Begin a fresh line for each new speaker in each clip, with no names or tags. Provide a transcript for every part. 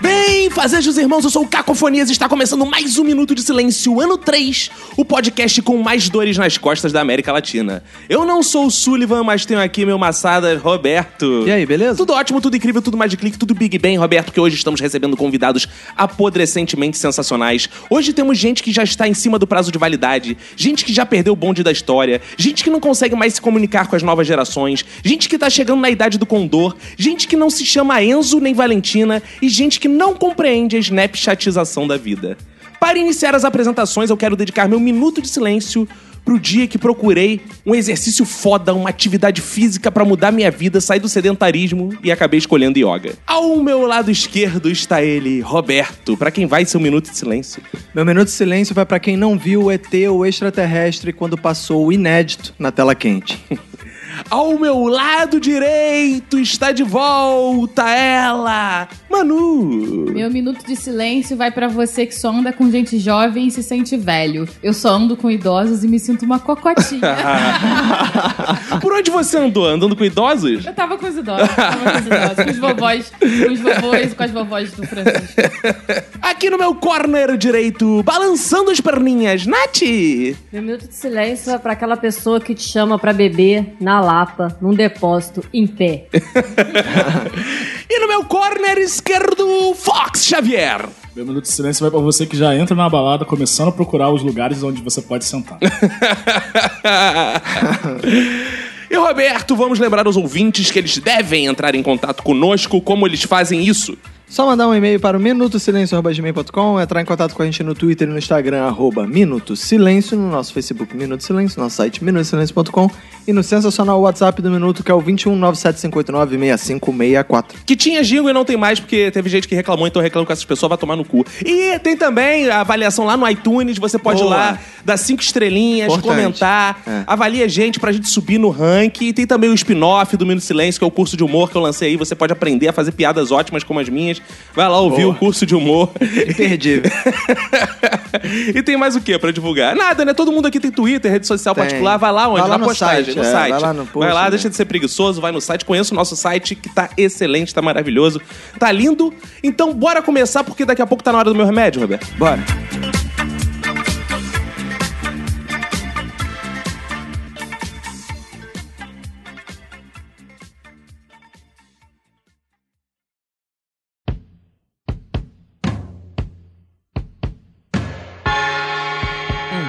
Bem, fazejos irmãos, eu sou o Cacofonias e está começando mais um Minuto de Silêncio, ano 3, o podcast com mais dores nas costas da América Latina. Eu não sou o Sullivan, mas tenho aqui meu maçada Roberto.
E aí, beleza?
Tudo ótimo, tudo incrível, tudo mais de clique, tudo Big Bang, Roberto, que hoje estamos recebendo convidados apodrecentemente sensacionais. Hoje temos gente que já está em cima do prazo de validade, gente que já perdeu o bonde da história, gente que não consegue mais se comunicar com as novas gerações, gente que tá chegando na idade do condor, gente que não se chama Enzo nem Valentina e gente que não compreende a Snapchatização da vida. Para iniciar as apresentações, eu quero dedicar meu minuto de silêncio pro dia que procurei um exercício foda, uma atividade física pra mudar minha vida, sair do sedentarismo e acabei escolhendo yoga. Ao meu lado esquerdo está ele, Roberto, pra quem vai ser um minuto de silêncio.
Meu minuto de silêncio vai pra quem não viu o ET ou extraterrestre quando passou o inédito na tela quente.
Ao meu lado direito está de volta ela, Manu.
Meu minuto de silêncio vai pra você que só anda com gente jovem e se sente velho. Eu só ando com idosos e me sinto uma cocotinha.
Por onde você andou? Andando com idosos?
Eu tava com os idosos, tava com os idosos, com os vovós, com os vovôs e com as vovós do Francisco.
Aqui no meu corner direito, balançando as perninhas, Nath.
Meu minuto de silêncio é pra aquela pessoa que te chama pra beber na Lapa, num depósito, em pé.
E no meu corner esquerdo, Fox Xavier.
Meu minuto de silêncio vai pra você que já entra na balada começando a procurar os lugares onde você pode sentar.
E Roberto, vamos lembrar aos ouvintes que eles devem entrar em contato conosco, como eles fazem isso.
Só mandar um e-mail para o minutosilencio.com, entrar em contato com a gente no Twitter e no Instagram, arroba Minuto Silêncio, no nosso Facebook Minuto Silêncio, nosso site minutosilencio.com e no sensacional WhatsApp do Minuto, que é o 21975896564.
Que tinha jingle e não tem mais, porque teve gente que reclamou, então reclamo com essas pessoas, vai tomar no cu. E tem também a avaliação lá no iTunes, você pode
Boa.
ir lá dar cinco estrelinhas,
Importante.
comentar,
É.
avalia a gente pra gente subir no ranking. E tem também o spin-off do Minuto Silêncio, que é o curso de humor que eu lancei aí, você pode aprender a fazer piadas ótimas como as minhas. Vai lá ouvir
Boa.
o curso de humor.
Imperdível.
e tem mais o que pra divulgar? Nada, né? Todo mundo aqui tem Twitter, rede social
Tem.
particular. Vai lá onde?
Vai lá
na
no
postagem,
site,
no
é,
site.
vai lá no post,
Vai lá,
né?
deixa de ser preguiçoso, vai no site. Conheça o nosso site que tá excelente, tá maravilhoso, tá lindo. Então bora começar porque daqui a pouco tá na hora do meu remédio, Roberto.
Bora.
Um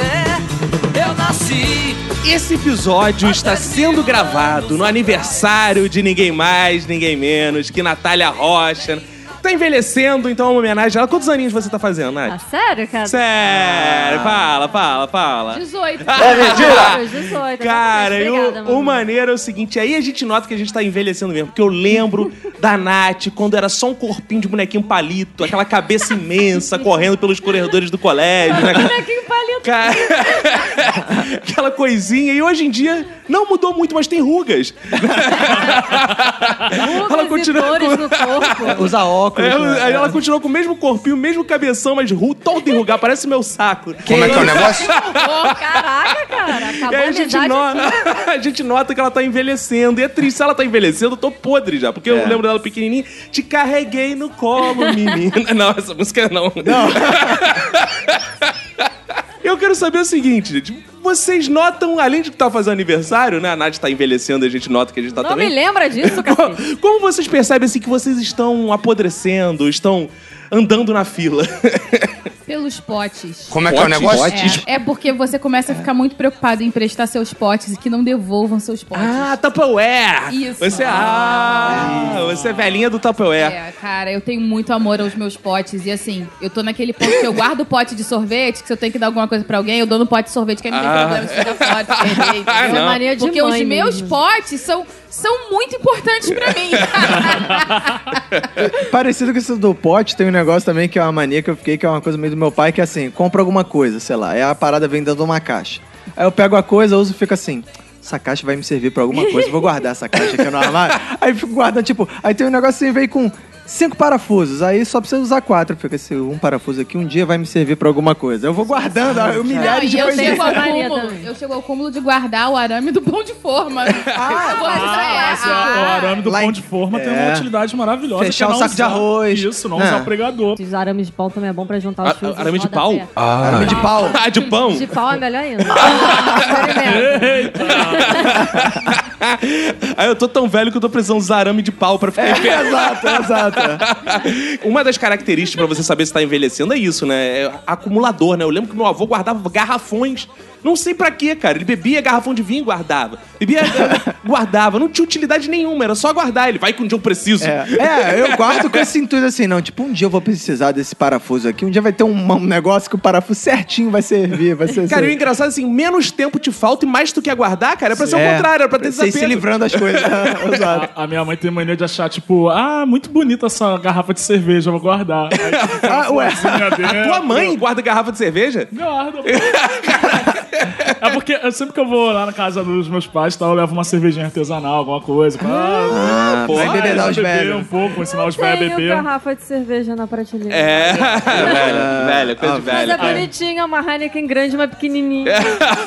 É, eu nasci.
Esse episódio está sendo gravado no aniversário de ninguém mais, ninguém menos que Natália Rocha. Tá envelhecendo, então é uma homenagem a ela. Quantos aninhos você tá fazendo,
Ah,
Nath?
sério, cara?
é Sério, fala, fala, fala.
18.
É mentira?
18.
Cara, e
Obrigada,
o,
Tá mano.
o maneiro é o seguinte, aí a gente nota que a gente tá envelhecendo mesmo, porque eu lembro da Nath quando era só um corpinho de bonequinho palito, aquela cabeça imensa correndo pelos corredores do colégio, né? cara?
Bonequinho palito.
Cara, aquela coisinha, e hoje em dia não mudou muito, mas tem rugas.
Ela
continua
dores
com-
no corpo.
Usa óculos.
É,
né?
aí ela continuou com o mesmo corpinho, o mesmo cabeção, mas ru, todo enrugado, parece meu saco.
Como é que é o negócio?
Pô, caraca, cara.
E
Acabou a
aí a gente,
amizade
no-
aqui.
a gente nota que ela tá envelhecendo. E é triste, se ela tá envelhecendo, eu tô podre já. Porque
É.
eu lembro dela pequenininha. Te carreguei no colo, menina. Não, essa música é não. Não. eu quero saber o seguinte, gente. Vocês notam, além de que tá fazendo aniversário, né? A Nath tá envelhecendo e a gente nota que a gente tá
Não
também.
me lembra disso, cara.
assim, Como vocês percebem, assim, que vocês estão apodrecendo, estão andando na fila.
Pelos potes.
Como é que é o
Potes?
negócio?
Potes?
É, é porque você começa a ficar muito preocupado em emprestar seus potes e que não devolvam seus potes.
Ah, Tupperware!
Isso.
Você, é- ah, você é velhinha do Tupperware.
É, cara, eu tenho muito amor aos meus potes. E assim, eu tô naquele ponto que eu guardo o pote de sorvete, que se eu tenho que dar alguma coisa pra alguém, eu dou no pote de sorvete, que aí não tem
Ah.
problema se jogar fora, se perder, entendeu?
não. Mania de
Porque
mãe
os meus
mesmo.
potes são, são muito importantes pra mim.
Parecido com isso do pote, tem um negócio também que é uma mania que eu fiquei, que é uma coisa meio do meu pai, que é assim, compra alguma coisa, sei lá, é a parada vem dentro de uma caixa. Aí eu pego a coisa, uso e fico assim, essa caixa vai me servir pra alguma coisa, vou guardar essa caixa aqui no armário. Aí fico guardando, tipo, aí tem um negócio assim, veio com cinco parafusos, aí só precisa usar quatro, fica assim, um parafuso aqui, um dia vai me servir pra alguma coisa. Eu vou guardando aí,
Não,
milhares
Ah, e
de
eu
coisas.
chego, ao
Mania
cúmulo,
também.
eu chego ao cúmulo de guardar o arame do pão de forma. Ah,
Ah, essa- o arame do
Lá
pão
em-
de forma tem
É.
uma utilidade maravilhosa.
Fechar
que é
o
não
saco de
usar-
arroz.
Isso, não
Né?
usar pregador.
Os arames de pau também é bom pra juntar os
A-
fios.
a- arame de
roda
pau?
pé.
Arame de pau.
Ah, de pão?
De pau é melhor ainda. Experimenta.
Aí eu tô tão velho que eu tô precisando usar arame de pau pra ficar em pé.
É, Exato, exato. é.
Uma das características pra você saber se tá envelhecendo é isso, né? É acumulador, né? Eu lembro que meu avô guardava garrafões. Não sei pra quê, cara. Ele bebia garrafão de vinho e guardava. Bebia, guardava. Não tinha utilidade nenhuma, era só guardar. Ele vai que um dia eu preciso.
É, é, eu guardo com esse intuito assim, não. Tipo, um dia eu vou precisar desse parafuso aqui. Um dia vai ter um, um negócio que o parafuso certinho vai servir. Vai ser
Cara, e o
ser-
engraçado é assim, menos tempo te falta e mais tu quer guardar, cara, é pra ser o
É,
contrário, era pra ter
vocês se
desapego.
livrando das coisas. Ah, Exato.
A, a minha mãe tem mania de achar, tipo, ah, muito bonita essa garrafa de cerveja, eu vou guardar. Aí, tipo, tem uma
Ah, ué.
florzinha
A
dentro.
tua mãe guarda garrafa de cerveja?
Guarda, pô. É porque eu- sempre que eu vou lá na casa dos meus pais, tal, eu levo uma cervejinha artesanal, alguma coisa. pra-
Ah,
pô,
vai
ah,
Ah,
embebedar os
beber
velhos.
um pouco, ensinar os velhos a
Tem
beber.
garrafa de cerveja na prateleira.
É, velho, velho, coisa de
Mas
velho.
é bonitinha, uma Heineken grande, uma pequenininha.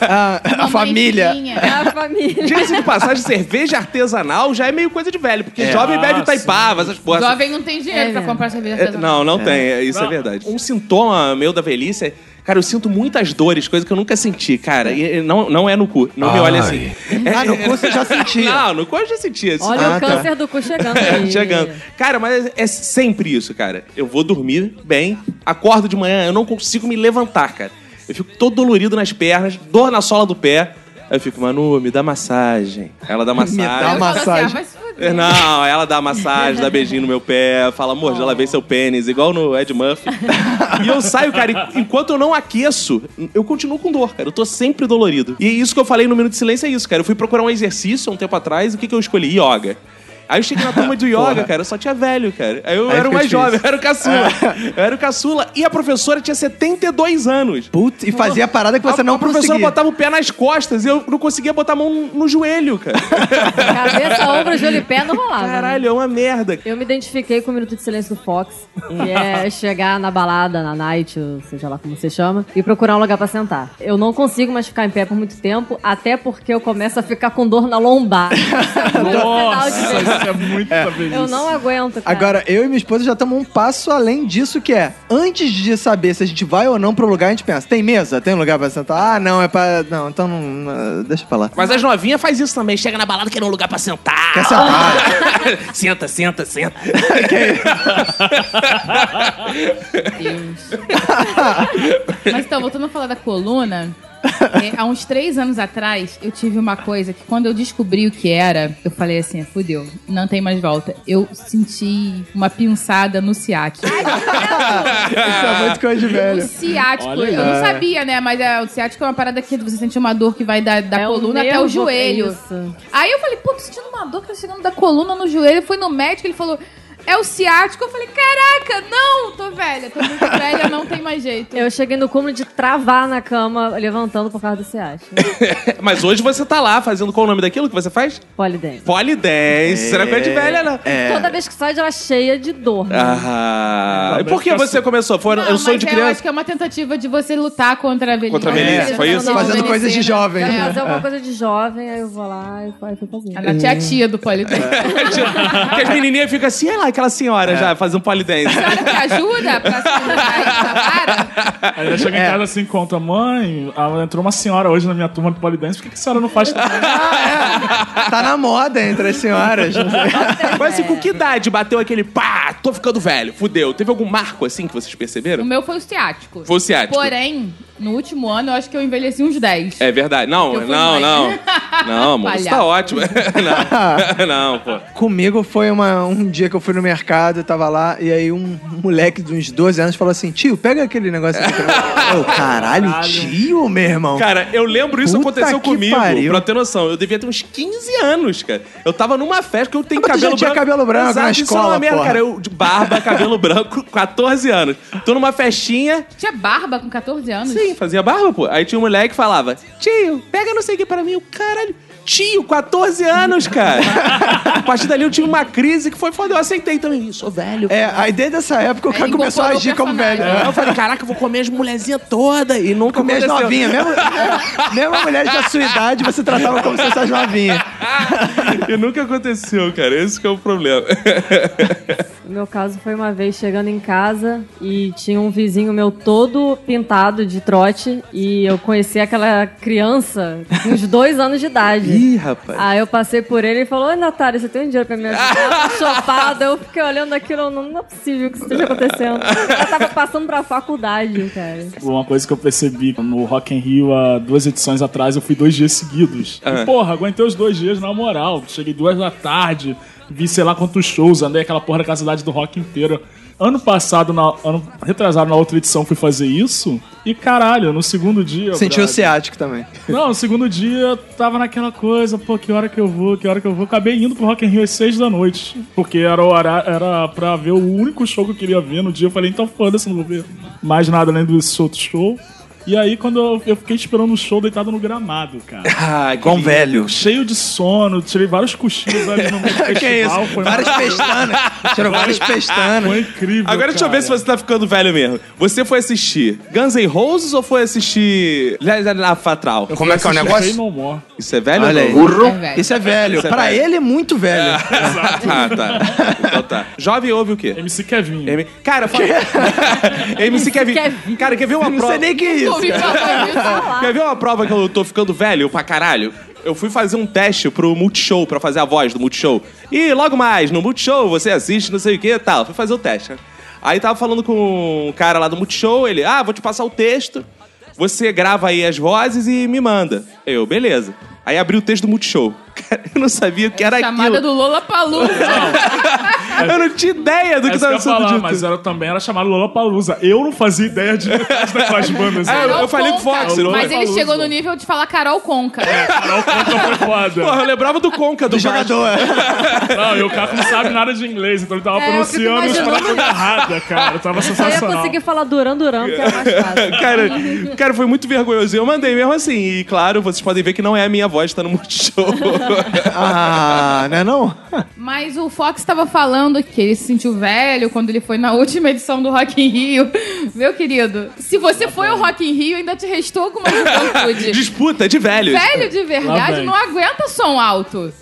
Ah, a família.
É a família.
Diga-se de passagem, cerveja artesanal já é meio coisa de velho, porque jovem
Ah,
bebe
sim.
Itaipava, essas porras.
Jovem não tem dinheiro
É
pra
mesmo.
comprar cerveja
É,
artesanal.
Não, não tem, isso é
Não.
verdade. Um sintoma meu da velhice é. Cara, eu sinto muitas dores, coisa que eu nunca senti, cara. E, e não, não é no cu. Não me olha assim.
Ah, no curso eu já senti.
Não, no cu eu já sentia. isso.
Olha
Ah,
o
tá.
câncer do cu chegando aí.
É, Chegando. Cara, mas é sempre isso, cara. Eu vou dormir bem, acordo de manhã, eu não consigo me levantar, cara. Eu fico todo dolorido nas pernas, dor na sola do pé. Aí eu fico, Manu, me dá massagem. Ela dá massagem.
dá
Aí eu falo assim,
massagem.
ah, vai se fuder.
É, Não, ela dá massagem, dá beijinho no meu pé, fala, amor, já lavei seu pênis, igual no Ed Murphy. e eu saio, cara, e enquanto eu não aqueço, eu continuo com dor, cara. Eu tô sempre dolorido. E isso que eu falei no Minuto de Silêncio é isso, cara. Eu fui procurar um exercício há um tempo atrás, e o que, que eu escolhi? Yoga. Aí eu cheguei na turma do yoga, cara, eu só tinha velho, cara. Aí eu
Aí
era o
fica
mais
difícil. É.
jovem, eu era o caçula. Eu era o caçula. E a professora tinha 72 anos.
Putz, e fazia a parada que você
a,
não
a professora
conseguia.
botava Ah, o pé nas costas e eu não conseguia botar a mão no, no joelho, cara.
Cabeça, ombro, joelho e pé não rolava. né?
Caralho, é uma merda.
Eu me identifiquei com o Minuto de Silêncio do Fox, que é chegar na balada, na night, ou seja lá como você chama, e procurar um lugar pra sentar. Eu não consigo mais ficar em pé por muito tempo, até porque eu começo a ficar com dor na lombar.
Nossa,
Sinal de
isso é muito é. velhice.
Eu não aguento, cara.
Agora, eu e minha esposa já estamos um passo além disso, que é, antes de saber se a gente vai ou não pro lugar, a gente pensa, tem mesa? Tem lugar pra sentar? Ah, não, é pra... Não, então não... não, Deixa pra lá.
Mas as novinhas faz isso também. Chega na balada, quer um lugar pra sentar.
Quer sentar?
senta, senta, senta.
Mas então, voltando a falar da coluna, é, há uns três anos atrás, eu tive uma coisa que quando eu descobri o que era, eu falei assim, fudeu, não tem mais volta. Eu senti uma pinçada no ciático.
Isso é muito coisa de
O
ah,
velho.
ciático,
Olha aí.
eu não sabia, né? Mas é, o ciático é uma parada que você sente uma dor que vai da, da
É o
coluna até
nervo, é
o joelho.
isso.
Aí eu falei, pô, tô sentindo uma dor que tá chegando da coluna no joelho. Eu fui no médico, ele falou, é o ciático. Eu falei, caraca, não, tô velha, tô muito velha, não tem mais jeito.
Eu cheguei no cúmulo de travar na cama, levantando por causa do ciático.
Mas hoje você tá lá fazendo qual o nome daquilo que você faz?
Polidance.
Polidance. Será que é de velha, não?
Toda vez que sai, ela cheia de dor. né?
Ah, e por que você começou? Foi,
Não,
eu sou de
mas Eu acho
criança.
que é uma tentativa de você lutar contra a velhice.
Contra a velhice, foi isso?
Fazendo
coisa
coisas de
né?
jovem.
Quero É, fazer alguma coisa de jovem, aí eu vou lá e aí fui fazer.
A Nath é a tia do Polidance.
É.
A
Porque as É.
É.
menininhas ficam assim, olha lá, aquela senhora já fazendo polidance.
senhora te ajuda pra se cuidar essa vara?
Aí ela chega em casa assim, conta, mãe, ah, entrou uma senhora hoje na minha turma do Polidense, por que, que a senhora não faz também?
Tá na moda entre as senhoras. não sei.
Mas
É.
assim, com que idade bateu aquele pá, tô ficando velho, fudeu? Teve algum marco assim que vocês
O
perceberam?
meu foi o ciático.
Foi o ciático.
Porém, no último ano, eu acho que eu envelheci uns 10.
É verdade. Não,
Eu fui
não,
mãe.
não. Não, amor, você tá
Palhaço.
ótimo. não, não, pô.
Comigo foi uma- um dia que eu fui no mercado, eu tava lá, e aí um moleque de uns 12 anos falou assim: tio, pega aquele negócio aqui. pra mim." eu, caralho, tio, meu irmão.
Cara, eu lembro isso
Puta
aconteceu
que
comigo,
pariu.
pra ter noção. Eu devia ter uns 15 anos, cara. Eu tava numa festa que eu tenho
Ah, mas tu já
cabelo
tinha
branco.
cabelo branco na
Exato, isso é uma
escola,
merda,
porra.
cara. Eu de barba, cabelo branco, 14 anos. Tô numa festinha,
Tinha barba com 14 anos.
sim, fazia barba, pô. Aí tinha um moleque que falava: "Tio, pega não sei o que pra mim". Eu, caralho, tio, 14 anos, cara. A partir dali eu tive uma crise que foi foda, eu aceitei também. Ih, Sou velho.
É, aí desde essa época o
é,
Aí
cara
ele
começou a
incorporou
agir
o
como velho. né?
personagem.
Aí Eu né? falei, caraca, eu vou comer as mulherzinhas todas. E nunca
Comer as
aconteceu.
novinhas. Mesmo, é, mesmo mulheres da sua idade, você tratava como se fosse as novinhas.
E nunca aconteceu, cara. Esse que é o problema.
O meu caso foi uma vez chegando em casa e tinha um vizinho meu todo pintado de trote e eu conheci aquela criança com uns dois anos de idade.
Ih, rapaz.
Aí eu passei por ele e falou: Oi, Natália, você tem um dinheiro pra me ajudar? Chopada. Eu fiquei olhando aquilo, não, não é possível que isso esteja acontecendo. Ela tava passando pra faculdade, cara.
Uma coisa que eu percebi no Rock in Rio há duas edições atrás, eu fui dois dias seguidos. E, porra, aguentei os dois dias na moral. Cheguei duas da tarde, vi sei lá quantos shows, andei aquela porra daquela cidade do rock inteira. Ano passado, na, ano retrasado, na outra edição, fui fazer isso. E caralho, no segundo dia.
Sentiu o
brother,
ciático também.
não, no segundo dia eu tava naquela coisa, pô, que hora que eu vou, que hora que eu vou. Acabei indo pro Rock in Rio às seis da noite, porque era, o horário, era pra ver o único show que eu queria ver no dia. Eu falei, então foda-se, não vou ver mais nada além desse outro show. E aí, quando eu, eu fiquei esperando o show deitado no gramado, cara.
Ah, que
Com velho.
Cheio de sono, tirei vários cochilos ali no meio do festival.
Que isso?
Foi,
Várias pestanas. Tirou várias
foi
pestanas.
incrível,
Agora deixa eu ver se
cara.
você tá ficando velho mesmo. Você foi assistir Guns N' Roses ou foi assistir Led Zeppelin Fatral?
Como é que é o
Assisti
negócio?
Faith No More.
Isso é velho
Olha
ou não?
É, velho.
Isso é velho.
Isso é
pra
velho.
ele é muito velho.
ah, tá. Então tá. Jovem ouve o quê?
MC Kevin.
M... Cara, fala... MC Kevin. Cara, quer ver uma
Não
prova?
sei nem que é isso.
Ouvi falar disso.
Quer ver uma prova que eu tô ficando velho pra caralho? Eu fui fazer um teste pro Multishow, pra fazer a voz do Multishow. E logo mais, no Multishow, você assiste, não sei o que e tal. Fui fazer o teste. né? Aí tava falando com um cara lá do Multishow, ele, ah, vou te passar o texto, você grava aí as vozes e me manda. Eu, beleza. Aí abri o texto do Multishow. Cara, eu não sabia o que era
Chamada
aquilo.
do Lola Palusa.
Eu não tinha ideia do que
Essa É
tava
que eu ia
sendo
falar,
dito.
mas ela também era chamada Lollapalooza. Eu não fazia ideia de metade daquelas bandas. né?
Ah, eu- eu falei com o Fox, não
Mas
foi?
ele chegou no
Palusa.
nível de falar Carol Conca.
Carol Conta Então foi foda.
Porra, eu lembrava do Conca, do,
Do
Vasco.
jogador.
Não, e o cara não sabe nada de inglês, então ele tava
É, eu
pronunciando
fico
as
imaginando.
paradas toda errada, cara. Tava
Só ia
sensacional.
conseguir falar Duran Duran, que era mais fácil.
Cara, cara, foi muito vergonhoso. Eu mandei mesmo assim. E claro, vocês podem ver que não é a minha voz, tá no Multishow.
Ah, não é não?
Mas o Fox tava falando que ele se sentiu velho quando ele foi na última edição do Rock in Rio. Meu querido, se você foi ao Rock in Rio, ainda te restou alguma juventude.
Disputa é de velhos.
Velho de
Lá
verdade
vem.
não aguenta som alto.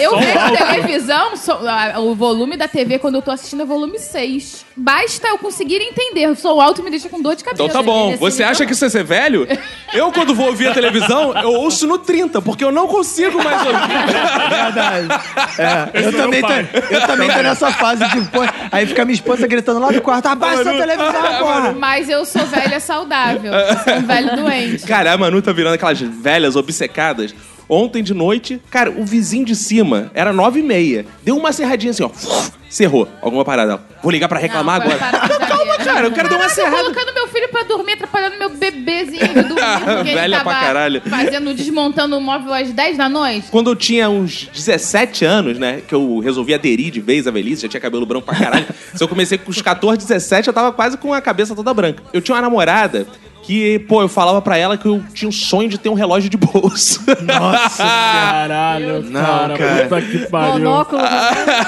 Eu vejo televisão, som- ah, o volume da TV quando eu tô assistindo é volume 6. Basta eu conseguir entender. Som alto me deixa com dor de cabeça.
Então tá bom.
Nesse
Você
nível,
acha que isso é ser velho? Eu, quando vou ouvir a televisão, eu ouço no 30, porque eu não consigo mais ouvir.
Verdade. É, eu,
Esse
também
é
tô,
meu
eu também tô nessa fase de. Pô, aí fica minha esposa gritando lá do quarto: abaixa essa televisão, porra!
Mas eu sou velha saudável. sou um velho doente.
Cara, a Manu tá virando aquelas velhas obcecadas. Ontem de noite, cara, o vizinho de cima era 9 e meia. Deu uma serradinha assim, ó. Cerrou. Alguma parada. Ela, Vou ligar pra reclamar
Não,
agora.
para, para,
Calma,
para.
cara. Eu quero dar uma
Caraca,
serrada.
Tá colocando meu filho pra dormir, atrapalhando meu bebezinho de dormir. Porque ele
Velha pra
tava
caralho.
fazendo, desmontando o móvel às 10 da noite.
Quando eu tinha uns 17 anos, né? Que eu resolvi aderir de vez à velhice, já tinha cabelo branco pra caralho. Se eu comecei com os 14, 17, eu tava quase com a cabeça toda branca. Eu tinha uma namorada que, pô, eu falava pra ela que eu tinha um sonho de ter um relógio de bolso.
Nossa!
Caralho, cara,
cara.
Puta que pariu.
Monóculo.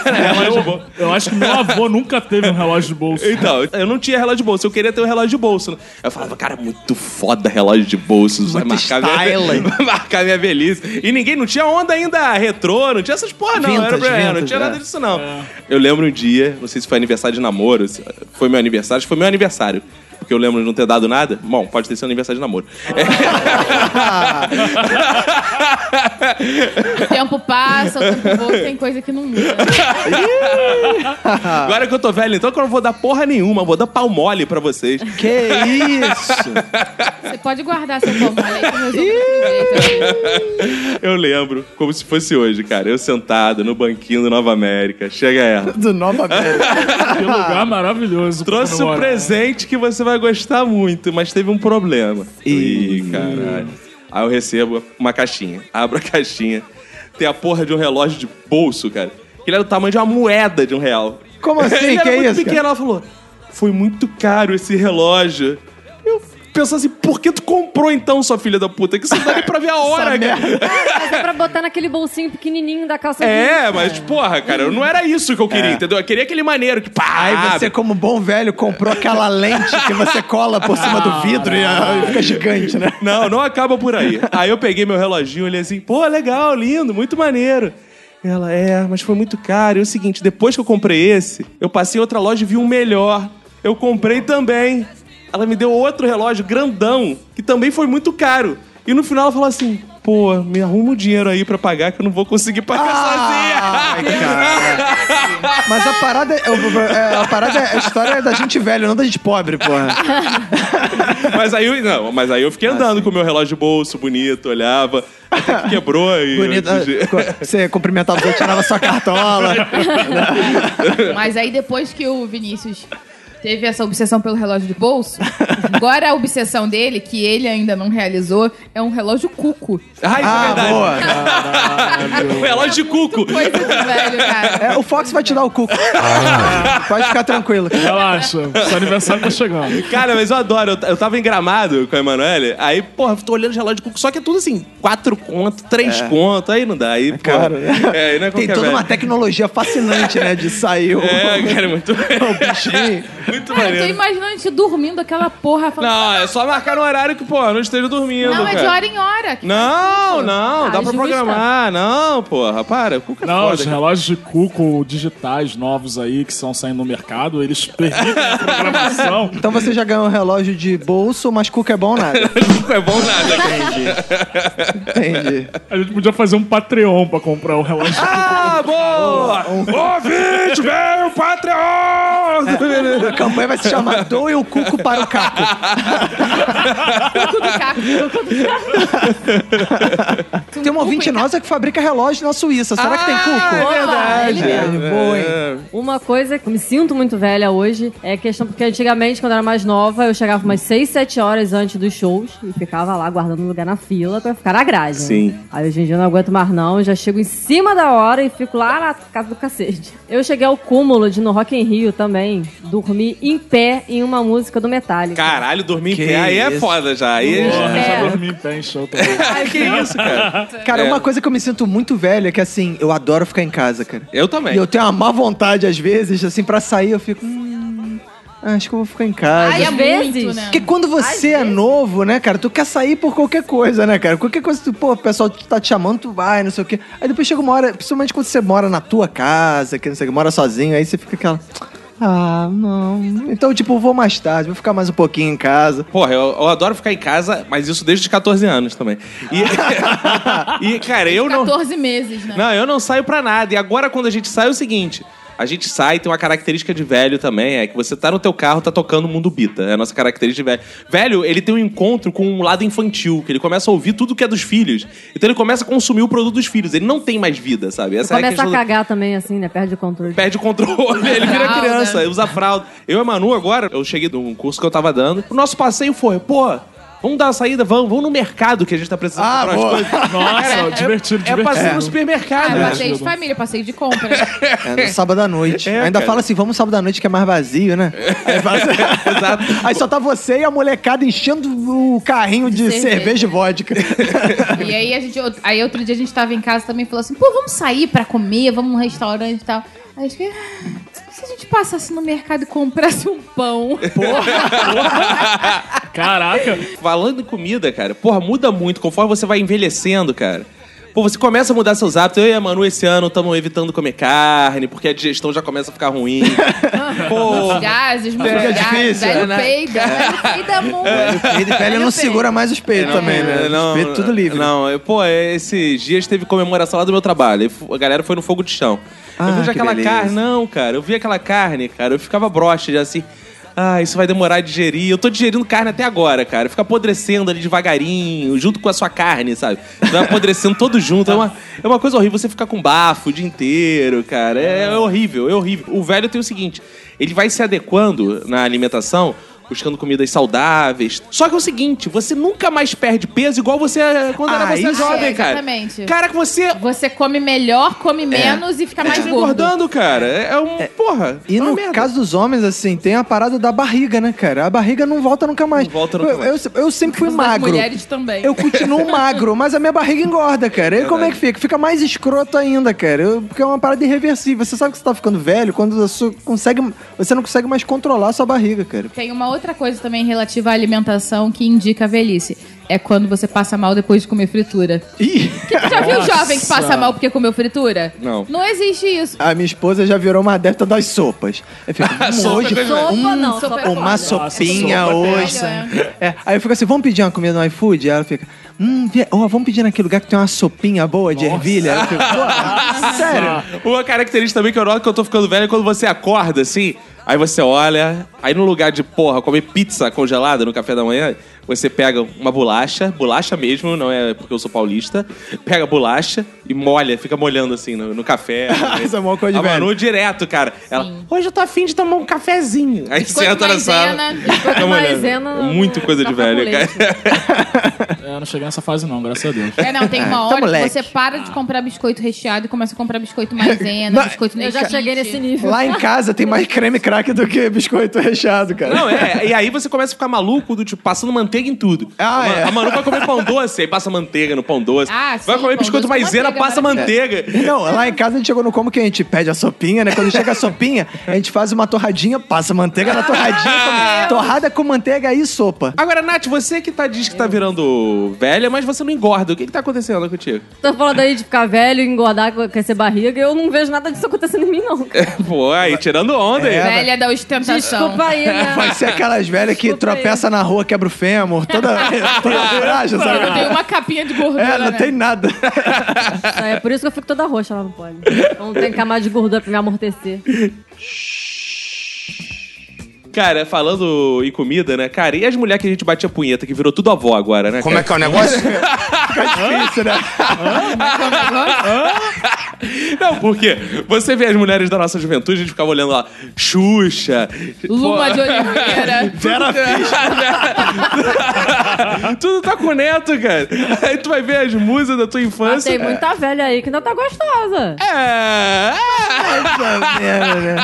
Relógio de bolso. É, Eu acho que meu avô nunca teve um relógio de bolso.
Então, eu não tinha relógio de bolso, eu queria ter um relógio de bolso. né? Eu falava, cara, muito foda relógio de bolso. Isso vai
Muito
marcar minha,
styling.
vai marcar minha velhice. E ninguém, não tinha onda ainda retrô, não tinha essas porra, não. era
Vintage,
pra- não
vintage,
tinha
é.
nada disso, não. Eu lembro um dia, não sei se foi aniversário de namoro, se foi meu aniversário, acho que foi meu aniversário. porque eu lembro de não ter dado nada. Bom, pode ter sido aniversário de namoro. É,
O tempo passa, o tempo voa, tem coisa que não muda. né?
Ah.
Agora que eu tô velho, então que eu não vou dar porra nenhuma, vou dar pau mole pra vocês.
Que isso?
Você pode guardar seu formulário aí tá que eu resolvo outro jeito.
Eu lembro, como se fosse hoje, cara. Eu sentado no banquinho do Nova América. Chega ela.
Do Nova América.
Que lugar maravilhoso.
Trouxe um
Comemora.
presente que você vai gostar muito, mas teve um problema. Ih, caralho. Aí eu recebo uma caixinha. Abro a caixinha. Tem a porra de um relógio de bolso, cara. Que ele era do tamanho de uma moeda de um real.
Como assim?
ele
Que
era muito
isso,
pequeno.
cara?
Ela falou, foi muito caro esse relógio. Eu penso assim, por que tu comprou então, sua filha da puta? Que você não dá nem pra ver a hora, cara.
Mas é pra botar naquele bolsinho pequenininho da calça
É,
jeans,
mas
cara.
porra, cara, eu não era isso que eu queria, entendeu? Eu queria aquele maneiro que pá,
É. Aí você, como bom velho, comprou aquela lente que você cola por cima do vidro e ah, fica gigante, né?
Não, não acaba por aí. Aí eu peguei meu reloginho, olhei assim, pô, legal, lindo, muito maneiro. Ela, é, mas foi muito caro. E o seguinte, depois que eu comprei esse, eu passei em outra loja e vi um melhor. Eu comprei também. Ela me deu outro relógio grandão, que também foi muito caro. E no final ela falou assim, pô, me arruma o dinheiro aí pra pagar que eu não assim, vou conseguir pagar
Ai,
sozinha.
cara. Mas a parada, é- é, a parada é a história é da gente velho, não da gente pobre, porra.
Mas aí, eu- não, mas aí eu
Ah,
fiquei andando com o meu relógio de bolso, bonito, olhava, até que quebrou e...
Bonito.
né?
ah, co- Você cumprimentava os outros, tirava sua cartola.
Mas aí depois que o Vinícius teve essa obsessão pelo relógio de bolso, agora a obsessão dele, que ele ainda não realizou, é um relógio cuco.
Ai, isso é
Ah,
verdade.
boa.
Relógio de cuco.
Coisa de velho, cara.
É, o Fox vai te dar o cuco.
Ah.
Pode ficar tranquilo.
É
Relaxa, seu aniversário tá chegando.
Cara, mas eu adoro. Eu, eu tava em gramado com a Emanuele. Aí, porra, tô olhando os relógio de cuco. Só que é tudo assim, quatro conto, três
É.
conto. Aí não dá. Aí, pô.
Cara,
é, aí não é
né? Tem
qualquer
toda
velho.
uma tecnologia fascinante, né? De sair o,
É, cara, é muito.
o bichinho.
muito
Cara, eu tô
maneiro.
imaginando a gente dormindo aquela porra. Falando,
Não, é só marcar no horário que, pô, não esteja dormindo.
não, é de
cara.
hora em hora. Que
Não,
isso?
não,
Ah,
dá pra
justa.
programar. Não, porra, para. Cuca é
Não,
foda,
os
cara.
relógios de cuco digitais novos aí que estão saindo no mercado, eles permitem a programação.
Então você já ganhou um relógio de bolso, mas cuco é bom nada.
Cuca é bom nada, cara.
Entendi.
A gente podia fazer um Patreon pra comprar um relógio.
Ah, boa! Ouvinte, vem o Patreon!
A campanha vai se chamar Doe o Cuco para o Caco.
Cuco do caco, cuco do caco.
Tem uma ouvinte nossa que fabrica relógio na Suíça. Será que tem cuco?
verdade.
É, boa, hein?
Uma coisa que eu me sinto muito velha hoje é a questão, porque antigamente, quando eu era mais nova, eu chegava umas 6, 7 horas antes dos shows e ficava lá guardando lugar na fila pra ficar na grade. né?
Sim.
Aí hoje em dia eu não aguento mais, não. Eu já chego em cima da hora e fico lá na casa do cacete. Eu cheguei ao cúmulo de no Rock in Rio também dormir em pé em uma música do Metallica.
Caralho, dormir
Que
em pé aí é
isso.
foda já. Aí
Porra,
É.
já dormi em pé em show também.
Ai, que isso, cara?
Cara,
É.
uma coisa que eu me sinto muito velho é que assim, eu adoro ficar em casa, cara.
Eu também.
E eu tenho uma má vontade, às vezes, assim, pra sair, eu fico. Hum, acho que eu vou ficar em casa.
Ai, é
Às
muito,
vezes.
né?
Porque quando você é novo, né, cara, tu quer sair por qualquer coisa, né, cara? Qualquer coisa, tu, pô, o pessoal tá te chamando, tu vai, não sei o quê. Aí depois chega uma hora, principalmente quando você mora na tua casa, que não sei o que, mora sozinho, aí você fica aquela. Ah, não. Então, tipo, eu vou mais tarde, vou ficar mais um pouquinho em casa.
Porra, eu, eu adoro ficar em casa, mas isso desde os 14 anos também. E, e, cara, eu não.
14 meses, né?
Não, eu não saio pra nada. E agora, quando a gente sai, é o seguinte. A gente sai, tem uma característica de velho também, é que você tá no teu carro, tá tocando o mundo bita. É a nossa característica de velho. Velho, ele tem um encontro com um lado infantil, que ele começa a ouvir tudo que é dos filhos. Então ele começa a consumir o produto dos filhos. Ele não tem mais vida, sabe? Essa é a
Começa
questão
a
do-
cagar também, assim, né? Perde o controle.
perde o controle, ele vira
Fralda.
criança, ele usa fralda. Eu e a Manu agora, eu cheguei de um curso que eu tava dando. O nosso passeio foi, pô, vamos dar uma saída, vamos, vamos no mercado que a gente tá precisando
Ah,
comprar
boa.
umas coisas.
Nossa, divertido,
É
divertido.
passeio no
Ah,
supermercado.
eu passei de família, passei de compra.
É, no sábado à noite.
É,
Ainda
cara.
fala assim, vamos sábado à noite que é mais vazio, né? Aí, fala assim-
Exato.
Aí só tá você e a molecada enchendo o carrinho de,
cerveja.
cerveja e vodka.
E aí, a gente, aí outro dia a gente tava em casa também e falou assim: pô, vamos sair pra comer, vamos num restaurante e tal. Aí eu fiquei, "Ah, se a gente passasse no mercado e comprasse um pão.
Caraca.
Falando em comida, cara, porra, muda muito conforme você vai envelhecendo, cara. Pô, você começa a mudar seus hábitos. Eu e a Manu esse ano estamos evitando comer carne, porque a digestão já começa a ficar ruim. Pô,
Os gases, os
Fica
gases,
é difícil, É.
velho
né?
peida, velho peida muito.
Ele velho não segura mais os peitos também, né?
Não,
Os peitos tudo livre.
Não, eu, pô, esses dias teve comemoração lá do meu trabalho. e fu- A galera foi no fogo de chão.
Ah,
eu
que
vejo aquela
beleza.
carne, não, cara. Eu vi aquela carne, cara. Eu ficava broxa, já assim. Ah, isso vai demorar a digerir. Eu tô digerindo carne até agora, cara. Fica apodrecendo ali devagarinho, junto com a sua carne, sabe? Vai apodrecendo todo junto. É uma, é uma coisa horrível você ficar com bafo o dia inteiro, cara. É, é horrível, é horrível. O velho tem o seguinte: ele vai se adequando na alimentação, buscando comidas saudáveis. Só que é o seguinte: você nunca mais perde peso igual você quando
Ah,
era você
isso
jovem,
é,
cara.
exatamente.
Cara, que você
Você come melhor,
É.
come menos e fica mais
tá
gordo.
engordando, cara. É é um. Porra.
E
é uma
no
merda.
caso dos homens, assim, tem a parada da barriga, né, cara? A barriga não volta nunca mais.
Não volta nunca
eu,
mais.
eu- eu sempre fui
As
magro.
mulheres também.
Eu continuo magro, mas a minha barriga engorda, cara. E como é que fica? Fica mais escroto ainda, cara. Eu- porque é uma parada irreversível. Você sabe que você tá ficando velho quando você consegue. Você não consegue mais controlar a sua barriga, cara.
Tem uma outra coisa também relativa à alimentação que indica a velhice. É quando você passa mal depois de comer fritura.
Ih!
Que tu já viu
Nossa.
jovem que passa mal porque comeu fritura?
Não.
Não existe isso.
A minha esposa já virou uma adepta das sopas. Eu fico, hum, hoje
Sopa
sopa
não, sopa
é
é
Hum, uma
foda.
sopinha
sopa é
hoje. É, Aí eu fico assim, vamos pedir uma comida no iFood? Aí ela fica, hum, vi- ó, vamos pedir naquele lugar que tem uma sopinha boa de ervilha. Aí Eu fico, pô, sério?
Uma característica também que eu noto que eu tô ficando velho é quando você acorda, assim, aí você olha, aí no lugar de, porra, comer pizza congelada no café da manhã, você pega uma bolacha, bolacha mesmo, não é porque eu sou paulista, pega a bolacha e molha, fica molhando assim no, no café.
Isso é uma coisa de
a
velho.
Manu direto, cara. Ela, hoje eu tô afim de tomar um cafezinho. Aí
Biscoito
você entra na sala.
maisena, biscoito
fica molhando.
maisena é no-
Muito coisa de
café tá com
velho,
leite.
cara.
É, eu não cheguei nessa fase, não, graças a Deus.
É, não, tem uma hora que
Tá moleque.
você para de comprar biscoito recheado e começa a comprar biscoito maisena,
Não,
biscoito
Eu já
Nesquik.
cheguei nesse nível.
Lá em casa tem mais creme crack do que biscoito recheado, cara.
Não, é. E aí você começa a ficar maluco do tipo, passando manteiga em tudo.
Ah,
a, Ma-
é.
a Manu vai comer pão doce, aí passa manteiga no pão doce.
Ah,
vai
sim,
comer
pão
biscoito
doce com
maisena,
manteiga, né?
passa manteiga.
Não, lá em casa a gente chegou no como que a gente pede a sopinha, né? Quando chega a sopinha, a gente faz uma torradinha, passa manteiga na torradinha, come- torrada com manteiga e sopa.
Agora, Nath, você que tá, diz que
É.
tá virando velha, mas você não engorda. O que que tá acontecendo contigo?
Tô falando aí de ficar velho, engordar, crescer barriga. Eu não vejo nada disso acontecendo em mim,
Então.
não.
Pô, aí, tirando onda aí.
Velha da ostentação.
Desculpa aí, né?
Pode ser aquelas velhas que
Desculpa aí.
tropeça na rua, quebra o fêmur, toda, toda furagem,
Eu tenho
sabe?
uma capinha de gordura,
É, não
né?
tem nada.
É por isso que eu fico toda roxa lá no pódio. Não tem camada de gordura pra me amortecer.
Cara, falando em comida, né? Cara, e as mulheres que a gente batia punheta, que virou tudo avó agora, né? cara?
que é o negócio?
Difícil, né?
Não, porque você vê as mulheres da nossa juventude, a gente ficava olhando lá, Xuxa,
Luma de Oliveira.
Vera Tudo tá com neto, cara. Aí tu vai ver as musas da tua
Mas
infância.
tem muita velha aí que ainda tá gostosa.
É,
Essa merda, né?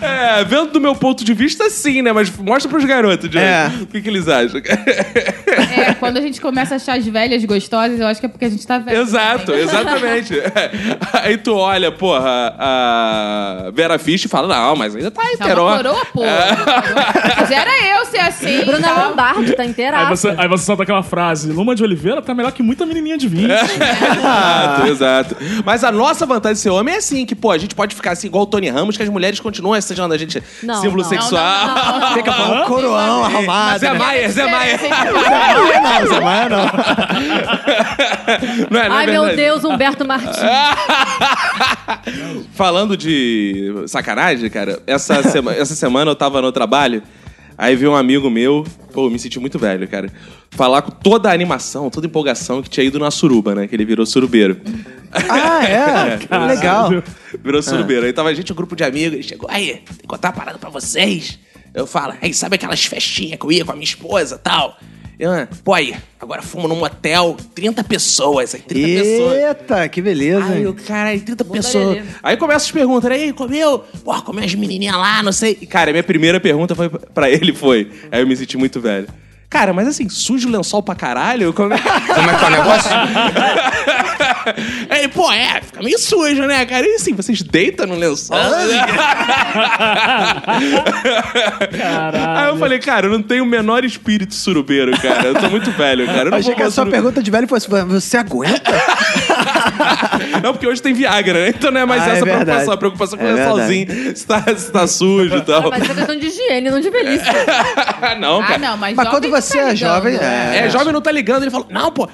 é, é, vendo do meu ponto de vista, sim, né? Mas mostra pros garotos, Johnny.
É.
O que, que eles acham?
É, quando a gente começa a achar as velhas gostosas, eu acho que é porque a gente tá velho.
Exato, exatamente. É. Aí tu olha, porra, a Vera Fish e fala, não, mas ainda tá
Tá uma
heteró.
coroa, pô.
É.
Mas era eu ser assim.
Bruna
então.
Lombardi tá inteira.
Aí você, aí você solta aquela frase: Luma de Oliveira tá melhor que muita menininha de 20.
Exato, exato. Mas a nossa vantagem de ser homem é assim, que, pô, a gente pode ficar assim igual o Tony Ramos, que as mulheres continuam assediando a gente
Não,
símbolo
não.
sexual.
Não, não, não, não.
Fica falando coroão arrumado.
Zé
né?
é Maia, Zé
assim,
Maia.
"Ah,
Não, Zé Maia não.
Não é, não é
Ai, meu
verdade?
Deus, Humberto Martins.
Falando de sacanagem, cara, essa, sema- essa semana eu tava no trabalho, aí vi um amigo meu, pô, eu me senti muito velho, cara, falar com toda a animação, toda a empolgação que tinha ido na suruba, né? Que ele virou surubeiro.
Ah, é? Legal.
Virou surubeiro. Aí tava a gente, um grupo de amigos, ele chegou, aí, tem que contar uma parada pra vocês. Eu falo, aí, sabe aquelas festinhas que eu ia com a minha esposa e tal? Eu, "Ah, pô, aí, agora fomos num motel, 30 pessoas, aí 30 pessoas.
Eita, que beleza.
Aí
hein?
o cara, aí 30 pessoas.
orelha.
Aí começa as perguntas, né? Aí, comeu? Porra, comeu as menininhas lá, não sei. E, cara, a minha primeira pergunta foi pra ele foi. Aí eu me senti muito velho. Cara, mas assim, sujo o lençol pra caralho? Como é que...
Como é que é o negócio?
É, e, pô, é, fica meio sujo, né, cara? E assim, vocês deitam no lençol. Aí eu falei, cara, eu não tenho o menor espírito surubeiro, cara. Eu tô muito velho, cara. Eu não vou
Achei
um
que a
mais
sua
suru-
pergunta de velho fosse: você aguenta?
Não, porque hoje tem Viagra, né? Então não é mais
Ah, é
essa preocupação.
verdade.
A preocupação é
É
com o lençolzinho, se tá, se tá sujo e tal.
Mas é questão de higiene, não de velhice.
não,
Ah,
cara.
não, mas,
Mas
jovem
quando
não
você
tá
é
ligando,
jovem.
né?
É, jovem não tá ligando. Ele falou, não, pô.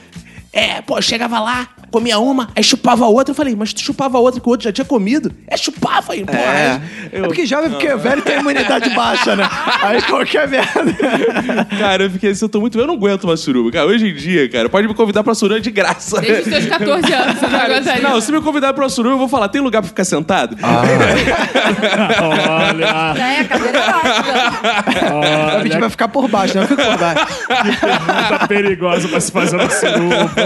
É, pô, eu chegava lá, comia uma, aí chupava a outra. Eu falei, mas tu chupava a outra que o outro já tinha comido? É, chupava aí, pô.
É.
aí
É porque jovem, porque velho tem imunidade baixa, né? Aí qualquer merda.
Cara, eu fiquei assim, eu tô muito... Eu não aguento mais suruba, cara. Hoje em dia, cara, pode me convidar pra suruba de graça.
Desde os seus 14 anos, você já
Cara,
gostaria.
não, se me convidar pra suruba, eu vou falar, tem lugar pra ficar sentado?
Ah,
Olha,
Já é cadeira elástica.
A gente vai ficar por baixo, né? Fica por baixo.
tá perigosa pra se fazer na suruba.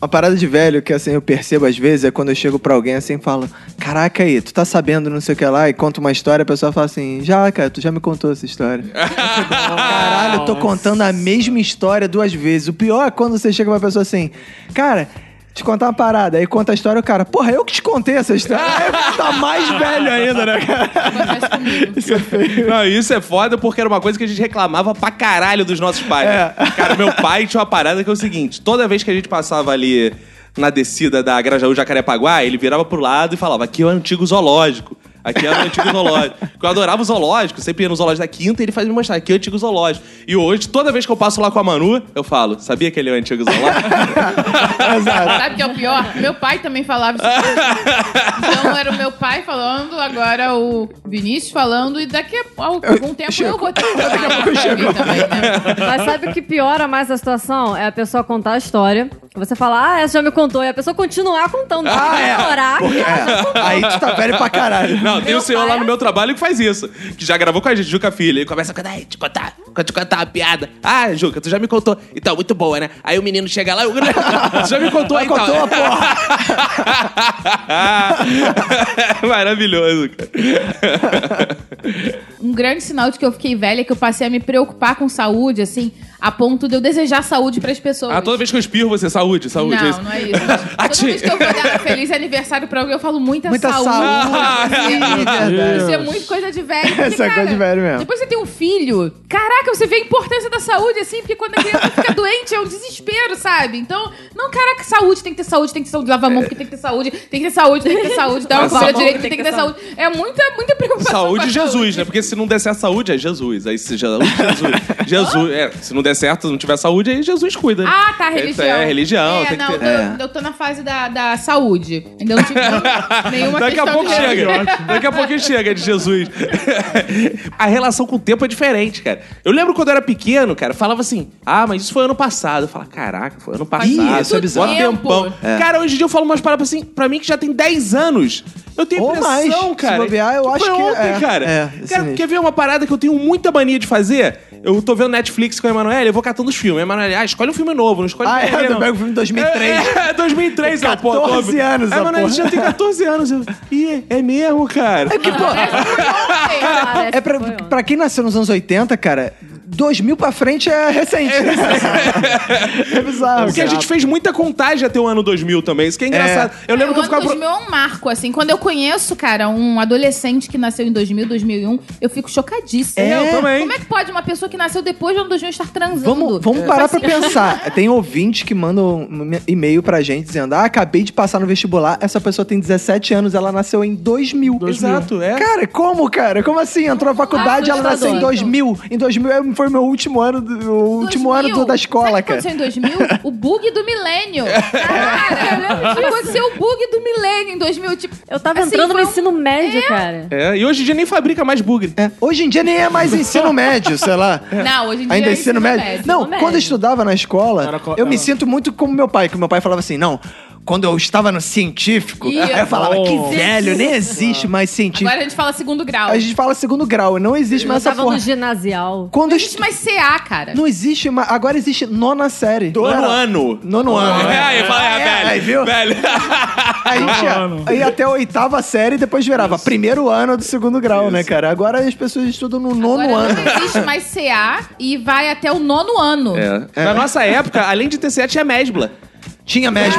Uma parada de velho que assim eu percebo às vezes é quando eu chego pra alguém assim e falo: Caraca aí, tu tá sabendo não sei o que lá, e conto uma história, a pessoa fala assim: Já, cara, tu já me contou essa história. Caralho, eu tô contando a mesma história duas vezes. O pior é quando você chega pra pessoa assim, cara. Te contar uma parada, aí conta a história, o cara, porra, eu que te contei essa história. Aí tá mais velho ainda, né, cara?
Faz comigo.
Não, isso é foda porque era uma coisa que a gente reclamava pra caralho dos nossos pais. Cara, meu pai tinha uma parada que é o seguinte: toda vez que a gente passava ali na descida da Grajaú Jacarepaguá, ele virava pro lado e falava: aqui é o antigo zoológico. Aqui é o antigo zoológico. Eu adorava o zoológico, sempre ia no zoológico da quinta e ele fazia me mostrar, aqui é o antigo zoológico. E hoje, toda vez que eu passo lá com a Manu, eu falo, sabia que ele é o antigo zoológico?
Sabe o que é o pior? Meu pai também falava isso. Então era o meu pai falando, agora o Vinícius falando, e daqui a algum tempo eu vou ter que falar daqui a pouco também, né?
Mas sabe o que piora mais a situação? É a pessoa contar a história. Você falar, ah, essa já me contou. E a pessoa continuar contando. Ah, é.
É, aí tu tá velho pra caralho.
Não, tem
Meu
um senhor
pai
lá
é
no meu trabalho que faz isso. Que já gravou com a gente, Juca Filho. Ele começa a contar, "Ei, te contar, vou te contar uma piada. Ah, Juca, tu já me contou. Então, muito boa, né? Aí o menino chega lá, eu... tu já me contou,
Aí
então.
contou uma porra.
Maravilhoso, cara.
Um grande sinal de que eu fiquei velha é que eu passei a me preocupar com saúde, assim, a ponto de eu desejar saúde pras pessoas.
Ah, toda vez que eu espirro, você, saúde, saúde.
não,
é isso.
não é isso. Mas
Ati.
Toda vez que eu vou dar feliz aniversário pra alguém, eu falo muita,
Muita
saúde.
Ah,
saúde.
assim.
É verdade.
Isso é muito coisa de velho. porque,
Isso é
cara,
coisa de velho mesmo.
Depois que você tem um filho. Caraca, você vê a importância da saúde, assim, porque quando a criança fica doente é um desespero, sabe? Então, não, caraca, saúde, tem que ter saúde, tem que ter saúde, lava a mão, porque tem que ter saúde, tem que ter saúde, tem que ter saúde, dá uma
Lavar a
comida
mão,
direito, tem que ter saúde. É muita, muita preocupação. com
Saúde
a
e Jesus, né? Porque se não der certo saúde, é Jesus. Aí se Jesus, Jesus. Jesus, é, se não der certo, não tiver saúde, aí Jesus cuida. né?
Ah, tá,
É,
religião.
É, religião.
É,
tem que
não,
ter-
eu, eu tô na fase da, da saúde. Ainda não tive nenhuma- nenhuma
Daqui a
questão
pouco
de
chega. Daqui a pouco chega de Jesus. a relação com o tempo é diferente, cara. Eu lembro quando eu era pequeno, cara, falava assim: ah, mas isso foi ano passado. Eu falava, caraca, foi ano passado.
Ih, isso é
Mó
bizarro.
tempão.
É.
Tempo.
Cara, hoje em dia eu falo umas palavras assim, pra mim que já tem 10 anos. Eu tenho
Ou mais.
impressão,
Se
cara.
bobear, eu
que
acho
foi
que
ontem,
é.
cara.
É, é
cara,
sinistro.
quer ver uma parada que eu tenho muita mania de fazer? Eu tô vendo Netflix com a Emanuele, eu vou catando os filmes. A Emanuele, ah, escolhe um filme novo, não escolhe
Ah, é,
porcaria,
tu
não.
pega o filme de 2003.
É, é, 2003, ó, pô.
14
tô-
anos,
É, A
essa
Emanuele
porra.
já tem 14 anos. Eu... Ih, é mesmo, cara.
Que, pô,
Parece
É pra,
que foi ontem.
pra quem nasceu nos anos 80, cara, 2000 pra frente é recente. É bizarro.
Porque a gente fez muita contagem até o ano 2000 também. Isso que Ah, é engraçado. Eu lembro
o
que eu
ano
ficava.
2000 é um marco, assim. Quando eu conheço, cara, um adolescente que nasceu em 2000, 2001, eu fico chocadíssima.
É, eu também.
Como é que pode uma pessoa que nasceu depois do ano 2000 estar transando?
Vamos,
É.
vamos parar pra pensar. Tem ouvintes que mandam um e-mail pra gente dizendo: Ah, acabei de passar no vestibular, essa pessoa tem 17 anos, ela nasceu em 2000.
Exato, é.
Cara, como, cara? Como assim? Entrou na faculdade, ela nasceu em
Assustador.
2000. Em 2000 é- foi meu último ano, do- o último
2000.
ano do- da escola,
Sabe o que
cara. É.
aconteceu em 2000? O bug do milênio. Cara, aconteceu o bug do milênio em 2000. Tipo,
Eu tava
assim,
entrando no
foi um-
ensino médio, cara.
É, e hoje em dia nem fabrica mais bugre.
É, Hoje em dia nem é mais ensino médio, sei lá.
Não, hoje em dia
Ainda
é
ensino, médio? Não,
médio.
quando eu estudava na escola,
Era co-
eu me
era-
sinto muito como meu pai, que meu pai falava assim, não. quando eu estava no científico,
Ih,
eu falava,
oh.
que velho, nem existe mais científico.
Agora é a gente fala segundo grau.
A gente fala segundo grau, não existe
Eu
mais essa
tava
porra.
no ginasial.
Quando
Não
eu
existe
estu-
mais CA, cara.
Não existe mais. Agora existe nona série.
Nono
Era-
ano.
Nono ano.
É, aí fala, é,
É,
velho.
aí, viu?
Velho.
A gente
Nono.
ia, ia até a oitava série e depois virava primeiro ano do segundo grau, né, cara? Agora as pessoas estudam no nono
Agora
ano.
não existe mais CA e vai até o nono ano.
É. Na nossa época, além de ter 7, tinha mesbla.
Tinha mesmo.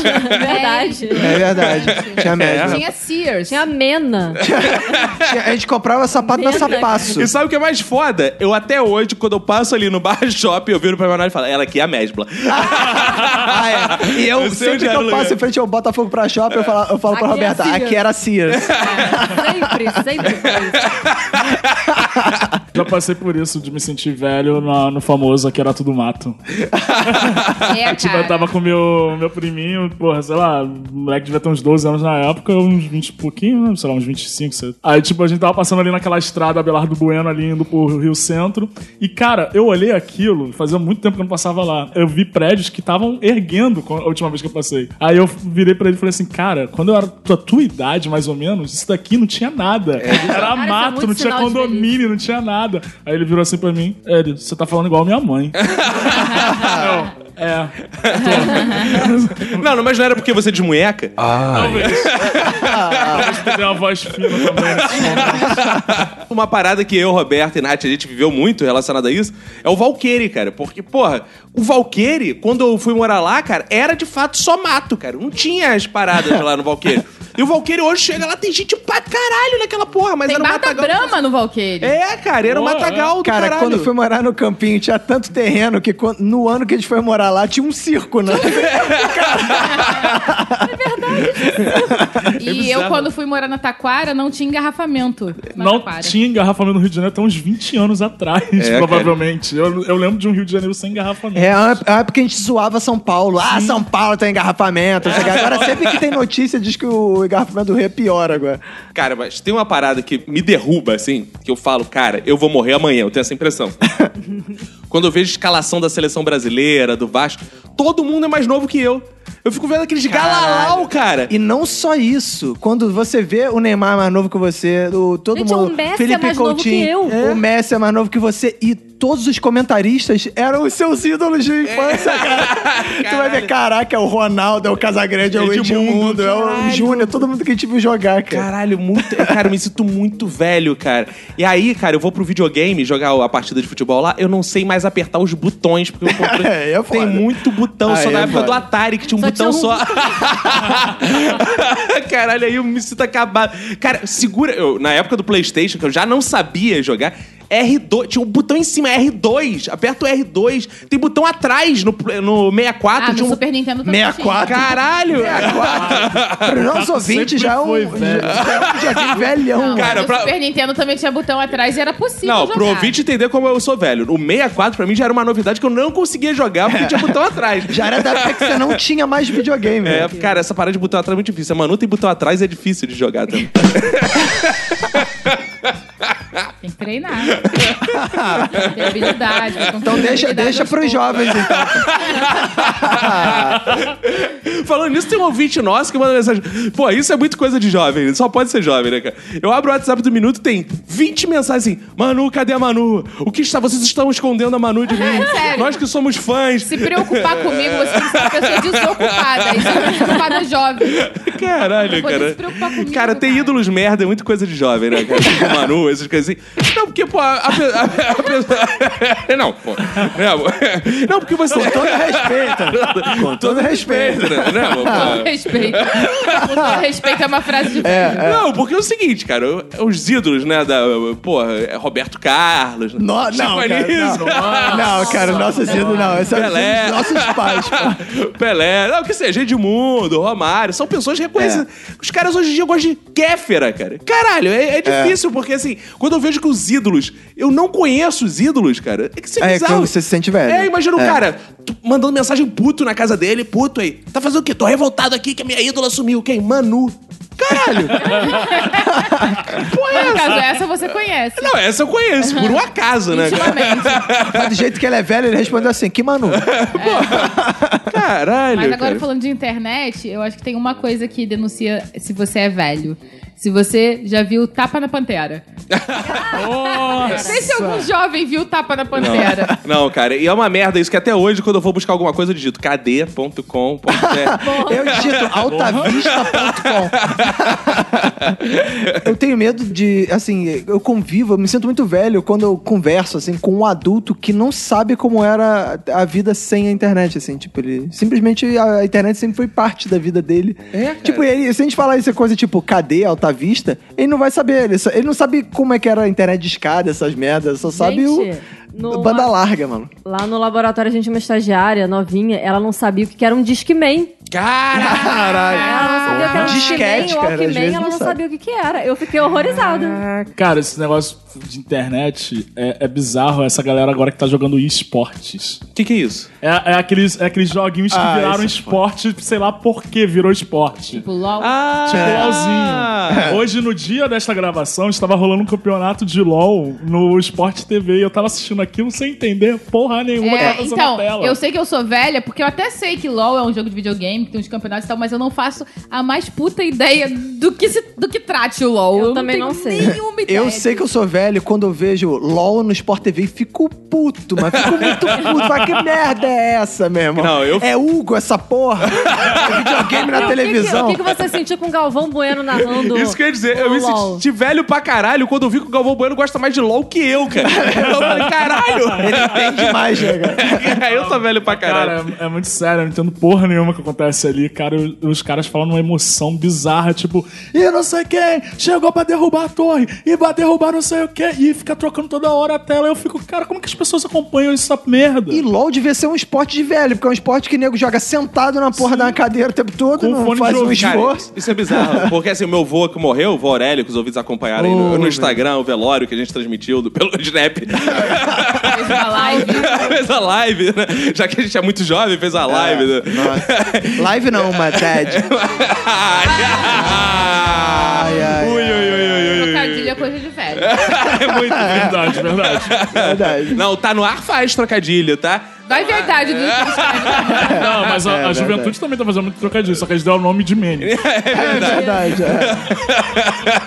Né?
Verdade.
É verdade. Tinha
É.
mesmo.
Tinha Sears.
Tinha mena.
Tinha- A gente comprava sapato na sapaço.
E sabe o que é mais foda? Eu até hoje, quando eu passo ali no bar shopping, eu viro pra Manoel e falo, ela aqui é a mesbla.
Ah, é. E eu,
Eu sei onde
sempre que
era
eu
o
passo
lugar.
em frente ao Botafogo pra shopping, eu falo, eu falo pra
Aqui é
Roberta,
Sears.
aqui era Sears.
sempre, sempre foi isso.
Já passei por isso de me sentir velho na- no famoso Aqui Era Tudo Mato.
É,
Tipo,
cara.
eu tava com meu, meu priminho, porra, sei lá, o moleque devia ter uns 12 anos na época, uns 20 e pouquinho, né? sei lá, uns 25, sei lá. Aí, tipo, a gente tava passando ali naquela estrada Abelardo Bueno, ali indo pro Rio Centro. E, cara, eu olhei aquilo, fazia muito tempo que eu não passava lá. Eu vi prédios que estavam erguendo com- a última vez que eu passei. Aí eu virei pra ele e falei assim, cara, quando eu era da tua idade, mais ou menos, isso daqui não tinha nada. Era
Cara, isso é
mato,
muito
não tinha
sinal de
condomínio, não tinha nada. Aí ele virou assim pra mim, Ed, você tá falando igual a minha mãe. Eu, é.
não, não, mas não era porque você é desmunheca?
Talvez tu tenha uma voz fina também.
Uma parada que eu, Roberto e Nath, a gente viveu muito relacionada a isso, é o Valqueire, cara. Porque, porra, o Valqueire, quando eu fui morar lá, cara, era de fato só mato, cara. Não tinha as paradas lá no Valqueire. E o Valqueire hoje chega lá, tem gente pra caralho naquela porra, mas
Tem
era um
bar da
matagal.
Brahma no Valqueire.
É, cara, era um
Boa,
matagal do
Cara,
caralho.
quando eu fui morar no campinho, tinha tanto terreno que quando- no ano que a gente foi morar lá, tinha um circo, né?
é
E eu, quando fui morar na Taquara, não tinha engarrafamento na
Não
Taquara.
tinha engarrafamento no Rio de Janeiro até uns 20 anos atrás, provavelmente. Eu, eu lembro de um Rio de Janeiro sem engarrafamento.
É, a a época que a gente zoava São Paulo. Ah, São Paulo tem engarrafamento. não sei o quê. Agora, sempre que tem notícia, diz que o engarrafamento do Rio é pior agora.
Cara, mas tem uma parada que me derruba, assim, que eu falo, cara, eu vou morrer amanhã, eu tenho essa impressão. Quando eu vejo a escalação da seleção brasileira, do Vasco, todo mundo é mais novo que eu. Eu fico vendo aqueles galalau, cara.
E não só isso. Quando você vê o Neymar mais novo que você, o, todo
Gente,
mundo.
o Messi é mais novo que eu.
O Messi é mais novo que você. E todos os comentaristas eram os seus ídolos de infância, cara. tu vai ver, caraca, é o Ronaldo, é o Casagrande, é o
Edmundo,
Edmundo, é o
caralho.
Júnior, todo mundo que a gente viu jogar, cara.
Caralho, muito. Cara, eu me sinto muito velho, cara. E aí, cara, eu vou pro videogame jogar a partida de futebol lá, eu não sei mais apertar os botões, porque eu comprei.
É, é
Tem
foda.
muito botão, só
Aí
na
é
época
foda.
do Atari, que tinha um
Só
botão
tinha um.
só. Caralho, aí eu me sinto acabado. Cara, segura. eu- na época do PlayStation, que eu já não sabia jogar. R2, tinha um botão em cima, R2. Aperta o R2. Tem botão atrás no, pl- no 64.
Ah,
tinha
no
um...
Super Nintendo também É,
64.
Caralho!
Para os nossos ouvintes,
sempre
já é
foi
um.
velho.
Já, já tem velhão.
Não,
Cara,
cara,
pra-
o Super Nintendo também tinha botão atrás e era possível
Não,
jogar.
pro ouvinte entender como eu sou velho. O 64 pra mim já era uma novidade que eu não conseguia jogar porque tinha botão atrás.
Já era da época que você não tinha mais videogame.
É, cara, essa parada de botão atrás é muito difícil. A Manu tem botão atrás é difícil de jogar também.
Tem que treinar. né? Tem habilidade. tem
Então deixa,
habilidade
deixa
aos
pros
poucos.
jovens, então.
Falando nisso, tem um ouvinte nosso que manda mensagem. Pô, isso é muito coisa de jovem. Só pode ser jovem, né, cara? Eu abro o WhatsApp do minuto tem 20 mensagens assim. Manu, cadê a Manu? O que está. Vocês estão escondendo a Manu de mim?
sério.
Nós que somos fãs.
Se preocupar comigo, você tem que ser uma pessoa desocupada. Isso é desocupada jovem.
Caralho,
Não poder
cara.
se preocupar comigo,
cara, tem
cara.
ídolos merda, é muita coisa de jovem, né, cara? Tipo Manu, essas coisas assim. Não, porque, pô, a, a, pe- a- a pessoa. Não, pô. Né, amor? Não, porque você. Com
todo respeito. Com todo respeito.
né? né, amor?
Com
Pô.
respeito. Com todo respeito é uma frase de
Não, porque é o seguinte, cara, eu- os ídolos, né, da, porra, é Roberto Carlos, né?
No, não, é
Chico
cara,
Anísio.
não, não, cara, nossa sendo não. Esses são
Pelé.
os nossos pais, pô.
Pelé, não, que seja Edmundo, Romário, são pessoas
É.
reconhecidas. Os caras hoje em dia gostam de Kéfera, cara. Caralho, é, é difícil, porque assim, quando eu vejo que os ídolos, eu não conheço os ídolos, cara, é que isso é,
É,
bizarro.
quando você se sente velho.
É, imagina o
É.
cara tu- mandando mensagem puto na casa dele, puto aí. Tá fazendo o quê? Tô revoltado aqui que a minha ídola sumiu. Quem? Manu.
Caralho!
No caso, essa você conhece.
é Não, essa eu conheço, por um acaso, né?
Intimamente.
Mas do jeito que ele é velho, ele respondeu assim, que Manu.
Caralho.
Mas agora
cara.
falando de internet, eu acho que tem uma coisa que denuncia se você é velho. Se você já viu Tapa na Pantera. Não sei se algum jovem viu Tapa na Pantera.
Não, cara, e é uma merda isso que até hoje, quando eu vou buscar alguma coisa, eu digito kd.com.br.
Eu digito altavista.com. eu tenho medo de, assim, eu convivo, eu me sinto muito velho quando eu converso, assim, com um adulto que não sabe como era a vida sem a internet, assim, tipo, ele... Simplesmente a internet sempre foi parte da vida dele.
É, cara.
Tipo, e ele, se a gente falar isso coisa, tipo, cadê altavista, ele não vai saber, ele, só- ele não sabe como é que era a internet de escada, essas merdas, só sabe
Gente,
o...
no-
Banda larga, mano.
Lá no laboratório, a gente tinha uma estagiária novinha, ela não sabia o que era um Discman.
Caralho!
Ela não sabia o que era um
Disquete,
Discman,
cara, às
Walkman,
vezes não
ela não
sabe. Ah,
sabia o que que era. Eu fiquei horrorizada.
Cara, esse negócio de internet é, é bizarro. Essa galera agora que tá jogando esportes.
O que, que é isso?
É, é aqueles, é aqueles joguinhos que
Ah,
viraram
esse é
esporte, sei lá por que virou esporte.
Tipo, LOL.
Tipo LOLzinho. Hoje, no dia desta gravação, estava rolando um campeonato de LOL no Sport TV e eu tava assistindo aquilo sem entender porra nenhuma que tava
É,
passando na
então,
tela.
eu sei que eu sou velha, porque eu até sei que LOL é um jogo de videogame, que tem uns campeonatos e tal, mas eu não faço a mais puta ideia do que, se- do que trate o LOL.
Eu também
tenho
não sei.
Nenhuma ideia.
Eu sei que eu sou velho quando eu vejo LOL no Sport TV e fico puto, mas fico muito puto. Fala, que merda é essa, meu irmão?
Não, eu-
É Hugo essa porra? É videogame na
Não, o que que-
televisão?
O que, que, você sentiu com o Galvão Bueno narrando?
Isso que eu ia dizer,
o
eu me
LOL?
senti velho pra caralho quando eu vi que o Galvão Bueno gosta mais de LOL que eu, cara. Eu falei, caralho!
Ele entende mais, né, cara?
É, eu sou velho pra caralho.
Cara, é, é muito sério, eu não entendo porra nenhuma que acontece ali. Cara, eu- os caras falam numa emoção bizarra, tipo, e não sei quem chegou pra derrubar a torre, e vai derrubar não sei o que, e fica trocando toda hora a tela. Eu fico, cara, como que as pessoas acompanham essa merda?
E LOL devia ser um esporte de velho, porque é um esporte que o nego joga sentado na porra da cadeira o tempo todo,
Com
não
fone
faz
de
um
ouvido,
Cara,
esforço.
isso é bizarro. Porque assim, o meu vô que morreu, o vô Aurélio, que os ouvintes acompanharam aí no, no Instagram, o velório que a gente transmitiu do- pelo Snap.
Fez uma live.
fez a live, né? Já que a gente é muito jovem, fez a live. né?
É, Nossa. Live não, uma Ted.
Ai, ai, ai. Ui, ui, ui, ui, ui.
Trocadilho é coisa de velho.
É muito verdade, verdade.
Verdade.
Não, tá no ar faz trocadilho, tá?
Vai verdade, do
Não, mas a, a juventude também tá fazendo muito trocadilho, só que eles deram o nome de Manny.
Verdade, é.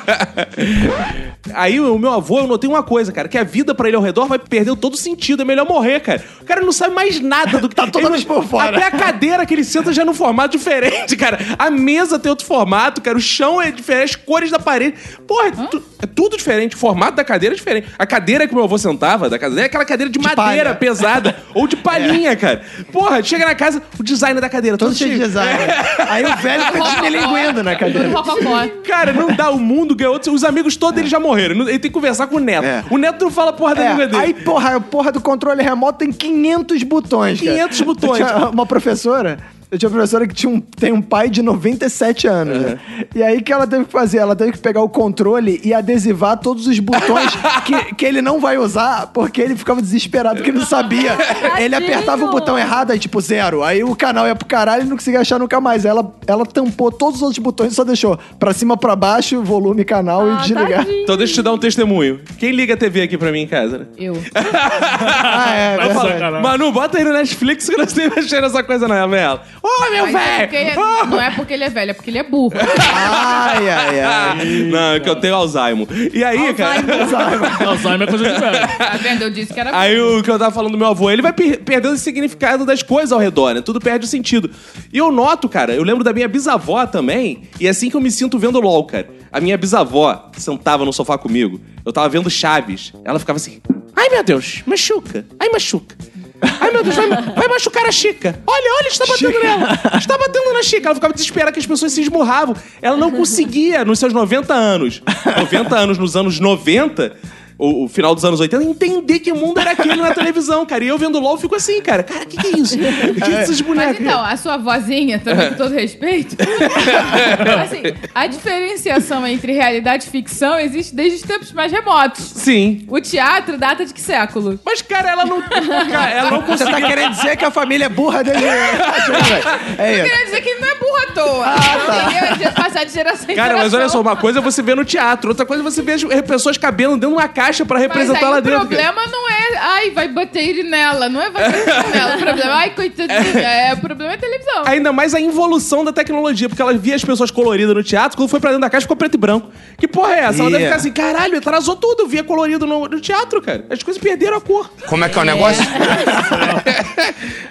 Aí o meu avô, eu notei uma coisa, cara, que a vida pra ele ao redor vai perder todo sentido, é melhor morrer, cara. O cara não sabe mais nada do que
Tá totalmente
ele não-
por fora.
Até a cadeira que ele senta já é num formato diferente, cara. A mesa tem outro formato, cara, o chão é diferente, as cores da parede. Porra, é, tu- é tudo diferente, o formato da cadeira é diferente. A cadeira que meu avô sentava, da cadeira, é aquela cadeira de, madeira
palha.
pesada ou de palhinha, cara. Porra, chega na casa, o design da cadeira
Todo cheio de design. Aí o velho né, fica desmilinguendo na cadeira.
Rococó.
Cara, não dá. O mundo ganhou. outro- Os amigos todos eles já morreram. Ele tem que conversar com o Neto.
É.
O Neto não fala porra da
É,
língua dele.
aí, porra, a porra do controle remoto tem 500 botões, cara.
500 botões.
Eu tinha uma professora... Eu tinha uma professora que tinha um, tem um pai de 97 anos, né? E aí, o que ela teve que fazer? Ela teve que pegar o controle e adesivar todos os botões que, que ele não vai usar, porque ele ficava desesperado, porque ele não sabia. ele apertava o botão errado, aí tipo, zero. Aí o canal ia pro caralho e não conseguia achar nunca mais. Aí Ela, ela tampou todos os outros botões e só deixou pra cima, pra baixo, volume, canal
Ah,
e desligar.
Então deixa eu te dar um testemunho. Quem liga a TV aqui pra mim em casa, né?
Eu.
Ah, é,
Vai
verdade.
sacanagem.
Manu, bota aí no Netflix que eu não sei mexer nessa coisa não, é mesmo? Ô, meu
Mas é
velho!
porque-
Ô!
Não é porque ele é velho, é porque ele é burro.
Ai, ai, ai.
Não, é que eu tenho Alzheimer. E aí, cara...
Alzheimer é coisa de velho.
Tá vendo? Eu disse que era
Aí o que eu tava falando do meu avô, ele vai per- perdendo o significado das coisas ao redor, né? Tudo perde o sentido. E eu noto, cara, eu lembro da minha bisavó também, e é assim que eu me sinto vendo LOL, cara. A minha bisavó sentava no sofá comigo, eu tava vendo Chaves. Ela ficava assim: Ai meu Deus, machuca, ai machuca. Ai meu Deus, vai, vai machucar a Chica. Olha, olha, está batendo nela. Está batendo na Chica. Ela ficava desesperada que as pessoas se esmurravam. Ela não conseguia, nos seus 90 anos, 90 anos, nos anos 90, o, o final dos anos 80, entender que mundo era aquele na televisão, cara. E eu vendo LOL fico assim, cara. Cara, o que, que é isso? O que, que é essas
Mas
bonecas?
então, a sua vozinha, também com todo respeito, assim, a diferenciação entre realidade e ficção existe desde os tempos mais remotos.
Sim.
O teatro data de que século?
Mas, cara, ela não. Cara, ela não
Você
conseguiu.
tá querendo dizer que a família é burra dele? É
Quer dizer que ele não é burro, burro à toa. Entendeu? É Passar de geração em
Ah, tá. Cara, mas olha só,
geração.
uma coisa é você ver no teatro, outra coisa é você ver as pessoas cabendo dentro de uma caixa pra
Mas
representar
aí
lá
o
dentro.
problema não é, ai, vai bater ele nela. Não é vai bater ele nela. O problema, ai, coitadinha. É, o problema é a televisão.
Ainda mais a involução da tecnologia, porque ela via as pessoas coloridas no teatro, quando foi pra dentro da caixa ficou preto e branco. Que porra é essa? Ela deve ficar
Yeah.
assim, caralho, atrasou tudo, eu via colorido no, no teatro, cara. As coisas perderam a cor.
Como é que é o negócio?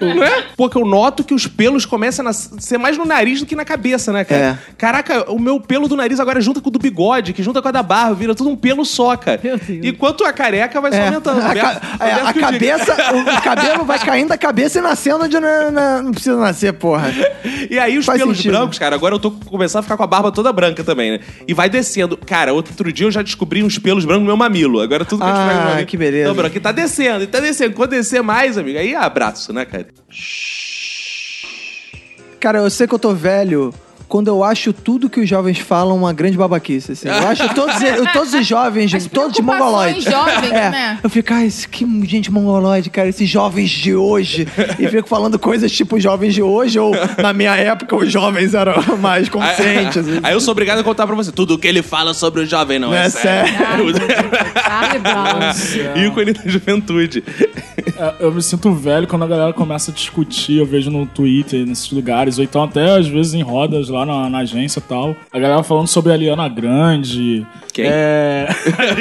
Não é? Porque eu noto que os pelos começam a nas- ser mais no nariz do que na cabeça, né, cara? Caraca, o meu pelo do nariz agora junta com o do bigode, que junta com a da barba, vira tudo um pelo só, cara.
Meu Deus.
Enquanto a careca vai só
É,
aumentando.
a,
Roberto-
ca- é,
Roberto
a
que eu diga.
cabeça, o, o cabelo vai caindo da cabeça e nascendo onde não, é, não- não precisa nascer, porra.
E aí os
Faz
pelos
sentido.
brancos, cara, agora eu tô começando a ficar com a barba toda branca também, né? E vai descendo. Cara, outro dia eu já descobri uns pelos brancos no meu mamilo. Agora tudo que eu
Ah,
descobri no mamilo.
que beleza.
Não, branco, e tá descendo, e tá descendo. Quando descer mais, amigo, aí abraço, né, cara?
Cara, eu sei que eu tô velho quando eu acho tudo que os jovens falam uma grande babaquice, assim. Eu acho todos, eu- todos os jovens,
As
todos mongoloides.
preocupações jovens,
É,
né?
Eu fico, ah, esse, que gente mongoloide, cara, esses jovens de hoje. E fico falando coisas tipo jovens de hoje, ou na minha época os jovens eram mais conscientes. assim.
Aí eu sou obrigado a contar pra você. Tudo que ele fala sobre o jovem não,
Não
é,
é
sério. É
Charlie Brown.
Ícone da juventude.
É, Eu me sinto velho quando a galera começa a discutir, eu vejo no Twitter, nesses lugares, ou então até às vezes em rodas lá na, na agência e tal. A galera falando sobre a Eliana Grande.
Quem?
É...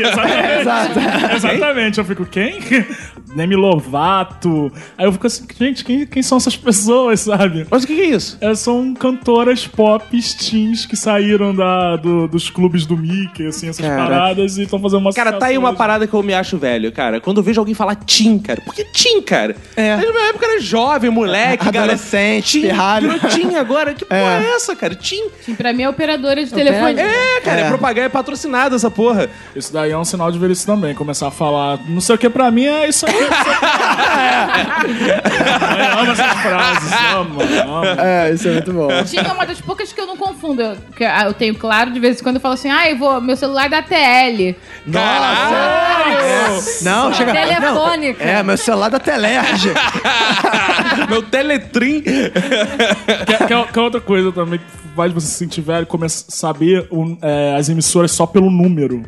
exatamente. Exatamente. Eu fico, quem? Nemi Lovato. Aí eu fico assim, gente, quem, quem são essas pessoas, sabe?
Mas o que que é isso?
Elas são cantoras pop teens que saíram da, do- dos clubes do Mickey, assim, essas
Cara.
paradas e estão fazendo uma
Cara, tá aí uma
sucesso hoje.
parada que eu me acho velho, cara. Quando eu vejo alguém falar Tim, cara. Por que Tim, cara?
É.
Mas Na minha época era jovem, moleque, galera.
Adolescente,
Tim,
pirralho.
virou Tim agora. Que porra é essa, cara? Tim.
Assim, Pra mim é operadora de telefone.
É, cara, é.
É.
propaganda, é patrocinada essa porra.
Isso daí é um sinal de velhice também, começar a falar, não sei o que pra mim é isso aqui. Não sei o que. Eu amo essas frases, amo, amo.
É, isso é muito bom.
Tinha uma das poucas que eu não confundo. Eu, que, ah, eu tenho claro, de vez em quando eu falo assim, ah, eu vou, meu celular é da TL.
Não, chega.
Telefônica.
Não, é, meu celular da Telerge.
Meu teletrim.
Que, que é- que é outra coisa também que faz você se sentir velho, começa a saber o- é, as emissoras só pelo número.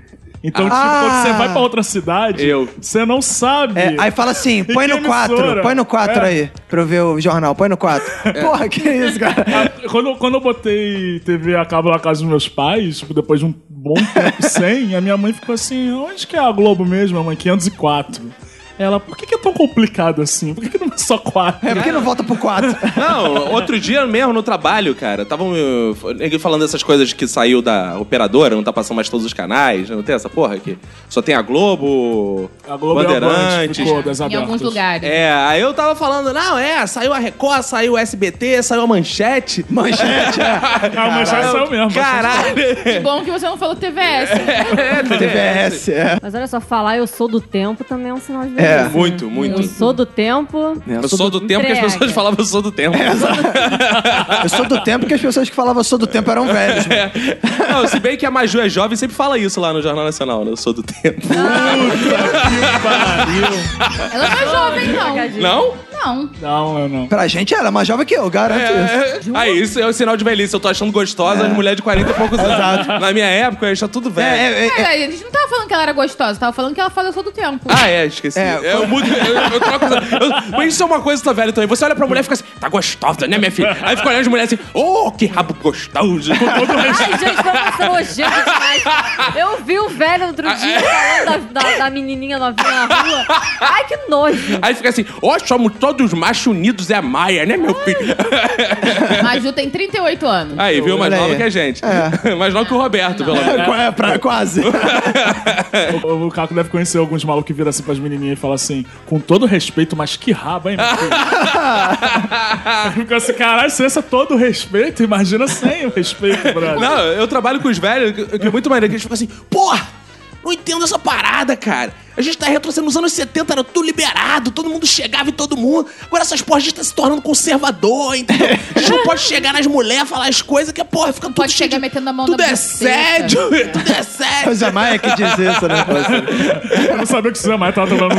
Então,
Ah.
tipo, quando você vai pra outra cidade,
Eu.
você não sabe.
É, aí fala assim, põe
que
no 4,
emissora?
põe no 4
É.
aí, pra eu ver o jornal, põe no 4. Porra, que isso, cara?
A- Ah, Quando, quando eu botei TV a cabo na casa dos meus pais, tipo, depois de um bom tempo sem, a minha mãe ficou assim: onde que é a Globo mesmo? A mãe, 504. Ela, por que, que é tão complicado assim? Por que, que não é só 4?
É, por que não volta pro 4?
Não, outro dia mesmo no trabalho, cara, tava um, ninguém falando dessas coisas que saiu da operadora, não tá passando mais todos os canais, não tem essa porra aqui. Só tem a Globo,
A Globo é a Band,
Bandeirantes.
ficou das
Em
abertas.
alguns lugares.
É, aí eu tava falando, não, é, saiu a Record, saiu o SBT, saiu a Manchete.
Manchete, é.
Ah, mas já saiu mesmo.
Que
Caralho!
bom que você não falou
É.
TVS.
TVS, é.
Mas olha só, falar eu sou do tempo também é um sinal de
É.
velhice. né?
Muito, muito.
Eu sou do tempo.
Eu sou do tempo que as
entrega.
pessoas falavam, eu sou do tempo.
Eu sou do tempo que as pessoas que falavam eu sou do tempo eram velhos. mano.
Não, se bem que a Maju é jovem, sempre fala isso lá no Jornal Nacional, né? Eu sou do tempo.
Ela não é jovem, não.
Não?
Não.
Não, eu não.
Pra gente era mais jovem que eu, garanto isso.
É, aí, isso é o sinal de velhice. Eu tô achando gostosa as mulheres de 40 e poucos anos. Na minha época, eu achava tudo
É,
velho.
é, é, é.
Cara, a gente não tava falando que ela era gostosa, tava falando que ela fala todo o tempo.
Ah, é, esqueci.
É,
eu mudo, eu, eu troco. eu- mas isso é uma coisa da velha também. Você olha pra mulher e fica assim, tá gostosa, né, minha filha? Aí fica olhando as mulheres assim, ô, que rabo gostoso.
Ai, gente, vamos ser nojento demais. Eu vi um velho outro dia falando da, da- da menininha novinha na rua. Ai, que nojo.
Aí fica assim, ó, somos todos machos unidos, é a Maia, né, meu filho?
Maju tem 38 anos.
Aí, É. viu? Mais
Olha
nova
aí.
que a gente. Mais nova que o Roberto, pelo menos.
Qua- pra- é, quase.
O, o Caco deve conhecer alguns malucos que viram assim pras menininhas e falam assim: com todo respeito, mas que rabo, hein, meu filho? Fica assim, caralho, se esse é todo respeito, imagina sem o respeito, brother.
Não, eu trabalho com os velhos, que- que é muito maneiro, que eles ficam assim, porra, não entendo essa parada, cara. A gente tá retrocedendo, nos anos 70 era tudo liberado, todo mundo chegava em todo mundo. Agora essas porras a gente tá se tornando conservador, entendeu? A gente não pode chegar nas mulheres, falar as coisas, que porra, fica tudo
pode
cheio
chegar
de-
metendo a mão
Tudo
na
é
buceta.
sédio, tudo é sédio.
Mas a Maia que diz isso, né? pô, assim.
Eu não sabia que o Zé Maia tava tomando um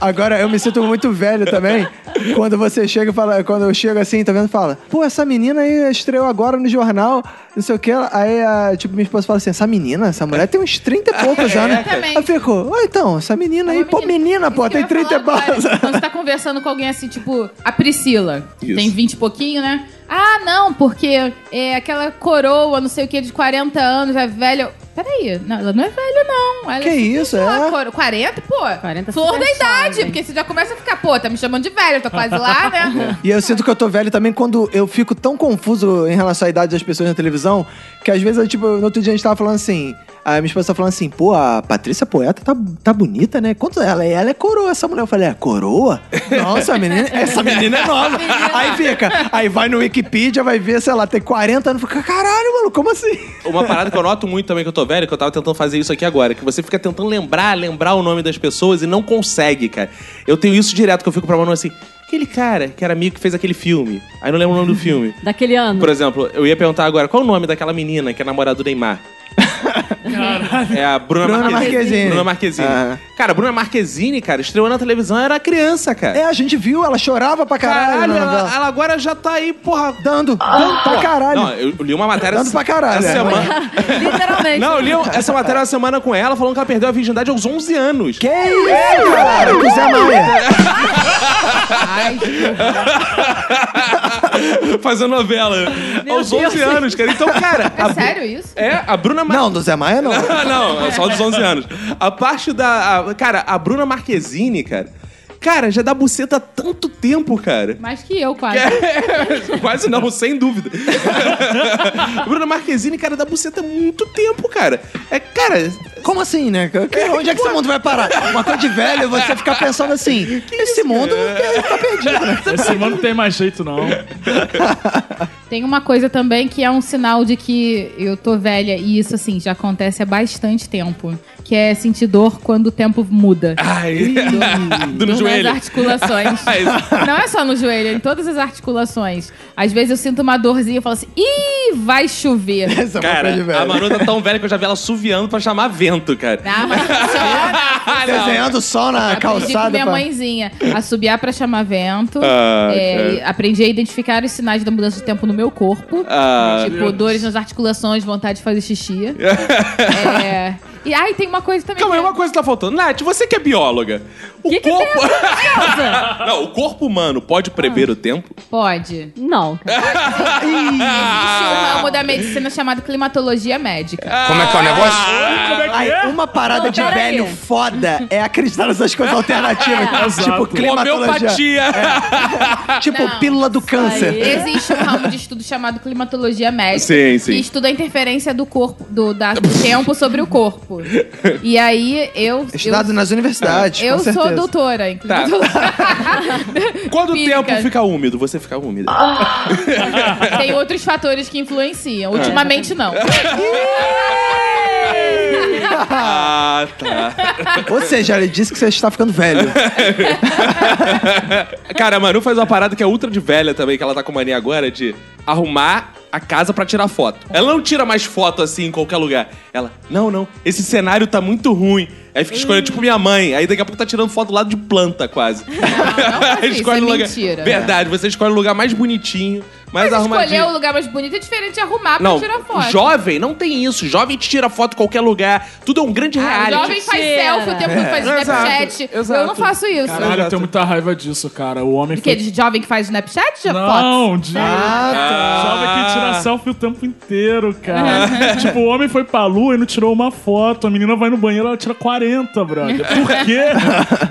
Agora, eu me sinto muito velho também Quando você chega e fala, quando eu chego assim, tá vendo? Fala, pô, essa menina aí estreou agora no jornal, não sei o que. Aí, a, tipo, minha esposa fala assim: essa menina, essa mulher tem uns 30
É,
e poucos anos.
Exatamente.
Aí ficou, ó, então, essa menina aí, pô, menina, pô,
Isso É que eu
tem
ia
30 e
falar agora.
poucos.
Quando você tá conversando com alguém assim, tipo, a Priscila,
Isso.
tem 20 e pouquinho, né? Ah, não, porque é aquela coroa, não sei o que, de 40 anos, é velha. Peraí, não, ela não é velha, não. Ela
Que
é
isso,
sei lá,
é?
coro- 40, pô.
40
flor da
super
idade,
jovem.
porque você já começa a ficar, pô, tá me chamando de velha, eu tô quase lá, né?
E eu sinto que eu tô velho também quando eu fico tão confuso em relação à idade das pessoas na televisão, que às vezes, eu, tipo, no outro dia a gente tava falando assim, a minha esposa tá falando assim, pô, a Patrícia Poeta tá, tá bonita, né? Quanto ela é? Ela é coroa, essa mulher. Eu falei, é coroa? Nossa, a menina, essa menina é nova. Aí fica, aí vai no Wikipedia, vai ver, sei lá, tem 40 anos, fica, caralho, mano, como assim?
Uma parada que eu noto muito também que eu tô velho, que eu tava tentando fazer isso aqui agora, que você fica tentando lembrar, lembrar o nome das pessoas e não consegue, cara. Eu tenho isso direto, que eu fico pra mano assim, aquele cara que era amigo que fez aquele filme. Aí não lembro o nome do filme.
Daquele ano.
Por exemplo, eu ia perguntar agora, qual o nome daquela menina que é namorada do Neymar? Caralho. É a Bruna,
Bruna Marquezine.
Bruna Marquezine.
Ah.
Cara, a Bruna Marquezine, cara, estreou na televisão, era criança, cara.
É, a gente viu, ela chorava pra caralho,
Caralho,
na novela.
ela, Ah! ela agora já tá aí, porra.
Dando, dando pra
Porra.
caralho.
Não, eu li uma matéria.
Dando
essa-
pra caralho,
Essa
é.
semana.
Literalmente.
Não, eu li um- essa matéria uma semana com ela, falando que ela perdeu a virgindade aos 11 anos.
Que isso, caralho? Que Zé Maria.
Fazendo novela. aos
Deus.
11 anos, cara. Então, cara.
É
a Bru-
sério isso?
É, a Bruna Mar-
Não, do Zé Maia não.
Ah, não, é só dos 11 anos. A parte da. a- cara, a Bruna Marquezine, cara. Cara, já dá buceta há tanto tempo, cara.
Mais que eu, quase.
É, quase não, sem dúvida. Bruna Marquezine, cara, dá buceta há muito tempo, cara. É, cara,
Como assim, né? Que- onde é que esse mundo vai parar? Uma coisa de velho, você ficar pensando assim, esse mundo tá perdido, né?
Esse mano não tem mais jeito, não.
Tem uma coisa também que é um sinal de que eu tô velha e isso assim já acontece há bastante tempo, que é sentir dor quando o tempo muda.
Ai, do Ah, no
Dor
joelho.
nas articulações. Não é só no joelho, é em todas as articulações. Às vezes eu sinto uma dorzinha e falo assim: "Ih, vai chover".
Essa é uma coisa de
Cara, a
velho.
Manu tá tão velha que eu já vi ela suviando pra chamar vento, cara.
Ah, mas funciona.
Ah, não.
é-
Desenhando só na
Aprendi com
calçada.
minha
pra-
mãezinha. Assobiar pra chamar vento.
Ah,
é, e aprendi a identificar os sinais da mudança de tempo no meu corpo.
Ah.
tipo, dores nas articulações, vontade de fazer xixi. é... E ai, tem uma coisa também.
é
Calma aí,
que-
uma coisa que tá faltando. Nath, você que é bióloga. O
Que que
corpo. não, o corpo humano pode
Ah.
prever o tempo?
Pode.
Não.
Existe
Ah.
um ramo da medicina chamado climatologia médica.
Como é que é o negócio?
Ai, uma parada
Não,
de
pera aí.
velho foda é acreditar nessas coisas alternativas. tipo, climatologia. É.
Homeopatia.
Tipo,
É. Não,
pílula do câncer.
aí.
Existe um ramo de estudo chamado climatologia médica.
Sim, sim.
Que estuda a interferência do corpo, do, da- do tempo sobre o corpo. E aí eu.
Estudado nas universidades,
eu, eu
com certeza.
sou doutora em
Tá.
climatologia.
Quando o
Física.
tempo fica úmido, você fica úmida.
Tem outros fatores que influenciam.
É.
Ultimamente, não.
Ah, tá.
Ou seja, ele disse que você está ficando velho.
Cara, a Manu faz uma parada que é ultra de velha também, que ela tá com mania agora, de arrumar a casa pra tirar foto. Ela não tira mais foto assim em qualquer lugar. Ela, não, não, esse cenário tá muito ruim. Aí fica escolhendo, tipo, minha mãe. Aí daqui a pouco tá tirando foto do lado de planta, quase.
não faz isso, é
o lugar.
mentira.
Verdade, você escolhe o lugar mais bonitinho, mais arrumadinho.
Escolher o lugar mais bonito é diferente de arrumar pra
Não,
tirar foto.
o jovem não tem isso. O jovem te tira foto em qualquer lugar. Tudo é um grande
Ah, o
reality.
jovem faz
Mentira.
selfie o tempo todo, faz
É.
Snapchat.
Exato, exato.
Eu não faço isso.
Caralho, eu tenho muita raiva disso, cara. O homem
O quê? De jovem que faz Snapchat? De fotos?
Não, de...
Ah,
Jovem que tira selfie o tempo inteiro, cara. tipo, o homem foi pra lua e não tirou uma foto. A menina vai no banheiro ela tira 40, brother. Por quê?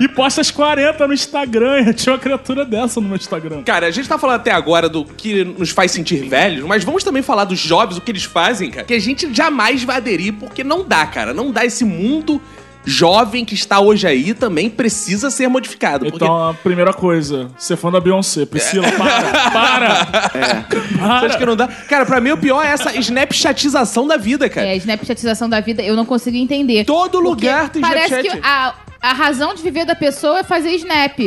e posta as 40 no Instagram. Eu tinha uma criatura dessa no meu Instagram.
Cara, a gente tá falando até agora do que nos faz sentir velhos, mas vamos também falar dos jovens, o que eles fazem, cara. Que a gente jamais vai aderir, porque não dá, cara. Não dá esse mundo jovem que está hoje aí também precisa ser modificado. Porque
Então, a primeira coisa, ser fã da Beyoncé. Priscila, para, para!
você acha que não dá? Cara, pra mim o pior é essa snapchatização da vida, cara.
É, a Snapchatização da vida, eu não consigo entender.
Todo
Porque
lugar tem
Parece
Snapchat.
que a, a razão de viver da pessoa é fazer Snap.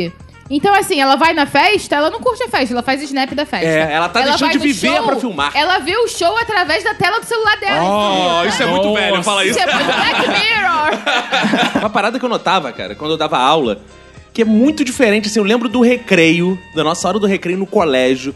Então, assim, ela vai na festa, ela não curte a festa, ela faz snap da festa.
É, ela tá deixando
vai
de
no
viver
show,
pra filmar.
Ela vê o show através da tela do celular dela.
Oh, isso é muito
Nossa.
velho, fala isso.
Isso é Black Mirror.
Uma parada que eu notava, cara, quando eu dava aula, que é muito diferente. Assim, eu lembro do recreio, da nossa hora do recreio no colégio,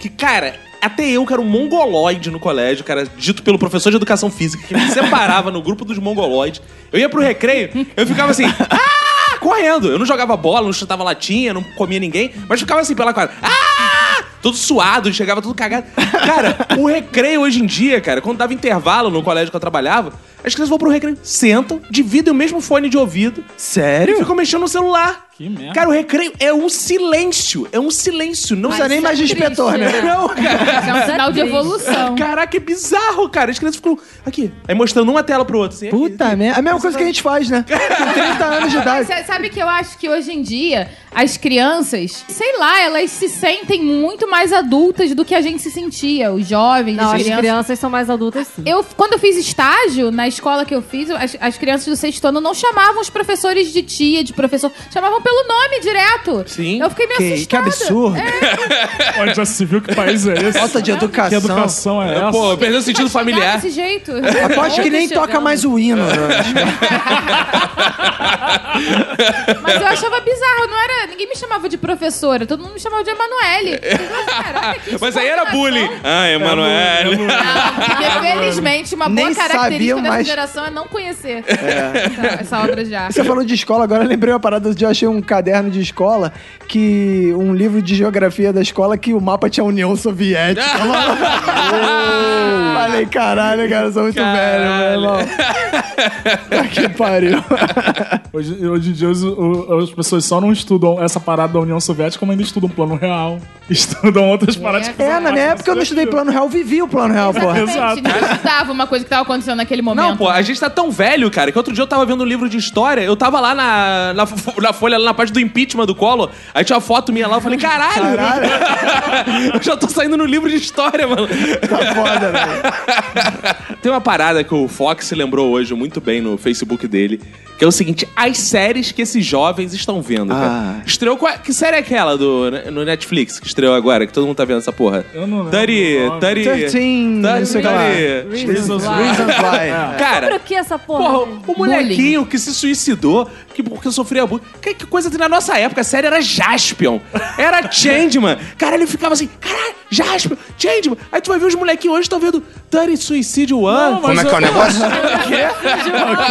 que, cara. Até eu, que era um mongoloide no colégio, cara, dito pelo professor de educação física, que me separava no grupo dos mongoloides. Eu ia pro recreio, eu ficava assim, ah! correndo. Eu não jogava bola, não chutava latinha, não comia ninguém, mas ficava assim pela quadra, ah! Todo suado, chegava todo cagado. Cara, o recreio hoje em dia, cara, quando dava intervalo no colégio que eu trabalhava, as crianças vão pro recreio, sentam, dividem o mesmo fone de ouvido. Sério? E ficam mexendo no celular.
Que merda.
Cara, o recreio é um silêncio. É um silêncio. Não
Mas
precisa nem
isso
mais de
é triste,
inspetor, né?
Não, cara.
Isso É um sinal de evolução.
Caraca, é bizarro, cara. As crianças ficam aqui. Aí mostrando uma tela pro outro, assim. aqui.
Puta merda. É a mesma coisa que a gente faz, né? Com 30 anos de idade.
Sa- Sabe que eu acho que hoje em dia as crianças, sei lá, elas se sentem muito mais adultas do que a gente se sentia, os jovens,
Não,
as
as
crianças.
crianças são mais adultas sim.
Eu, quando eu fiz estágio, na escola que eu fiz, as, as crianças do sexto ano não chamavam os professores de tia, de professor, chamavam pelo nome direto.
Sim.
Eu fiquei meio
Que, que
assustada.
absurdo.
É,
Onde já se viu que país é esse?
Falta de
Que
educação.
educação é essa?
Pô, perdeu o
Mas
sentido
chegar
familiar.
Desse jeito.
Aposto que nem
Chegando.
toca mais o hino. né?
Mas eu achava bizarro, não era. Ninguém me chamava de professora, todo mundo me chamava de Emanuele.
É,
Caraca, que
Mas aí era
descoordenação.
bullying. Ah,
é,
Emanuel.
né?
Porque, felizmente, uma boa
Nem
característica
sabiam
dessa
mais.
geração é não conhecer essa, essa obra de arte.
Você falou de escola, agora eu lembrei uma parada. Outro dia eu achei um caderno de escola, que um livro de geografia da escola, que o mapa tinha a União Soviética. Falei, caralho, cara, eu sou muito velho, meu irmão. Tá que pariu.
Hoje, hoje em dia os- o- as pessoas só não estudam essa parada da União Soviética, como ainda estudam plano real. Estudam outras paradas que
É, na minha época eu não estudei plano real, vivi o plano real, porra.
Exato.
Exatamente, não estudava uma coisa que estava acontecendo naquele momento.
Não, pô, a gente tá tão velho, cara, que outro dia eu tava vendo um livro de história, eu tava lá na, na, fo- na folha, lá na parte do impeachment do Collor, aí tinha uma foto minha lá, eu falei, caralho! eu já tô saindo no livro de história, mano.
Tá foda, velho.
Tem uma parada que o Fox lembrou hoje muito bem no Facebook dele, que é o seguinte, as séries que esses jovens estão vendo, cara.
Ah.
Estreou qual, que série é aquela do, no Netflix que estreou agora, que todo mundo tá vendo essa porra?
Eu não lembro
Dari,
o nome.
Dari,
13,
Tá
não sei o que lá.
Reasons why.
Reasons why.
Cara,
Lembra que essa porra?
Porra, o molequinho que se suicidou que, porque sofria abuso. Que, que coisa tem na nossa época? A série era Jaspion. Era Changeman. Cara, ele ficava assim, caralho, Jaspion, Changeman. Aí tu vai ver os molequinhos hoje, estão vendo Dirty Suicide One.
Como é que é o negócio?
Como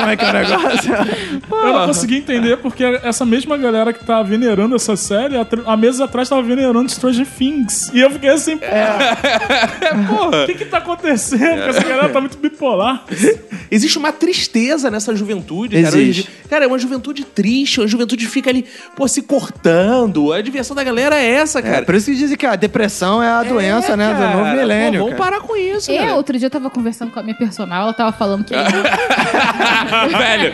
é que é o negócio?
Eu não consegui entender porque essa mesma galera que tá venerando essa série, há tr- há meses atrás tava venerando Stranger Things. E eu fiquei assim, pô, o
É.
Porra.
que que tá acontecendo? Essa galera tá muito bipolar.
Existe uma tristeza nessa juventude, cara.
Existe.
Hoje- Cara, é uma juventude triste, uma juventude que fica ali, pô, se cortando. A diversão da galera é essa,
É,
cara. É,
por isso que dizem que a depressão é a doença, né, do
Cara,
novo milênio.
Pô, vamos
cara.
parar com isso,
Eu,
cara.
outro dia, eu tava conversando com a minha personal, ela tava falando que. ela
Velho.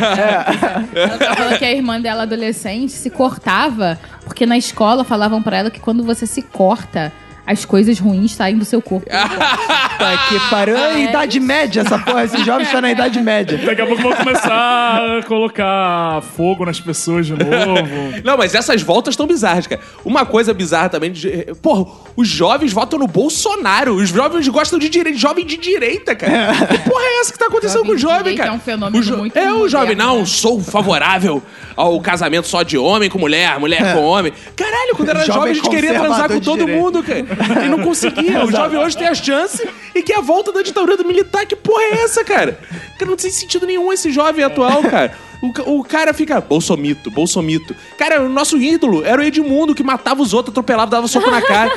tava falando que a irmã dela, adolescente, se cortava, porque na escola falavam pra ela que quando você se corta, as coisas ruins saem do seu corpo.
Puta que pariu. É idade média essa porra. Esse jovem está na idade média.
Daqui a pouco vão começar a colocar fogo nas pessoas de novo.
Não, mas essas voltas estão bizarras, cara. Uma coisa bizarra também. De... Porra, os jovens votam no Bolsonaro. Os jovens gostam de direita. Jovem de direita, cara. Que porra é essa que tá acontecendo
Jovem
com o
de
jovem,
direita
cara?
é um fenômeno
O
muito
É o jovem,
moderno,
não.
né?
Sou favorável ao casamento só de homem com mulher, mulher com homem. Caralho, quando era jovem,
É. Jovem
a gente queria transar
conservador
com
de
todo
direita.
mundo, cara. E não conseguia. O jovem hoje tem a chance e que a volta da ditadura do militar. Que porra é essa, cara? Cara, não tem sentido nenhum esse jovem atual, cara. O, ca- o cara fica, bolsomito, bolsomito. Cara, o nosso ídolo era o Edmundo, que matava os outros, atropelava, dava soco na cara.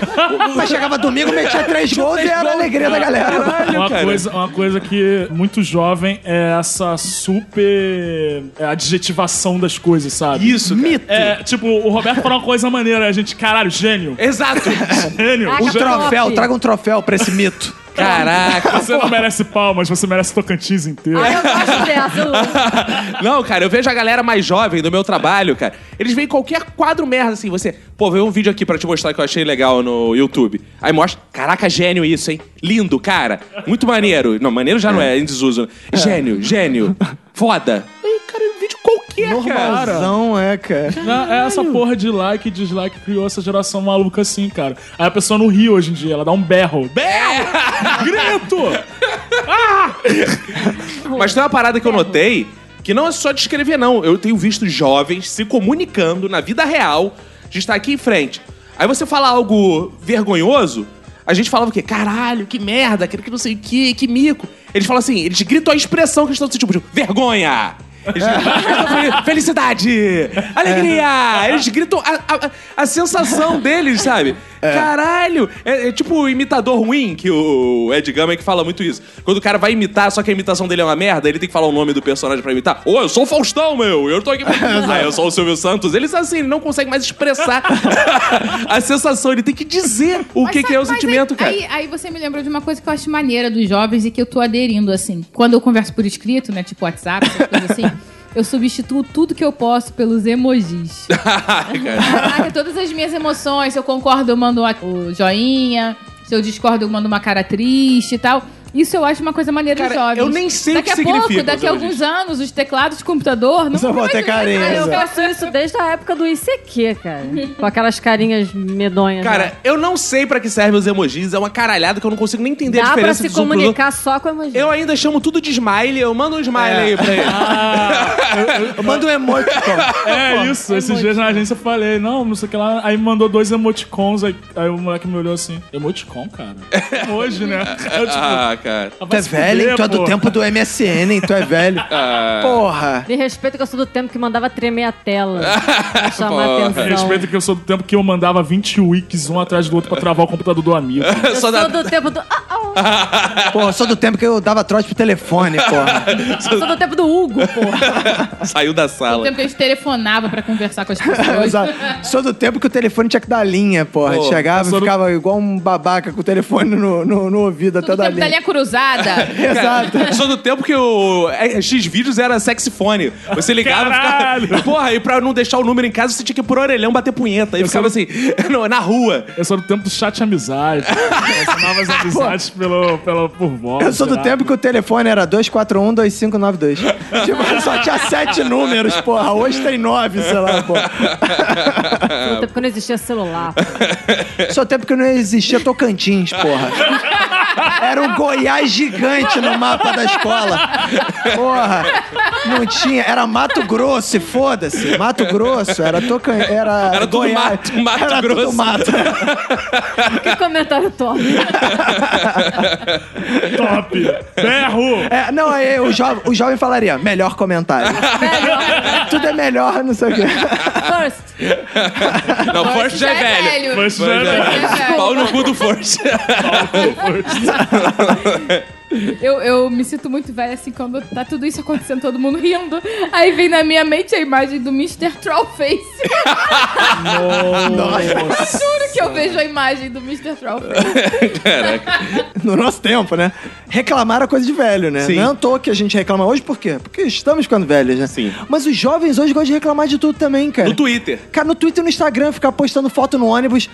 O-
Mas chegava domingo, metia três gols e era a alegria da galera.
Uma
Caralho, cara.
coisa, uma coisa que muito jovem é essa super é, adjetivação das coisas, sabe?
Isso, cara.
Mito.
É, tipo, o Roberto falou uma coisa maneira, a gente, caralho, gênio.
Exato.
Gênio.
Ah,
Um
Top.
troféu, traga um troféu pra esse mito.
Caraca.
Você não merece palmas, você merece Tocantins inteiro.
Ah, eu gosto dessa. eu-
Não, cara, eu vejo a galera mais jovem do meu trabalho, cara. Eles veem qualquer quadro merda assim, você. Pô, vê um vídeo aqui pra te mostrar que eu achei legal no YouTube. Aí mostra. Caraca, gênio isso, hein? Lindo, cara. Muito maneiro. Não, maneiro já não é, é em desuso. né? Gênio, gênio. Foda. Aí, cara, é um vídeo qualquer, cara.
Normalzão, é, cara.
Não, é essa porra de like e dislike criou essa geração maluca assim, cara. Aí a pessoa não ri hoje em dia, ela dá um berro.
É!
Berro! Grito!
Mas tem uma parada que eu notei Que não é só de escrever, não. Eu tenho visto jovens se comunicando na vida real de estar aqui em frente. Aí você fala algo vergonhoso, a gente falava o quê? Caralho, que merda, aquele que não sei o que, que mico. Eles falam assim, eles gritam a expressão que eles estão sentindo, tipo, vergonha! Eles gritam "Ah, fel- felicidade! Alegria! Eles gritam a, a- a sensação deles, sabe? Caralho! É, é tipo o imitador ruim, que o Ed Gama é que fala muito isso. Quando o cara vai imitar, só que a imitação dele é uma merda, ele tem que falar o nome do personagem pra imitar. Ô, eu sou o Faustão, meu! Eu tô aqui pra... ah, eu sou o Silvio Santos. Eles, assim, ele não consegue mais expressar a sensação. Ele tem que dizer o
Mas
que,
sabe-
que é o
mas aí-
sentimento, cara.
Aí, aí você me lembrou de uma coisa que eu acho maneira dos jovens e que eu tô aderindo, assim. Quando eu converso por escrito, né? Tipo WhatsApp, essas coisas assim. Eu substituo tudo que eu posso pelos emojis. Caraca, todas as minhas emoções. Se eu concordo, eu mando uma- o joinha. Se eu discordo, eu mando uma cara triste e tal. Isso eu acho uma coisa maneira dos
Cara,
jovens.
eu nem sei o
daqui
que
a pouco,
significa
daqui a
os emojis.
alguns anos, os teclados de computador... Não
Só vão ter
Ah, eu
careza.
faço isso desde a época do ICQ, cara. Com aquelas carinhas medonhas. né? lá.
Cara, eu não sei pra que servem os emojis, é uma caralhada que eu não consigo nem entender a
dá pra
diferença
se
dos um pros outros.
comunicar só com emoji.
Eu ainda chamo tudo de smile, eu mando um smile aí pra ele.
É. Ah. Eu mando um emoji.
É isso, esses dias na agência eu falei, não, não sei o que lá. Aí mandou dois emoticons, aí, aí o moleque me olhou assim, emoticon, cara? Hoje, né? Eu, tipo,
ah, cara.
"Ah, vai
Tu é
se
velho,
fuder,
hein? Tu é do
pô."
tempo do MSN, hein? Tu é velho. Porra.
Me respeita que eu sou do tempo que mandava tremer a tela. pra chamar
Porra.
atenção.
Respeito que eu sou do tempo que eu mandava 20 wikis um atrás do outro pra travar o computador do amigo.
Eu
Só
sou
da-
do tempo do. Ah, ah,
Porra, eu sou do tempo que eu dava trote pro telefone, porra.
eu sou do tempo do Hugo, porra.
Saiu da
O
sala.
tempo que a gente telefonava pra conversar com as pessoas.
Exato. Sou do tempo que o telefone tinha que dar linha, porra.
Pô,
Chegava
eu
e
sou do-
ficava igual um babaca com o telefone no, no, no
Tá
ouvido até
Todo
dar
tempo da
linha.
linha cruzada.
Exato.
É Só do tempo que o é, X-Vídeos era sexifone. Você ligava e
Caralho!
ficava... Porra, e pra não deixar o número em casa, você tinha que ir por orelhão bater punheta. E ficava assim, não, na rua.
Eu sou do tempo do chat amizade. Eu assinava as amizades pelo, pelo, por voz.
Eu sou do
sei lá.
tempo que o telefone era 241-2592. tipo, só tinha sete números, porra. Hoje tem nove, sei lá, porra.
Ah,
Sou do tempo que não existia celular.
Só tempo que não existia Tocantins, porra. Era um Goiás gigante no mapa da escola. Porra, não tinha. Era Mato Grosso, e foda-se. Mato Grosso, era Tocantins. Era,
Era tudo
Goiás.
mato, Mato
era
Grosso.
Tudo mato.
Que comentário top.
Top! Berro!
É, não, aí o, jo- o jovem falaria: melhor comentário. Tudo é melhor, não sei o quê.
First.
Não, Forte já é velho.
Mas né,
Forte já é
Forte já é
velho.
velho.
Pau no cu do Forte.
Eu, eu me sinto muito velha assim quando tá tudo isso acontecendo, todo mundo rindo. Aí vem na minha mente a imagem do Mr. Trollface.
Nossa.
Juro que eu vejo a imagem do Mr. Trollface.
No nosso tempo, né? Reclamar era coisa de velho, né?
Sim.
Não é à toa que a gente reclama hoje, por quê? Porque estamos ficando velhos, né?
Sim.
Mas os jovens hoje gostam de reclamar de tudo também, cara.
No Twitter.
Cara, no Twitter e no Instagram, ficar postando foto no ônibus.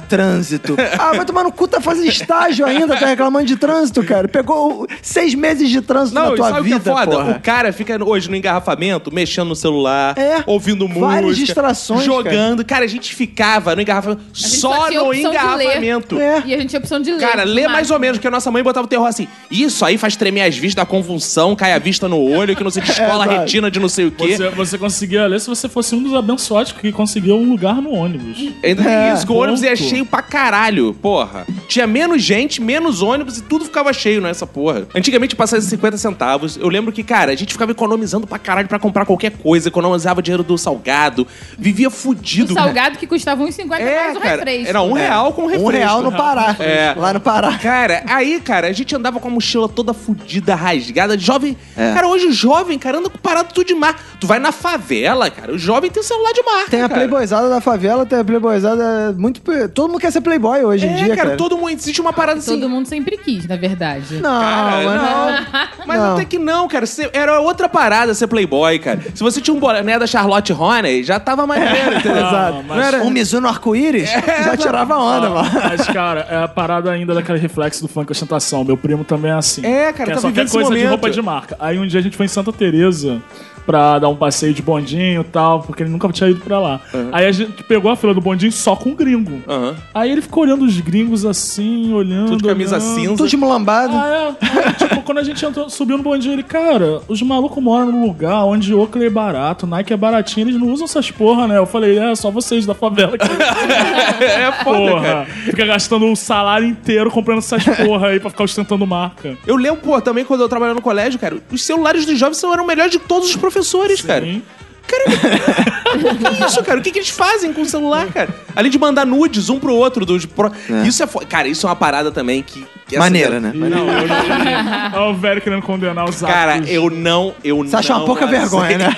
trânsito. Ah, vai tomar no cu, tá fazendo estágio ainda, tá reclamando de trânsito, cara. Pegou seis meses de trânsito
Não,
na
e
tua
sabe o
vida,
que é foda? O
porra.
cara fica hoje no engarrafamento, mexendo no celular,
É.
ouvindo música.
Várias distrações,
Jogando. Cara. a gente ficava no engarrafamento
gente
só,
só tinha
no
opção de
engarrafamento.
É.
E a gente tinha a opção de ler.
Cara, lê mais ou menos, porque a nossa mãe botava o terror assim. Isso aí faz tremer as vistas, da convulsão, cai a vista no olho, que não sei que escola, a
É, vai.
retina de não sei o quê.
Você, você conseguia ler se você fosse um dos abençoados que conseguiu um lugar no ônibus.
Ainda tem
É,
isso, que o ônibus é
ponto.
cheio pra caralho, porra. Tinha menos gente, menos ônibus e tudo ficava cheio nessa porra. Antigamente passava 50 centavos. Eu lembro que, cara, a gente ficava economizando pra caralho pra comprar qualquer coisa, economizava dinheiro do salgado, vivia fudido.
O salgado que custava 1,50
É,
mais um
cara,
refresco.
era um real com refresco.
Um real no Pará.
É.
Lá no Pará.
Cara, aí, cara, a gente andava com a mochila toda fudida, rasgada. Jovem.
É.
Cara, hoje o jovem, cara, anda com parado tudo de mar. Tu vai na favela, cara. O jovem tem celular de marca.
Tem a
cara.
playboyzada da favela, tem a playboyzada muito... pe- Todo mundo quer ser playboy hoje
É,
em dia,
cara,
cara.
todo mundo. Existe uma parada assim.
Todo mundo sempre quis, na verdade.
Não,
Cara,
mas não.
Mas
Não.
até que não, cara. Você- Era outra parada ser playboy, cara. Se você tinha um boné da Charlotte Horney, já tava maneiro, entendeu?
É, Exato.
mas-
Não era... Um Mizuno arco-íris
É,
já tirava onda, mano.
Ah, Mas, cara, é a parada ainda daquele reflexo do funk ostentação. Meu primo também é assim.
É, cara,
Quer
tá
só
vivendo
quer
esse
coisa de
momento.
roupa de marca. Aí um dia a gente foi em Santa Teresa pra dar um passeio de bondinho e tal, porque ele nunca tinha ido pra lá. Aí a gente pegou a fila do bondinho só com gringo.
Aham.
Aí ele ficou olhando os gringos assim, olhando.
Tudo de camisa
olhando.
cinza.
Tudo de mulambado.
Ah, é. Aí, tipo, quando a gente entrou, subiu no bondinho, ele, cara, os malucos moram num lugar onde Oakley é barato, Nike é baratinho, eles não usam essas porra, né? Eu falei, é, só vocês da favela. Que
É foda, cara.
porra. Fica gastando o salário inteiro comprando essas porra aí pra ficar ostentando marca.
Eu lembro, pô, também quando eu trabalhava no colégio, cara, os celulares dos jovens são- eram melhores de todos os professores, cara.
Sim.
Que isso, cara? O que, que eles fazem com o celular, cara? Além de mandar nudes um pro outro. Dos pro- Isso é fo... Cara, isso é uma parada também que. que é
Maneira,
assim,
né?
Não, eu não. Olha o velho querendo condenar os
Cara,
atos.
eu não. Eu
Você acha
não é
uma pouca
aceito.
vergonha, né?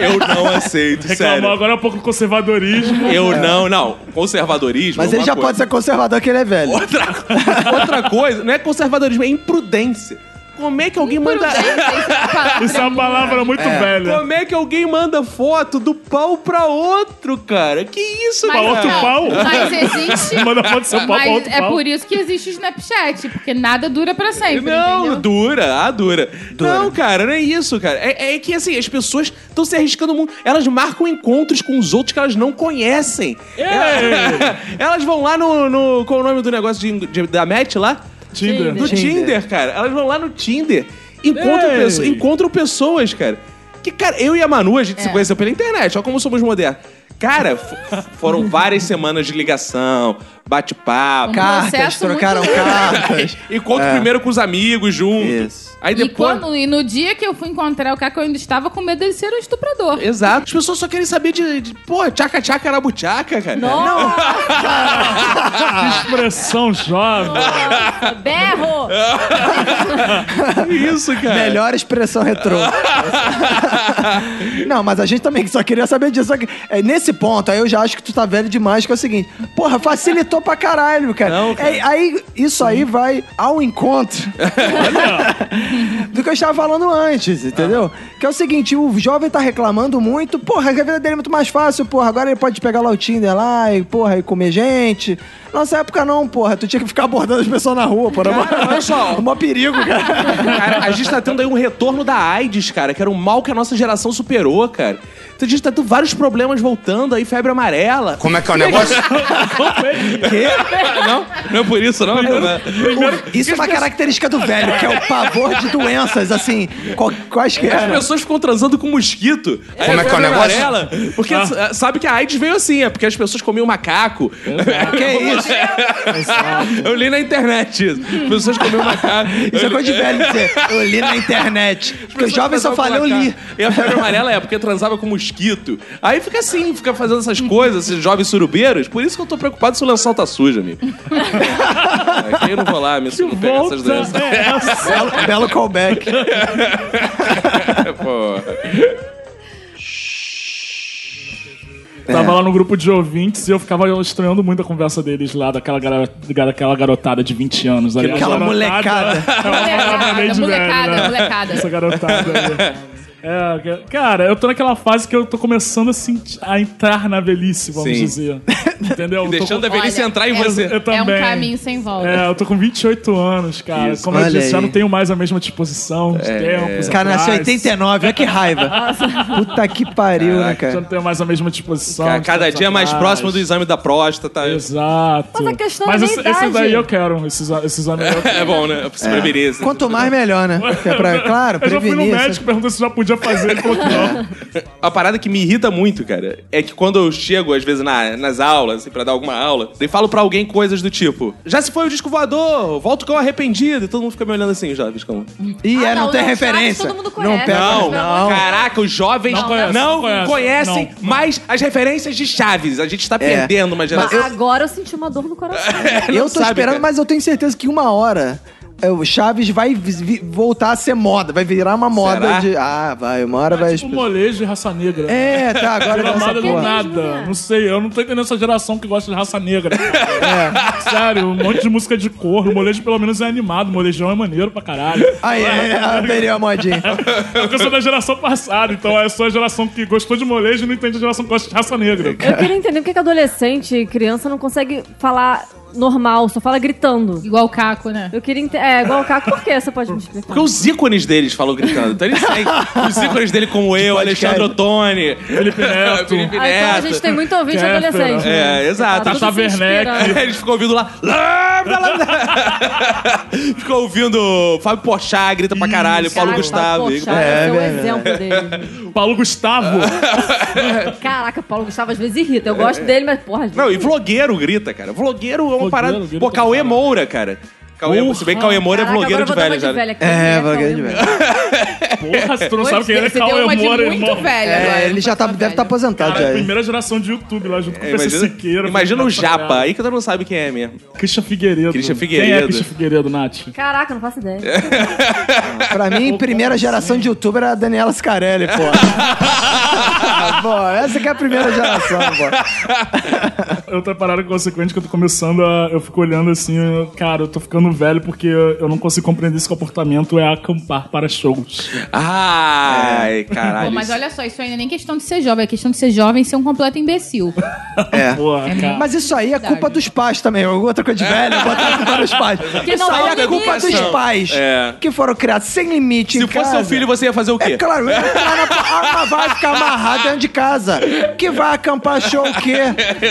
Eu não aceito,
Reclamou
sério.
agora um pouco do conservadorismo.
Eu não, não. Conservadorismo.
Mas
é
ele
uma
já
coisa.
pode ser conservador que ele é velho.
Outra, outra coisa, não é conservadorismo, é imprudência. Como é que alguém manda.
Isso é uma palavra muito velha.
Como é que alguém manda foto do pau pra outro, cara? Que isso,
Pra
cara?
outro pau?
Mas existe.
Manda foto do seu pau pra
mas
outro
é
pau.
por isso que existe o Snapchat, porque nada dura pra sempre.
Não,
entendeu?
dura, ah, dura. Não, cara, não é isso, cara. É, é que assim, as pessoas estão se arriscando muito. Elas marcam encontros com os outros que elas não conhecem. Ela- Elas vão lá no, no- Qual é o nome do negegócio de- de- da Match lá?
Tinder.
No Tinder. cara. Elas vão lá no Tinder. Encontram,
Ei.
pesso- encontram pessoas, cara. Que, cara, eu e a Manu, a gente se
É.
conheceu pela internet. Olha como somos modernos. Cara, f- foram várias semanas de ligação, bate-papo.
Um
Cartas,
processo muito
trocaram
grande.
cartas.
Encontro primeiro com os amigos juntos.
Isso.
Aí
E,
depois.
quando, e no dia que eu fui encontrar o Caco, eu ainda estava com medo dele ser um estuprador.
Exato. As pessoas só querem saber de. de pô, tchaca-tchaca na buchaca, cara.
Nossa,
Que expressão jovem.
berro!
Que isso, cara.
Melhor expressão retrô. não, mas a gente também só queria saber disso. Só que, é, nesse ponto, aí eu já acho que tu tá velho demais, que é o seguinte. Porra, facilitou pra caralho, cara.
Não, cara.
É, aí, isso aí vai ao encontro do que eu estava falando antes, entendeu?
Ah.
Que é o seguinte, o jovem tá reclamando muito, porra, a vida dele é muito mais fácil, porra, agora ele pode pegar lá o Tinder lá e, porra, e comer gente. Nossa época não, porra, tu tinha que ficar abordando as pessoas na rua, porra.
Cara, olha só.
Mó perigo, cara.
Cara, a gente tá tendo aí um retorno da AIDS, cara, que era um mal que a nossa geração superou, cara. Então a gente tá tendo vários problemas voltando aí, febre amarela.
Como é que é o negócio?
Não? Não é por isso, não?
Isso é uma característica do velho, que é o pavor de doenças, assim, qual-
As
quaisquer.
pessoas ficam transando com mosquito. aí
Como é que é o
febre
negócio?
amarela, Porque s- sabe que a AIDS veio assim, é porque as pessoas comiam macaco. é
Que isso?
Eu li na internet isso. As pessoas comiam macaco.
Isso é coisa de velho dizer. Eu li na internet. Porque o jovem só fala, eu li.
E a febre amarela é porque transava com mosquito. Aí fica assim, fica fazendo essas coisas, esses jovens surubeiros. Por isso que eu tô preocupado se o lençol tá sujo, amigo. Aí eu não vou lá, me se eu não pegar essas doenças.
Volta é essa.
Belo, belo callback.
É.
Tava lá no grupo de ouvintes e eu ficava estranhando muito a conversa deles lá, daquela, garo- daquela garotada de 20 anos. ali.
Aquela
A
molecada.
É uma palavra meio de velho,
molecada,
né?
molecada.
Essa garotada aí. É, que- cara, eu tô naquela fase que eu tô começando a, sentir- a entrar na velhice, vamos
Sim.
dizer. Entendeu? Eu tô
Deixando a
com...
velhice
Olha,
entrar em
é-
você.
Eu
É um
também.
caminho sem volta.
É, eu tô com 28 anos, cara.
Isso.
Como eu
Olha
disse, já
aí.
não tenho mais a mesma disposição de tempos.
O cara nasceu em
atrás.
89, olha que raiva. Puta que pariu, né,
Já
cara?
não tenho mais a mesma disposição.
Cara,
de
É, cada
tempos
dia mais
atrás.
próximo do exame da próstata.
Exato.
Mas a questão
Mas
é
esse,
nem
esse
idade.
daí eu quero, esses, esses anos eu quero.
É bom, né? Se prevenir. se-
Quanto mais, melhor, né? Que é pra- claro,
Eu já fui no
prevenir.
médico, perguntou se já podia fazer, ele falou que não.
A parada que me irrita muito, cara, é que quando eu chego, às vezes, na- nas aulas, assim, pra dar alguma aula, eu falo pra alguém coisas do tipo: Já se foi o disco voador, volto com arrependido. E todo mundo fica me olhando assim, jovens, como.
E é,
Ah,
não
não,
tem
não,
referência.
sabe, todo mundo
Não
conhece.
pega.
Não,
Não.
Caraca, os jovens não,
Não conhece, não conhece,
conhecem
não.
mais as referências de Chaves. A gente tá perdendo uma
É. Mas
geração.
Agora eu senti uma dor no coração.
Não
Eu tô
sabe,
esperando,
cara.
mas eu tenho certeza que uma hora é, o Chaves vai vi- vi- voltar a ser moda, vai virar uma moda
Será?
de. Ah, vai, uma hora vai.
tipo molejo e raça negra.
É, tá, agora
Virou
dessa
moda do
porra.
nada.
né?
Não sei, eu não tô entendendo essa geração que gosta de raça negra.
É.
Sério, um monte de música de corno. O molejo pelo menos é animado, o molejão é maneiro pra caralho.
Aí, aí, aderiu a modinha.
Eu sou da geração passada, então eu sou a geração que gostou de molejo e não entende a geração que gosta de raça negra.
Eu queria entender por que que adolescente e criança não consegue falar normal, só fala gritando.
Igual o Caco, né?
Eu queria entender. É, igual o Caco, por que? Você pode me explicar?
Porque os ícones deles falam gritando. Então eles saem. os ícones dele, como eu, Alexandre Ottoni, Felipe
Neto.
Felipe
Ah, então a gente tem muito ouvinte
Kéfera.
adolescente. né?
É, exato.
Tá tudo
Tata
se inspirando.
Werneck.
Eles ficam ouvindo lá. Lambda, lambda. Ficam ouvindo Fábio Porchat, grita pra caralho, Paulo
Caraca,
Gustavo.
Poxa, é, é um exemplo dele.
Paulo Gustavo.
Caraca, Paulo Gustavo às vezes irrita. Eu gosto
É.
dele, mas porra. às
Não, e
vezes-
vlogueiro grita, cara. Vlogueiro é uma
Vlogueiro
parada.
grita
Pô,
pra
Cauê
caralho.
Moura, cara. Cauê, se bem que Cauê Moura é
Caraca,
vlogueiro de
agora eu
velho,
vou
já.
dar uma
né?
de velho.
É,
aqui.
vlogueiro de velho.
Porra, se tu não sabe quem é,
Você deu
Cauê
uma de
Moura,
muito
irmão.
velho agora.
É, ele já tá,
Muito
deve estar
velho.
aposentado
Cara,
já.
primeira geração de YouTube lá junto com
É,
o PC Siqueira.
Imagina, imagina o
Fernando
Japa,
Tafel.
aí que tu não sabe quem é mesmo.
Christian Figueiredo.
Christian
Quem é
Figueiredo.
Christian Figueiredo, Nath?
Caraca, não faço ideia.
É, Pra mim, primeira geração de youtuber era a Daniela Scarelli, pô. pô, essa que é a primeira geração, pô.
Outra parada consequente que eu tô começando a. Eu fico olhando assim, eu- cara, eu tô ficando velho porque eu não consigo compreender esse comportamento é acampar para shows.
Ai, caralho.
Pô, mas olha só, isso ainda nem questão de ser jovem, é questão de ser jovem e ser um completo imbecil.
É.
Porra, cara.
Mas isso aí é culpa dos pais também. Outra coisa de velho, botar a culpa dos pais.
não
isso aí
tem
é culpa
limite.
dos pais.
É.
Que foram criados sem limite.
Se
em
fosse
casa.
seu filho, você ia fazer o quê?
É claro, é claro, ela ela vai ficar amarrada dentro de casa. Que vai acampar show o quê?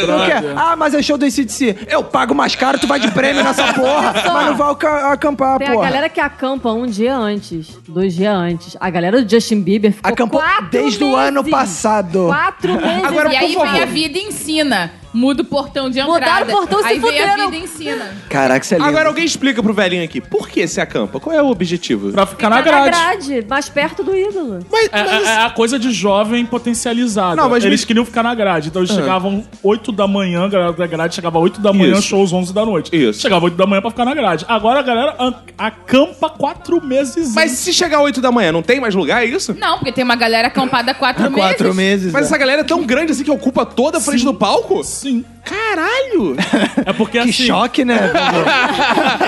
Não quer? Ah, mas é show do ICDC. Eu pago mais caro, tu vai de prêmio nessa porra. Mas não vai aca- acampar,
Tem a
porra.
galera que acampa um dia antes, dois dias antes. A galera do Justin Bieber ficou
Acampou
quatro
desde o
meses.
ano passado.
Quatro meses.
e aí vem a vida e ensina. Muda o portão de entrada.
Mudaram o portão, se
Aí vem a
fuderam.
vida e ensina.
Caraca, isso é lindo.
Agora alguém explica pro velhinho aqui, por que você acampa? Qual é o objetivo?
Pra ficar
na
na grade.
grade, mais perto do ídolo.
Mas,
É, é- é a coisa de jovem potencializada.
Não, mas
eles
me- Ah.
queriam ficar na grade. Então eles chegavam 8 da manhã, a galera da grade chegava 8 da manhã,
Isso.
shows 11 da noite.
Isso.
Chegava 8 da manhã pra ficar na grade. Agora a galera an- acampa 4 meses.
mas se chegar 8 da manhã, não tem mais lugar, é isso?
Não, porque tem uma galera acampada há quatro,
Quatro meses.
Mas
né?
essa galera é tão grande assim que ocupa toda a frente do palco?
Sim.
Caralho!
É porque
Que
assim,
choque, né?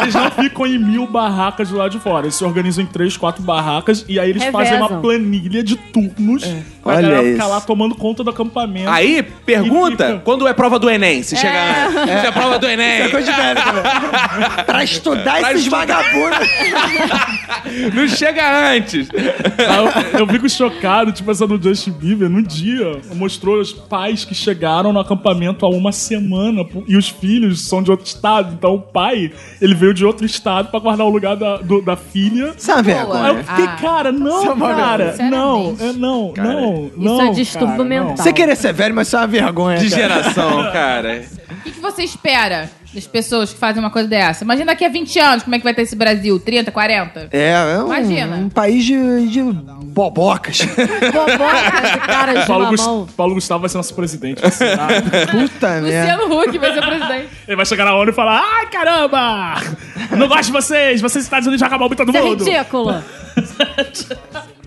eles não ficam em mil barracas do lado de fora. Eles se organizam em três, quatro barracas e aí eles fazem
Revezam.
uma planilha de turnos pra
Olha
galera ficar
isso.
lá tomando conta do acampamento.
É. Aí,
E
pergunta,
fica-
quando é prova do Enem? Se chegar... Se é prova do Enem!
Coisa de velho também. Pra estudar
Pra
esses
estudar.
vagabundos.
Não chega antes!
Aí eu, eu fico chocado, tipo essa do Justin Bieber, no dia, mostrou os pais que chegaram no acampamento há uma semana pô, e os filhos são de outro estado. Então o pai, ele veio de outro estado pra guardar o lugar da, do- da filha.
Isso é uma
Aí eu
vergonha.
fiquei,
Ah,
cara, não, cara, não,
sinceramente.
é, não, não, não.
Isso é distúrbio
cara, não.
mental.
Você querer ser velho, mas isso é uma vergonha.
De
cara.
geração, cara.
O que, que você espera das pessoas que fazem uma coisa dessa? Imagina daqui a 20 anos como é que vai ter esse Brasil? 30, 40?
É, é um,
Imagina.
um país de, de bobocas.
Boboca de cara de
Paulo, Gus-
mamão.
Paulo Gustavo vai ser nosso presidente. vai ser nada.
Puta merda.
Luciano Huck é vai ser presidente.
Ele vai chegar na ONU e falar: Ai, caramba! Não gosto de vocês! Vocês, Estados Unidos, já acabou com todo
Isso é
mundo!
ridículo.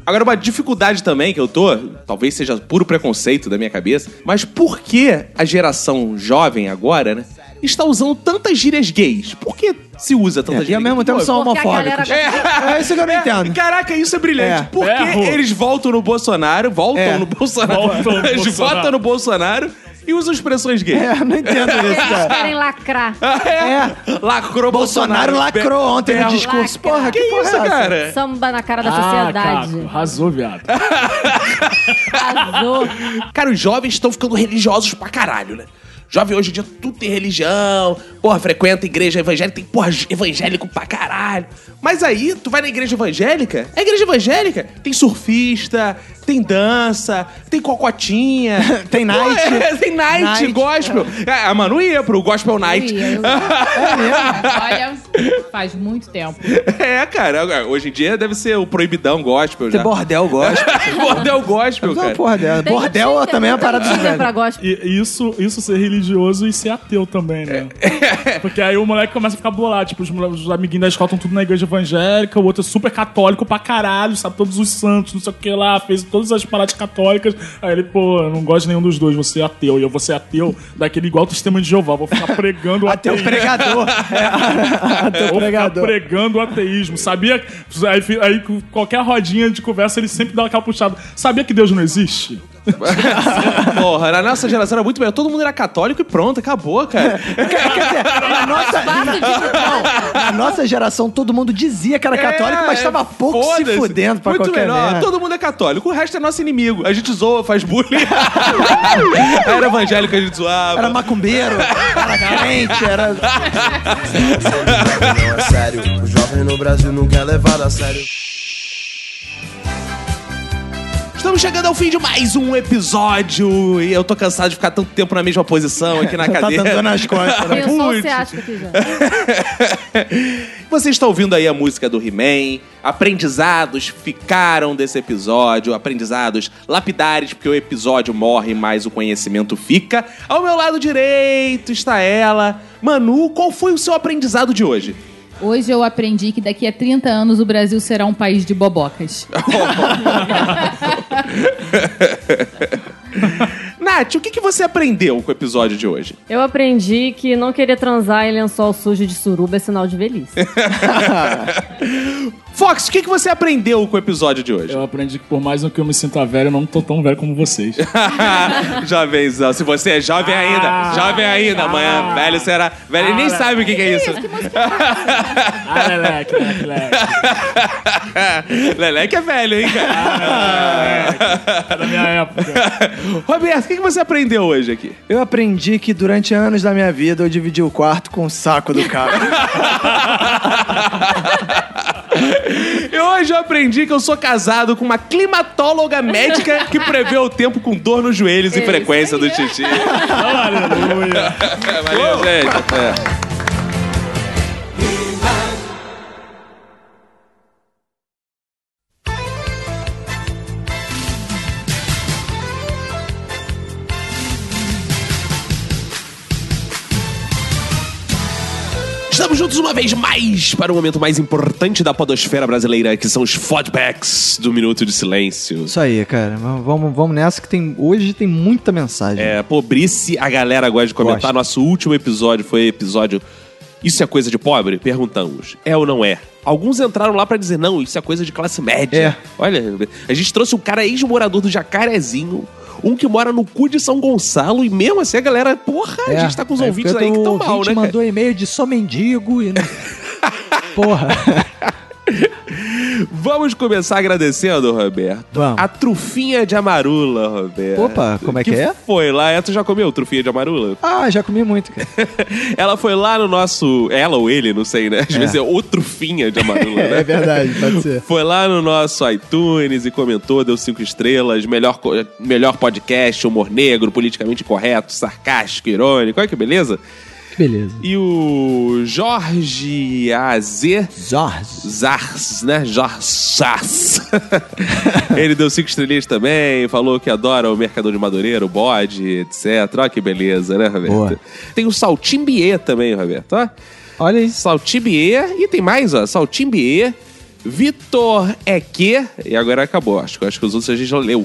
Agora, uma dificuldade também que eu tô, talvez seja puro preconceito da minha cabeça, mas por que a geração jovem agora, né, está usando tantas gírias gays? Por que se usa tantas
É, E ao
gírias
mesmo tempo
gays?
são
Porque a
homofóbicos.
galera-
É. isso que eu não entendo.
Caraca, isso é brilhante.
É.
Por que
Erro.
eles voltam no Bolsonaro, voltam
É.
no Bolsonaro,
Voltam no
eles
Bolsonaro.
votam no Bolsonaro e usam expressões gays?
É, não entendo isso,
Eles
cara.
querem lacrar.
É.
Lacrou
Bolsonaro lacrou ontem no
Bela.
discurso.
Lacra.
Porra, que,
Que
porra
isso,
é essa?
cara?
Samba na cara da
Ah, Caco,
sociedade.
arrasou, viado.
Arrasou.
Cara, os jovens estão ficando religiosos pra caralho, né? Jovem hoje em dia tudo tem religião, porra, frequenta igreja evangélica, tem porra evangélico pra caralho. Mas aí, tu vai na igreja evangélica, a igreja evangélica tem surfista, tem dança, tem cocotinha.
Tem night.
Pô, é, tem night,
Night,
gospel. É, A Manu ia pro gospel night.
Ui, eu- Olha, faz muito tempo.
É, cara, hoje em dia deve ser o proibidão gospel
Tem
já.
bordel, gosto.
Bordel gospel,
Não,
cara.
porra dela.
Tem o
Bordel
Tinder,
também é uma
tem o
parada de
Tinder pra
velho.
gospel.
E isso, isso ser religioso e ser ateu também, né? Porque aí o moleque começa a ficar bolado. Tipo, os, mole- os amiguinhos da escola estão tudo na igreja evangélica, o outro é super católico pra caralho, sabe todos os santos, não sei o que lá, fez todas as paradas católicas. Aí ele, pô, eu não gosto de nenhum dos dois, você é ateu. E eu vou ser ateu daquele igual o testemunho de Jeová, vou ficar pregando o
Até o
ateísmo.
pregador. É. Até o
Ou ficar
pregador.
pregando o ateísmo. Sabia? Aí, fi- aí qualquer rodinha de conversa ele sempre dá aquela puxada. Sabia que Deus não existe?
Porra, na nossa geração era muito melhor. Todo mundo era católico e pronto, acabou, cara.
Quer dizer, na nossa, na nossa geração, todo mundo dizia que era É católico, mas estava pouco se
foda-se.
fudendo pra
Muito
qualquer
melhor.
merda.
Todo mundo é católico, o resto é nosso inimigo. A gente zoa, faz bullying. era evangélico, a gente zoava.
Era macumbeiro, era crente, era...
Não é sério, o jovem no Brasil não quer levar a sério.
Estamos chegando ao fim de mais um episódio. E eu tô cansado de ficar tanto tempo na mesma posição aqui na
Tá
cadeira.
dando nas costas, né?
Tenho só o
Putz.
ciático aqui já.
Você está ouvindo aí a música do He-Man. Aprendizados ficaram desse episódio. Aprendizados lapidares, porque o episódio morre, mas o conhecimento fica. Ao meu lado direito está ela. Manu, qual foi o seu aprendizado de hoje?
Hoje eu aprendi que daqui a 30 anos o Brasil será um país de bobocas.
Nath, o que, que você aprendeu com o episódio de hoje?
Eu aprendi que não querer transar em lençol sujo de suruba é sinal de velhice.
Fox, o que, que você aprendeu com o episódio de hoje?
Eu aprendi que por mais que eu me sinta velho, eu não tô tão velho como vocês.
Jovenzão, se você é jovem ainda, jovem ainda, amanhã velho será. Velho, ele nem sabe o que, que é isso.
ah, leleque, leleque, leleque.
Leleque é velho, hein,
É Da minha época.
cara? Roberto, o que, que você aprendeu hoje aqui?
Eu aprendi que durante anos da minha vida eu dividi o quarto com o saco do carro.
E hoje eu aprendi que eu sou casado com uma climatóloga médica que prevê o tempo com dor nos joelhos e frequência do xixi.
Aleluia.
Valeu, gente. Até. Estamos juntos uma vez mais para o momento mais importante da podosfera brasileira, que são os fodbacks do Minuto de Silêncio.
Isso aí, cara. Mas Vamos, vamos nessa que tem, hoje tem muita mensagem.
É, pobrice, a galera gosta de comentar.
Gosta.
Nosso último episódio foi episódio Isso é coisa de pobre? Perguntamos. É ou não é? Alguns entraram lá pra dizer, não, isso é coisa de classe média.
É.
Olha, a gente trouxe um cara ex-morador do Jacarezinho, um que mora no cu de São Gonçalo, e mesmo assim a galera, porra,
É,
a gente tá com os
é,
ouvintes
porque
aí que
o
tão mal, né?
ouvinte
cara?
mandou e-mail de só mendigo e... não- Porra.
Vamos começar agradecendo, Roberto.
Vamos.
A trufinha de amarula, Roberto.
Opa, como é que é?
Foi lá, é, tu já comeu trufinha de amarula?
Ah, já comi muito, cara.
Ela foi lá no nosso. Ela ou ele, não sei, né? Às vezes é outro finha de amarula, né?
É verdade, pode ser.
Foi lá no nosso iTunes e comentou, deu cinco estrelas, melhor, co- melhor podcast, humor negro, politicamente correto, sarcástico, irônico. Olha que beleza.
Beleza.
E o Jorge AZ
Jorge.
Zars, né? Jorge Zars. Ele deu cinco estrelinhas também, falou que adora o Mercador de Madureira, o bode, etc. Olha que beleza, né, Roberto?
Boa.
Tem o Saltimbier também, Roberto. Ó.
Olha isso.
Saltimbier. E tem mais, ó. Saltimbier, Vitor Eque. E agora acabou, acho. que- Acho que os outros a gente já leu.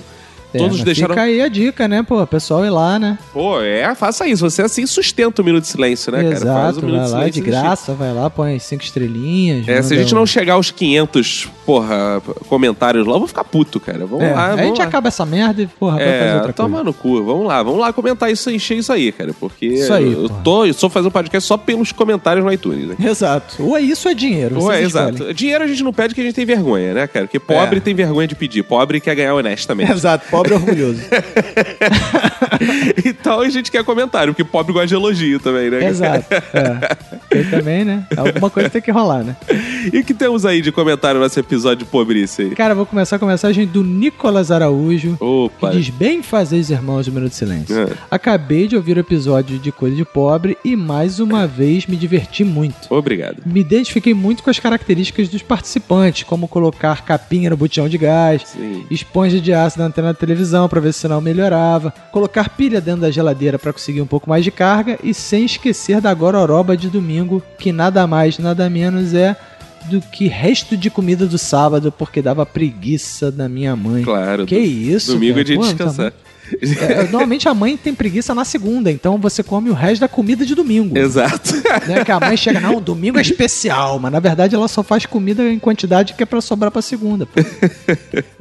Todos
É, mas
deixaram.
Fica aí a dica, né, pô? O pessoal ir lá, né?
Pô, é, faça isso. Você assim sustenta o minuto de silêncio, né,
Exato,
cara? Faz o minuto
vai lá é de
existir.
graça, vai lá, põe cinco estrelinhas.
É, se a
manda
gente não
um-
chegar aos 500, porra, comentários lá, eu vou ficar puto, cara. Vamos
É,
lá,
a
vamos
gente
lá.
acaba essa merda e, porra, vai fazer
É,
outra
toma no cu. Vamos lá, vamos lá comentar isso, encher isso aí, cara. Porque
Isso aí,
eu,
porra.
tô, eu só fazendo podcast só pelos comentários no iTunes, né?
coisa. Exato. Ou é isso ou é dinheiro.
Ué,
vocês
exato.
escolhem.
Dinheiro a gente não pede que a gente tem vergonha, né, cara? Porque pobre
É.
tem vergonha de pedir, pobre quer ganhar honestamente.
Exato, pobre e orgulhoso.
então a gente quer comentário, porque pobre gosta de elogio também, né? cara?
Exato. É. E também, né? Alguma coisa tem que rolar, né?
E o que temos aí de comentário nesse episódio de pobrice aí?
Cara, eu vou começar com a mensagem do Nicolas Araújo.
Opa.
Que diz bem fazer os irmãos do Minuto de Silêncio.
É.
Acabei de ouvir o episódio de Coisa de Pobre e mais uma vez me diverti muito.
Obrigado.
Me identifiquei muito com as características dos participantes, como colocar capinha no botijão de gás,
Sim.
esponja de aço na antena da televisão para ver se o sinal melhorava, colocar pilha dentro da geladeira para conseguir um pouco mais de carga e sem esquecer da gororoba de domingo, que nada mais, nada menos é do que resto de comida do sábado, porque dava preguiça da minha mãe.
Claro.
Que isso,
Domingo é
cara?
dia de
Pô, tá
descansar.
É, normalmente a mãe tem preguiça na segunda, então você come o resto da comida de domingo.
Exato.
Né? Que a mãe chega, não, domingo é especial, mas na verdade ela só faz comida em quantidade que é pra sobrar pra segunda. pô.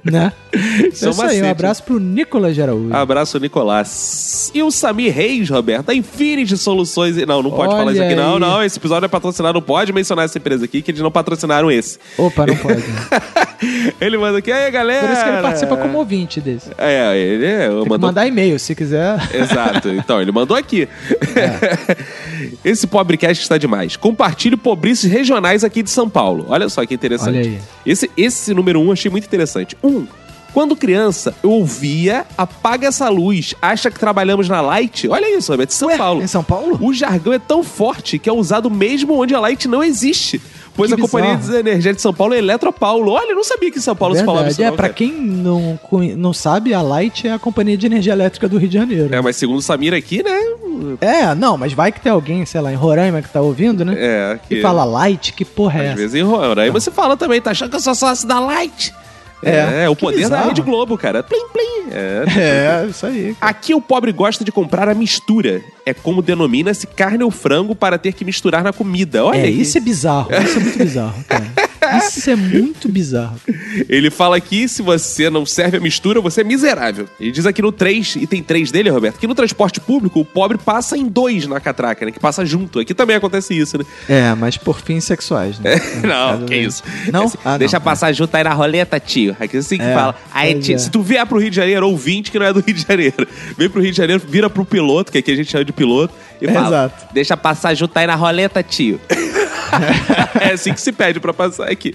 né?
Isso é um
Então é isso aí,
macete. Ah.
um abraço pro Nicolas Geraúdo.
Abraço, Nicolás. E o Samir Reis, Roberto, a Infinity Soluções. Não, não pode
Olha
falar isso aqui, não,
aí.
não. Esse episódio é patrocinado, não pode mencionar essa empresa aqui, que eles não patrocinaram esse.
Opa, não pode. né?
ele manda aqui, aí, galera.
Por isso que ele participa como ouvinte desse. Tem
É, ele é,
que
mandou
mandar e-mail, se quiser.
Exato. Então, ele mandou aqui.
É.
Esse pobrecast está demais. Compartilhe pobrices regionais aqui de São Paulo. Olha só que interessante.
Olha aí.
Esse, esse número um eu achei muito interessante. Um, quando criança, eu ouvia Apaga essa luz, acha que trabalhamos na Light? Olha isso, Roberto, São Paulo.
Em São Paulo?
O jargão é tão forte que é usado mesmo onde a Light não existe. Pois
Que
a Companhia
bizarro.
de Energia de São Paulo é Eletropaulo. Olha, eu não sabia que em São Paulo se falava isso.
Verdade. É,
não,
pra
cara.
quem não, conhe- não sabe, a Light é a companhia de energia elétrica do Rio de Janeiro.
É, mas segundo o Samir aqui, né?
É, não, mas vai que tem alguém, sei lá, em Roraima que tá ouvindo, né?
É,
E fala light, que porra é
Às
essa?
vezes enrola. Aí você fala também, tá achando que eu sou sócio da Light? É,
É,
o
que
poder da
bizarro.
Rede Globo, cara. Plim, plim. É.
É, isso aí.
Aqui o pobre gosta de comprar a mistura. É como denomina-se carne ou frango para ter que misturar na comida. Olha
É,
aí.
isso é bizarro, isso é muito bizarro, cara. Isso é muito bizarro.
Ele fala aqui, se você não serve a mistura, você é miserável. Ele diz aqui no 3, e tem 3 dele, Roberto, que no transporte público o pobre passa em dois na catraca, né? Que passa junto. Aqui também acontece isso, né?
É, mas por fins sexuais, né?
Não, que isso.
Não?
Assim,
Ah, não.
deixa passar junto aí na roleta, tio. Aqui assim que fala. Aí,
pois
tio,
é.
se tu vier pro Rio de Janeiro, ouvinte que não é do Rio de Janeiro, vem pro Rio de Janeiro, vira pro piloto, que aqui a gente chama de piloto, e fala.
exato.
Deixa passar junto aí na roleta, tio. é assim que se pede pra passar aqui.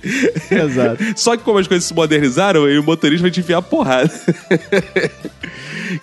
É. Exato.
Só que como as coisas se modernizaram, aí o motorista vai te enfiar a porrada.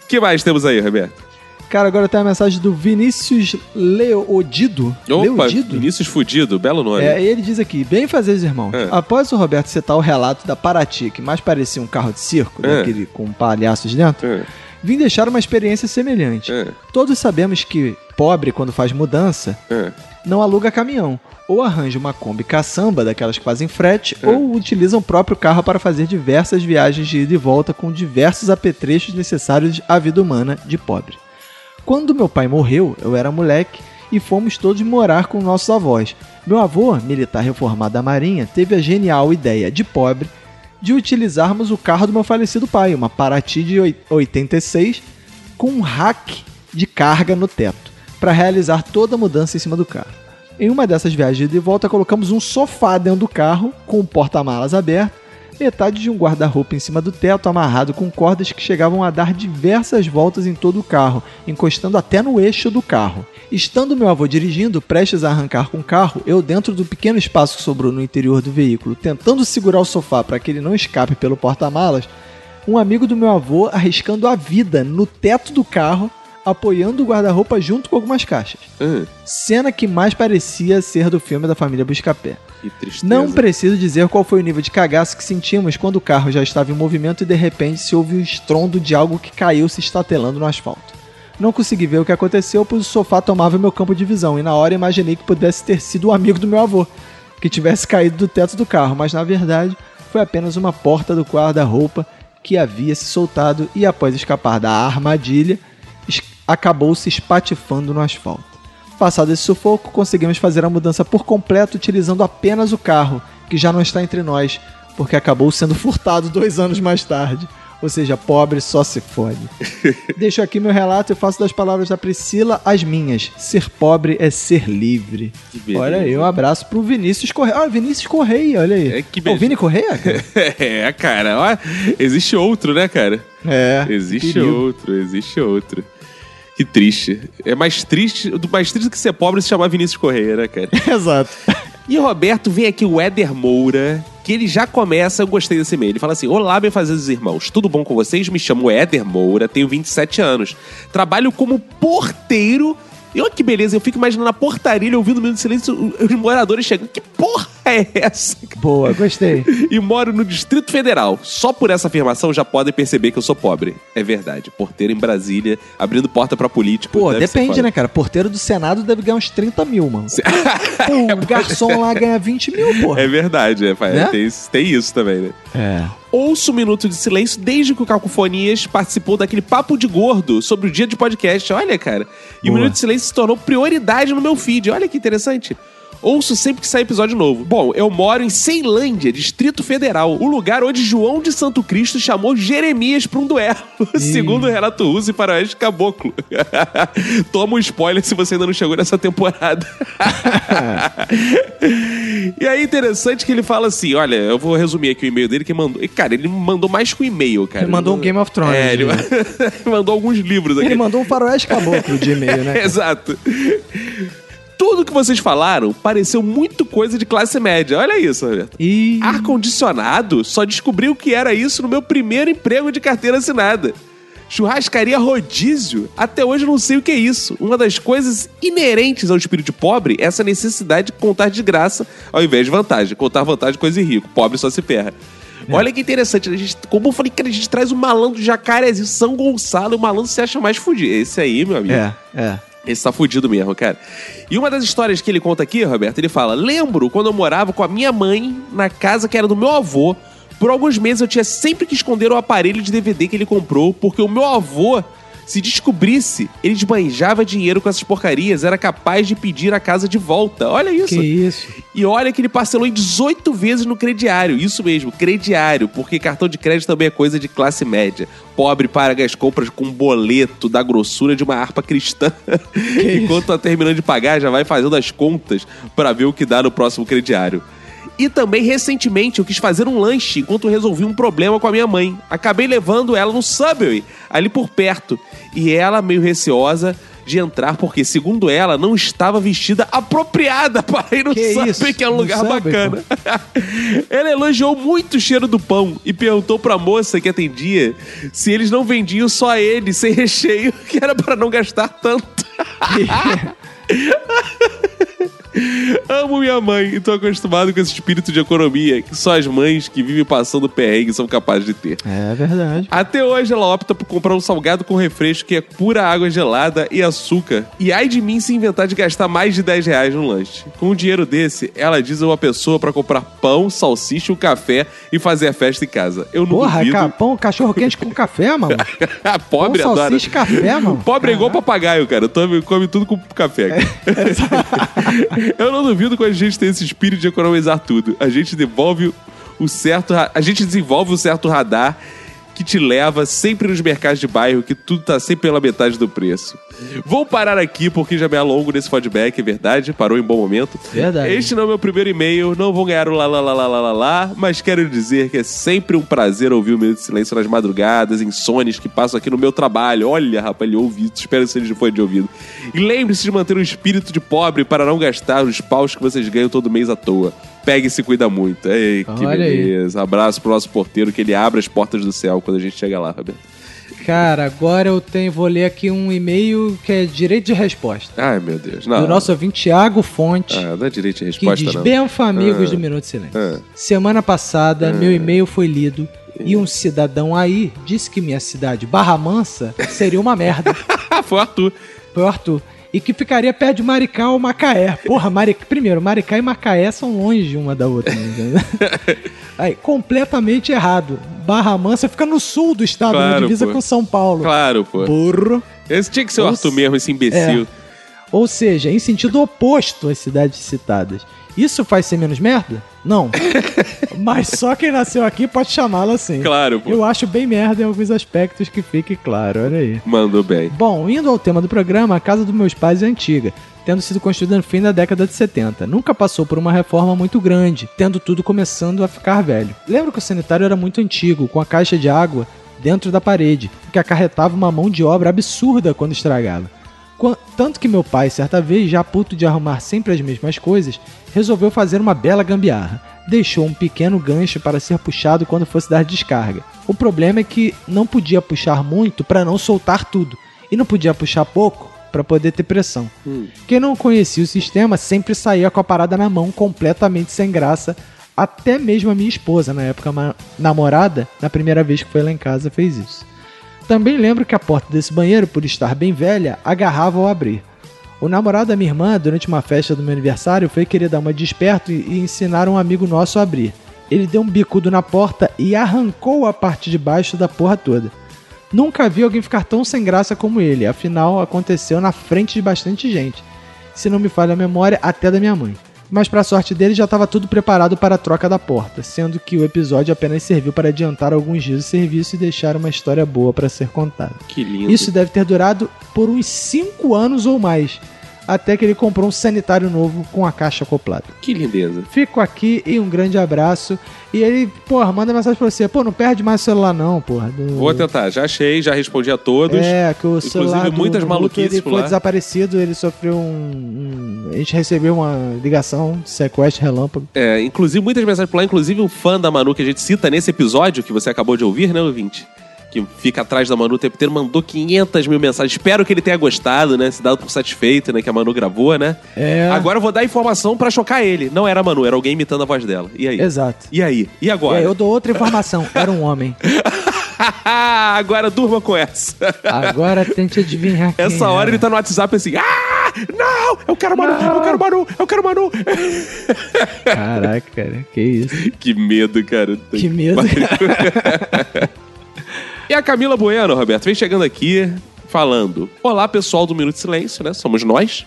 que mais temos aí, Roberto?
Cara, agora tem a mensagem do Vinícius Leodido.
Opa,
Leodido?
Vinícius Fudido, belo nome.
um É, ele diz aqui, bem fazer os irmãos.
É.
Após o Roberto citar o relato da Paraty, que mais parecia um carro de circo,
É.
daquele com palhaços dentro,
É.
vim deixar uma experiência semelhante.
É.
Todos sabemos que pobre, quando faz mudança,
É.
não aluga caminhão. Ou arranja uma Kombi caçamba, daquelas que fazem frete, ou utiliza o próprio carro para fazer diversas viagens de ida e volta com diversos apetrechos necessários à vida humana de pobre. Quando meu pai morreu, eu era moleque e fomos todos morar com nossos avós. Meu avô, militar reformado da Marinha, teve a genial ideia de pobre de utilizarmos o carro do meu falecido pai, uma Paraty de oi- 86, com um rack de carga no teto, para realizar toda a mudança em cima do carro. Em uma dessas viagens de ida e volta, colocamos um sofá dentro do carro, com o porta-malas aberto, metade de um guarda-roupa em cima do teto, amarrado com cordas que chegavam a dar diversas voltas em todo o carro, encostando até no eixo do carro. Estando meu avô dirigindo, prestes a arrancar com o carro, eu, dentro do pequeno espaço que sobrou no interior do veículo, tentando segurar o sofá para que ele não escape pelo porta-malas, um amigo do meu avô arriscando a vida no teto do carro, apoiando o guarda-roupa junto com algumas caixas.
Ah,
Cena que mais parecia ser do filme da família Buscapé.
que tristeza.
Não preciso dizer qual foi o nível de cagaço que sentimos quando o carro já estava em movimento e de repente se ouve um estrondo de algo que caiu se estatelando no asfalto. Não consegui ver o que aconteceu, pois o sofá tomava meu campo de visão e na hora imaginei que pudesse ter sido um amigo do meu avô, que tivesse caído do teto do carro, mas na verdade foi apenas uma porta do guarda-roupa que havia se soltado e após escapar da armadilha, es- acabou se espatifando no asfalto. Passado esse sufoco, conseguimos fazer a mudança por completo utilizando apenas o carro, que já não está entre nós, porque acabou sendo furtado dois anos mais tarde. Ou seja, pobre só se fode. Deixo aqui meu relato e faço das palavras da Priscila as minhas. Ser pobre é ser livre.
Que beleza.
Olha aí, um abraço pro Vinícius Correia. Ah, Vinícius Correia, olha aí.
É, que
É o
beleza.
Vini Correia? cara?
É, cara, ó, existe outro, né, cara?
É.
Existe
perigo.
outro, existe outro. Que triste. É mais triste, do mais triste que ser pobre é se chamar Vinícius Correia, né, cara?
Exato.
E Roberto, vem aqui o Éder Moura, que ele já começa, eu gostei desse e-mail. Ele fala assim: Olá, bem fazeres irmãos, tudo bom com vocês? Me chamo Éder Moura, tenho 27 anos. Trabalho como porteiro. E olha que beleza, eu fico imaginando a portaria ele ouvindo o Minuto de Silêncio, os moradores chegando. Que porra! é essa?
Boa, gostei.
E moro no Distrito Federal. Só por essa afirmação já podem perceber que eu sou pobre. É verdade. Porteiro em Brasília, abrindo porta pra político.
Pô,
deve ser
depende,
foda.
né, cara? Porteiro do Senado deve ganhar uns 30 mil, mano. Pô, o garçom lá ganha 20 mil, pô.
É verdade, é, pai.
Né?
Tem, isso- tem isso também, né?
É.
Ouço um minuto de silêncio desde que o Cacofonias participou daquele papo de gordo sobre o dia de podcast. Olha, cara. E o
Boa.
minuto de silêncio se tornou prioridade no meu feed. Olha que interessante. Ouço sempre que sai episódio novo. Bom, eu moro em Ceilândia, Distrito Federal, o lugar onde João de Santo Cristo chamou Jeremias pra um duelo, segundo Renato Russo e Faroeste Caboclo. Toma um spoiler se você ainda não chegou nessa temporada. e aí, interessante que ele fala assim: olha, eu vou resumir aqui o e-mail dele que mandou. E, cara, ele mandou mais que um e-mail, cara.
Ele mandou um Game of Thrones.
É, ele
né?
mandou alguns livros aqui.
Ele mandou um faroeste caboclo de e-mail, né? cara?
Exato. Tudo que vocês falaram pareceu muito coisa de classe média. Olha isso, Roberto.
Ih,
Ar-condicionado só descobriu que era isso no meu primeiro emprego de carteira assinada. Churrascaria rodízio? Até hoje eu não sei o que é isso. Uma das coisas inerentes ao espírito pobre é essa necessidade de contar de graça ao invés de vantagem. Contar vantagem é coisa de rico. Pobre só se ferra.
É.
Olha que interessante, né? a gente, como eu falei que a gente traz o malandro de jacarezinho, São Gonçalo, e o malandro se acha mais fudido. Esse aí, meu amigo.
É, é.
Esse tá fudido mesmo, cara. E uma das histórias que ele conta aqui, Roberto, ele fala: Lembro quando eu morava com a minha mãe na casa que era do meu avô. Por alguns meses eu tinha sempre que esconder o aparelho de DVD que ele comprou, porque o meu avô, se descobrisse, ele esbanjava dinheiro com essas porcarias, era capaz de pedir a casa de volta. Olha isso.
Que isso.
E olha que ele parcelou em 18 vezes no crediário. Isso mesmo, crediário, porque cartão de crédito também é coisa de classe média. Pobre paga as compras com um boleto da grossura de uma harpa cristã. Enquanto tá terminando de pagar, já vai fazendo as contas pra ver o que dá no próximo crediário. E também, recentemente, eu quis fazer um lanche enquanto resolvi um problema com a minha mãe. Acabei levando ela no Subway, ali por perto. E ela, meio receosa de entrar, porque, segundo ela, não estava vestida apropriada para ir no
Que
Subway,
isso?
que é um
No
lugar
Subway,
bacana. ela elogiou muito o cheiro do pão e perguntou pra moça que atendia se eles não vendiam só ele, sem recheio, que era para não gastar tanto. Amo minha mãe e tô acostumado com esse espírito de economia que só as mães que vivem passando perrengue são capazes de ter.
É verdade.
Até hoje ela opta por comprar um salgado com refresco que é pura água gelada e açúcar. E ai de mim se inventar de gastar mais de 10 reais no lanche. Com um dinheiro desse, ela diz a uma pessoa pra comprar pão, salsicha, um café e fazer a festa em casa. Eu não
Porra,
duvido.
cara, pão, cachorro quente com café, mano.
a pobre
pão,
adora.
salsicha e café, mano.
Pobre é igual papagaio, cara. Tome, come tudo com café. cara. Eu não duvido quando a gente tem esse espírito de economizar tudo. A gente devolve o certo. ra- A gente desenvolve um certo radar que te leva sempre nos mercados de bairro, que tudo tá sempre pela metade do preço. Vou parar aqui porque já me alongo nesse feedback, é verdade? Parou em bom momento.
Verdade.
Este não é o meu primeiro e-mail, não vou ganhar o lá, lá, lá, lá, lá, lá, lá, mas quero dizer que é sempre um prazer ouvir o Minuto de Silêncio nas madrugadas, insônias que passo aqui no meu trabalho. Olha, rapaz, ele ouvido, espero que seja de fone de ouvido. E lembre-se de manter um espírito de pobre para não gastar os paus que vocês ganham todo mês à toa. Pegue e se cuida muito. Ei, que
Olha aí.
beleza. Abraço pro nosso porteiro, que ele abre as portas do céu quando a gente chega lá, Roberto.
Cara, agora eu tenho, vou ler aqui um e-mail que é direito de resposta.
Ai, meu Deus. Não,
Do nosso ouvinte Thiago Fonte,
ah, não é direito de
que
resposta,
diz:
não.
Benfa, amigos
Ah.
do Minuto de Silêncio.
Ah.
Semana
É.
passada, meu e-mail foi lido e um cidadão aí disse que minha cidade, Barra Mansa, seria uma merda.
Ah, foi o Arthur.
Foi o Arthur. E que ficaria perto de Maricá ou Macaé. Porra, Mari- primeiro, Maricá e Macaé são longe uma da outra. entendeu? Aí, completamente errado. Barra Mansa fica no sul do estado, na
Claro,
divisa
pô.
com São Paulo.
Claro, pô.
Burro.
Esse tinha que ser o
Nossa.
Arthur mesmo, esse imbecil.
Ou seja, em sentido oposto às cidades citadas. Isso faz ser menos merda? Não. Mas só quem nasceu aqui pode chamá-la assim.
Claro, pô.
Eu acho bem merda em alguns aspectos que fique claro, olha aí.
Mandou bem.
Bom, indo ao tema do programa, a casa dos meus pais é antiga, tendo sido construída no fim da década de 70. Nunca passou por uma reforma muito grande, tendo tudo começando a ficar velho. Lembro que o sanitário era muito antigo, com a caixa de água dentro da parede, o que acarretava uma mão de obra absurda quando estragava. Qua- Tanto que meu pai, certa vez, já puto de arrumar sempre as mesmas coisas, resolveu fazer uma bela gambiarra. Deixou um pequeno gancho para ser puxado quando fosse dar descarga. O problema é que não podia puxar muito para não soltar tudo, e não podia puxar pouco para poder ter pressão. Quem não conhecia o sistema sempre saía com a parada na mão, completamente sem graça. Até mesmo a minha esposa, na época ma- namorada, na primeira vez que foi lá em casa, fez isso. Também lembro que a porta desse banheiro, por estar bem velha, agarrava ao abrir. O namorado da minha irmã, durante uma festa do meu aniversário, foi querer dar uma desperto e- e ensinar um amigo nosso a abrir. Ele deu um bicudo na porta e arrancou a parte de baixo da porra toda. Nunca vi alguém ficar tão sem graça como ele, afinal aconteceu na frente de bastante gente. Se não me falha a memória, até da minha mãe. Mas pra sorte dele já estava tudo preparado para a troca da porta, sendo que o episódio apenas serviu para adiantar alguns dias de serviço e deixar uma história boa para ser contada.
Que lindo.
Isso deve ter durado por uns 5 anos ou mais, até que ele comprou um sanitário novo com a caixa acoplada.
Que lindeza.
Fico aqui e um grande abraço. E ele, porra, manda mensagem pra você. Pô, não perde mais o celular não, porra. Do-
Vou tentar, já achei, já respondi a todos.
É, que o celular
Inclusive,
do-
muitas
do Guto,
maluquices
ele
por
foi
lá.
desaparecido, ele sofreu um, um- A gente recebeu uma ligação de sequestro relâmpago.
É, inclusive, muitas mensagens por lá, inclusive o fã da Manu que a gente cita nesse episódio que você acabou de ouvir, né, ouvinte? Que fica atrás da Manu o tempo inteiro, mandou 500 mil mensagens. Espero que ele tenha gostado, né? Se dado por satisfeito, né? Que a Manu gravou, né?
É.
Agora eu vou dar informação pra chocar ele. Não era a Manu, era alguém imitando a voz dela. E aí?
Exato.
E aí? E agora?
É, eu dou outra informação. Era um homem.
agora durma com essa.
Agora tente adivinhar quem
Essa hora ele tá no WhatsApp assim. Ah! Não! Eu quero Manu! Eu quero Manu! Eu quero Manu! tá-
Caraca, cara. Que isso.
que medo, cara.
Que medo.
E a Camila Bueno, Roberto, vem chegando aqui falando: Olá, pessoal do Minuto de Silêncio, né? Somos nós.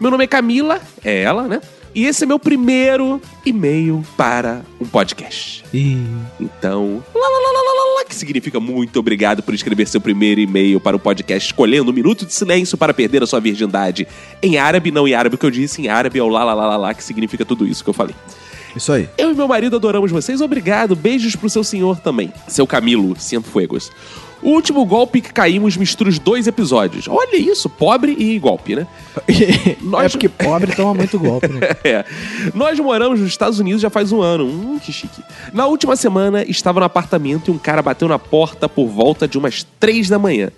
Meu nome é Camila, é ela, né? E esse é meu primeiro e-mail para um podcast. Então, lá, lá, lá, lá, lá, lá, lá, que significa muito obrigado por escrever seu primeiro e-mail para o podcast escolhendo um minuto de silêncio para perder a sua virgindade. Em árabe, não em árabe, o que eu disse em árabe é o lá, lá, lá, lá, lá, que significa tudo isso que eu falei.
Isso aí.
Eu e meu marido adoramos vocês, obrigado. Beijos pro seu senhor também. Seu Camilo, sinto fuegos. O último golpe que caímos mistura os dois episódios. Olha isso, pobre e golpe, né?
É porque pobre toma muito golpe, né?
É. Nós moramos nos Estados Unidos já faz um ano. Hum, que chique. Na última semana, estava no apartamento e um cara bateu na porta por volta de umas três da manhã.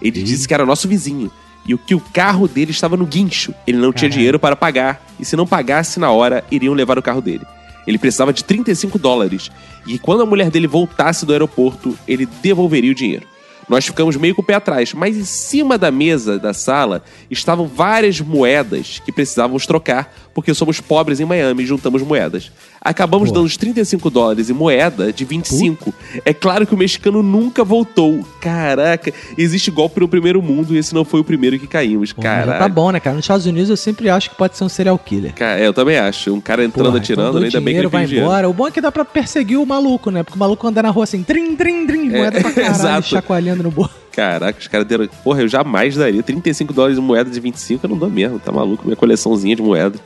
Ele disse que era nosso vizinho e o que o carro dele estava no guincho. Ele não tinha dinheiro para pagar e se não pagasse na hora, iriam levar o carro dele. Ele precisava de 35 dólares e quando a mulher dele voltasse do aeroporto, ele devolveria o dinheiro. Nós ficamos meio com o pé atrás, mas em cima da mesa da sala estavam várias moedas que precisávamos trocar, porque somos pobres em Miami e juntamos moedas. Acabamos dando os 35 dólares em moeda de 25. É claro que o mexicano nunca voltou. Caraca, existe golpe no primeiro mundo e esse não foi o primeiro que caímos.
Mas
Caraca.
Tá bom, né, cara? Nos Estados Unidos eu sempre acho que pode ser um serial killer.
Ca- é, eu também acho. Um cara entrando,
Porra,
atirando,
então
né?
dou
ainda bem que ele
dinheiro, vai
fez dinheiro.
embora. O bom é que dá pra perseguir o maluco, né? Porque o maluco anda na rua assim, trim, trim, trim, moeda pra caralho,
É, exato.
chacoalhando no bolso.
Caraca, os caras deram. Porra, eu jamais daria 35 dólares em moeda de 25, eu não dou mesmo, tá maluco? Minha coleçãozinha de moeda.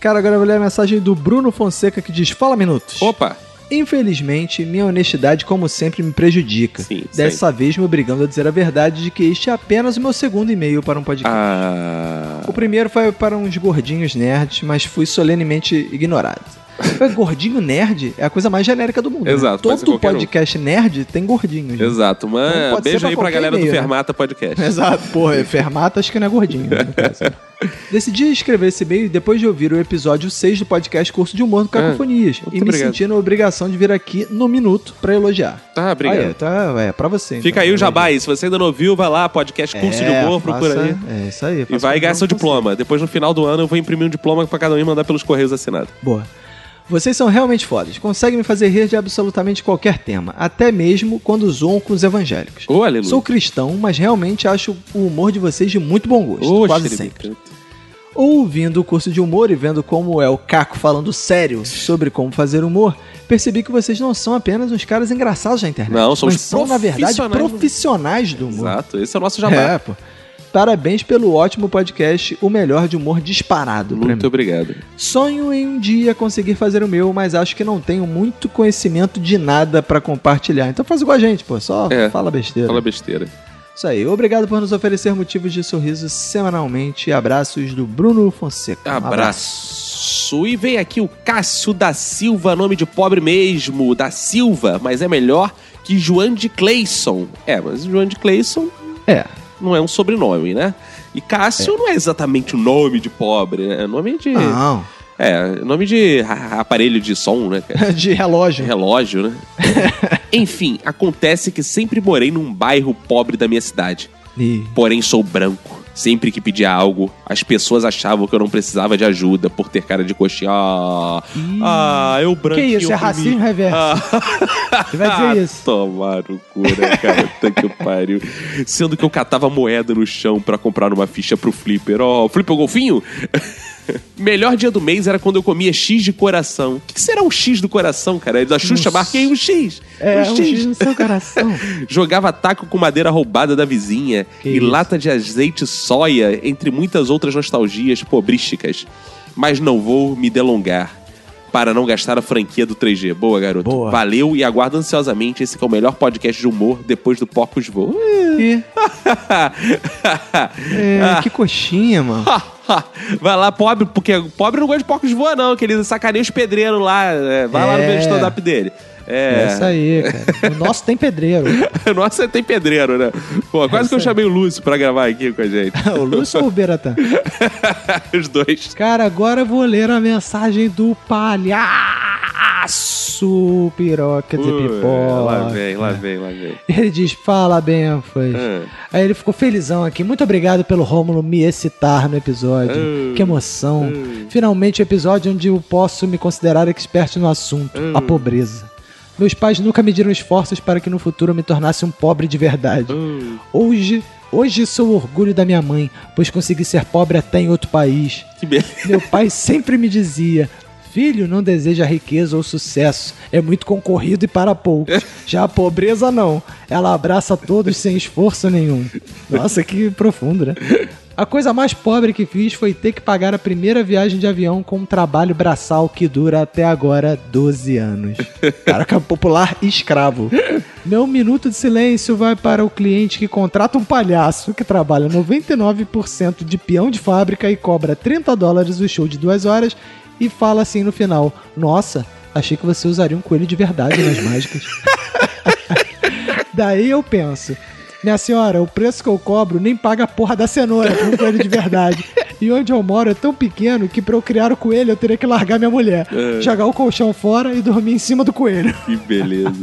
Cara, agora eu vou ler a mensagem do Bruno Fonseca que diz: Fala minutos.
Opa!
Infelizmente, minha honestidade, como sempre, me prejudica.
Sim,
Dessa vez, me obrigando a dizer a verdade de que este é apenas o meu segundo e-mail para um podcast.
Ah.
O primeiro foi para uns gordinhos nerds, mas fui solenemente ignorado. Foi gordinho nerd é a coisa mais genérica do mundo. né?
Exato, pode ser
Todo
qualquer um.
podcast nerd tem gordinhos. né?
Exato,
Então
mano.
pode ser
Beijo
pra
aí pra
qualquer
galera do
e-mail, né?
Fermata Podcast.
Exato, porra, é fermata acho que não é gordinho. né, no caso. Decidi escrever esse e-mail depois de ouvir o episódio 6 do podcast Curso de Humor do Cacofonias
Ah, muito
e me
obrigado.
senti na obrigação de vir aqui no minuto pra elogiar.
Tá, obrigado.
Aí, tá, é, pra você.
Fica
então.
aí o jabá aí. Se você ainda não ouviu, vai lá, podcast Curso de
É,
Humor, procura aí.
faça- É, isso aí.
E
faça
vai
com
ganhar
que
seu
eu consiga.
diploma. Depois, no final do ano, eu vou imprimir um diploma pra cada um e mandar pelos correios assinado.
Boa. Vocês são realmente fodas. Conseguem me fazer rir de absolutamente qualquer tema, até mesmo quando zoam com os evangélicos.
Ô, aleluia.
Sou cristão, mas realmente acho o humor de vocês de muito bom gosto,
Ô,
quase
xerife.
sempre. Ouvindo o curso de humor e vendo como é o Caco falando sério sobre como fazer humor, percebi que vocês não são apenas uns caras engraçados na internet.
Não, são
mas
os
são, na verdade,
profissionais do-
profissionais do humor.
Exato, esse é o nosso
É,
jabá.
pô. Parabéns pelo ótimo podcast, o melhor de humor disparado. pra mim.
Muito obrigado.
Sonho em um dia conseguir fazer o meu, mas acho que não tenho muito conhecimento de nada pra compartilhar. Então faz igual a gente, pô. Só
É,
fala besteira.
Fala besteira.
Isso aí. Obrigado por nos oferecer motivos de sorriso semanalmente. Abraços do Bruno Fonseca. Um
Abraço. E vem aqui o Cássio da Silva, nome de pobre mesmo, da Silva, mas é melhor que Joan de Clayson. É, mas Joan de Clayson
É.
não é um sobrenome, né? E Cássio não é exatamente o nome de pobre, né? É nome de.
Não.
É, nome de a- aparelho de som, né, cara?
De relógio.
Relógio, né? Enfim, acontece que sempre morei num bairro pobre da minha cidade.
Ih.
Porém, sou branco. Sempre que pedia algo, as pessoas achavam que eu não precisava de ajuda por ter cara de coxinha. Ah, ah eu Ah. branco.
Que isso, é racismo reverso. Você vai dizer isso.
Ah, Tomar no cu, né, cara? Puta que pariu. Sendo que eu catava moeda no chão pra comprar uma ficha pro Flipper. Ó, Flipper o Golfinho? Melhor dia do mês era quando eu comia X de coração. O que que será um X do coração, cara? Da Xuxa, marquei um X.
É, um X no seu coração.
Jogava taco com madeira roubada da vizinha e lata de azeite soia, entre muitas outras nostalgias pobrísticas. Mas não vou me delongar. Para não gastar a franquia do 3G. Boa, garoto.
Boa.
Valeu e aguardo ansiosamente esse que é o melhor podcast de humor depois do Porcos Voo.
Ih.
Ah.
É, que coxinha, mano.
Vai lá, pobre, porque pobre não gosta de porcos voa, não, que ele sacaneia os pedreiros lá. é, Vai lá no
É.
meu stand-up dele.
É
É.
isso aí, cara. O nosso tem pedreiro.
Nossa, tem pedreiro, né? Pô, quase que
é.
eu chamei o Lúcio pra gravar aqui com a gente.
o Lúcio ou o Beratan?
Os dois.
Cara, agora eu vou ler a mensagem do palhaço piroca de
Ui,
pipoca.
é,
né?
lá vem, lá vem, lá vem.
Ele diz, fala, Benfas.
Ah.
Aí ele ficou felizão aqui. Muito obrigado pelo Rômulo me excitar no episódio.
Ah.
Que emoção. Finalmente o episódio onde eu posso me considerar expert no assunto,
Ah.
a pobreza. Meus pais nunca mediram esforços para que no futuro eu me tornasse um pobre de verdade.
Ah.
Hoje, hoje sou o orgulho da minha mãe, pois consegui ser pobre até em outro país.
Que be...
Meu pai sempre me dizia: Filho, não deseja riqueza ou sucesso. É muito concorrido e para poucos. Já a pobreza, não. Ela abraça todos sem esforço nenhum. Nossa, que profundo, né? A coisa mais pobre que fiz foi ter que pagar a primeira viagem de avião com um trabalho braçal que dura até agora 12 anos. Caraca, é um popular escravo. Meu minuto de silêncio vai para o cliente que contrata um palhaço que trabalha 99% de peão de fábrica e cobra 30 dólares o show de duas horas e fala assim no final: Nossa, achei que você usaria um coelho de verdade nas mágicas. Daí eu penso. Minha senhora, o preço que eu cobro nem paga a porra da cenoura pra um coelho de verdade. E onde eu moro é tão pequeno que pra eu criar o coelho eu teria que largar minha mulher,
É.
jogar o colchão fora e dormir em cima do coelho.
Que beleza.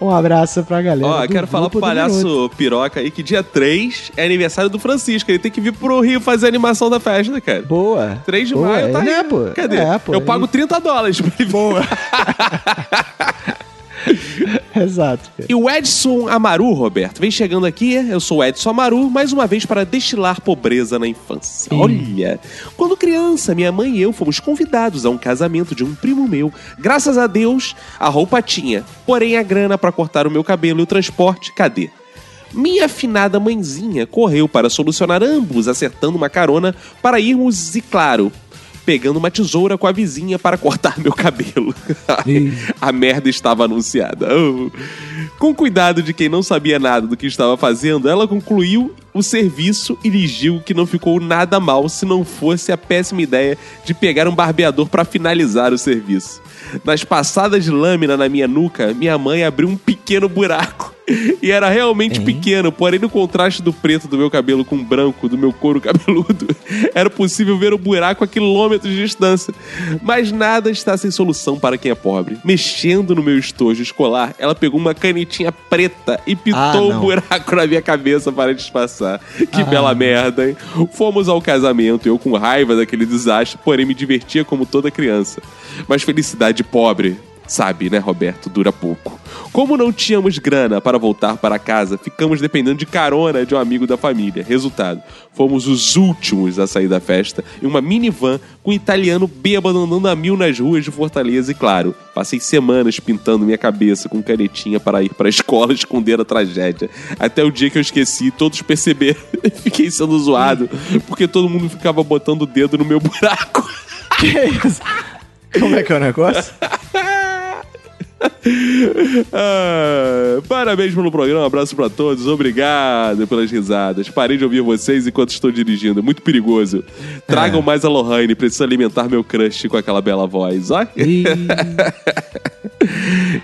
Um abraço pra galera.
Ó, eu
do
quero falar
grupo
pro
do Minuto.
palhaço piroca aí que dia 3 é aniversário do Francisco. Ele tem que vir pro Rio fazer a animação da festa, cara.
Boa.
3 de
Boa,
maio tá
é,
aí.
né, pô?
Cadê?
É, pô,
eu
aí-
pago 30 dólares pra ele Boa.
Exato. cara.
E o Edson Amaru, Roberto, vem chegando aqui. Eu sou o Edson Amaru, mais uma vez para destilar pobreza na infância. Olha! Quando criança, minha mãe e eu fomos convidados a um casamento de um primo meu. Graças a Deus, a roupa tinha. Porém, a grana para cortar o meu cabelo e o transporte, cadê? Minha afinada mãezinha correu para solucionar ambos, acertando uma carona para irmos, e claro, pegando uma tesoura com a vizinha para cortar meu cabelo. a merda estava anunciada. Oh. Com cuidado de quem não sabia nada do que estava fazendo, ela concluiu o serviço e dirigiu que não ficou nada mal se não fosse a péssima ideia de pegar um barbeador para finalizar o serviço. Nas passadas de lâmina na minha nuca, minha mãe abriu um pequeno buraco. E era realmente pequeno, porém no contraste do preto do meu cabelo com o branco do meu couro cabeludo, era possível ver o buraco a quilômetros de distância. Mas nada está sem solução para quem é pobre. Mexendo no meu estojo escolar, ela pegou uma canetinha preta e
Ah,
pitou o
não.
buraco na minha cabeça para disfarçar. Que bela merda, hein? Fomos ao casamento, eu com raiva daquele desastre, porém me divertia como toda criança. Mas felicidade pobre, sabe, né, Roberto? Dura pouco. Como não tínhamos grana para voltar para casa, ficamos dependendo de carona de um amigo da família. Resultado, fomos os últimos a sair da festa em uma minivan com um italiano bêbado andando a mil nas ruas de Fortaleza e, claro, passei semanas pintando minha cabeça com canetinha para ir para a escola esconder a tragédia. Até o dia que eu esqueci, todos perceberam. Fiquei sendo zoado porque todo mundo ficava botando o dedo no meu buraco.
Como é que é o negócio?
Ah, parabéns pelo programa, abraço pra todos, obrigado pelas risadas. Parei de ouvir vocês enquanto estou dirigindo, é muito perigoso. Tragam mais a Lohane, preciso alimentar meu crush com aquela bela voz. Ó,
Ih,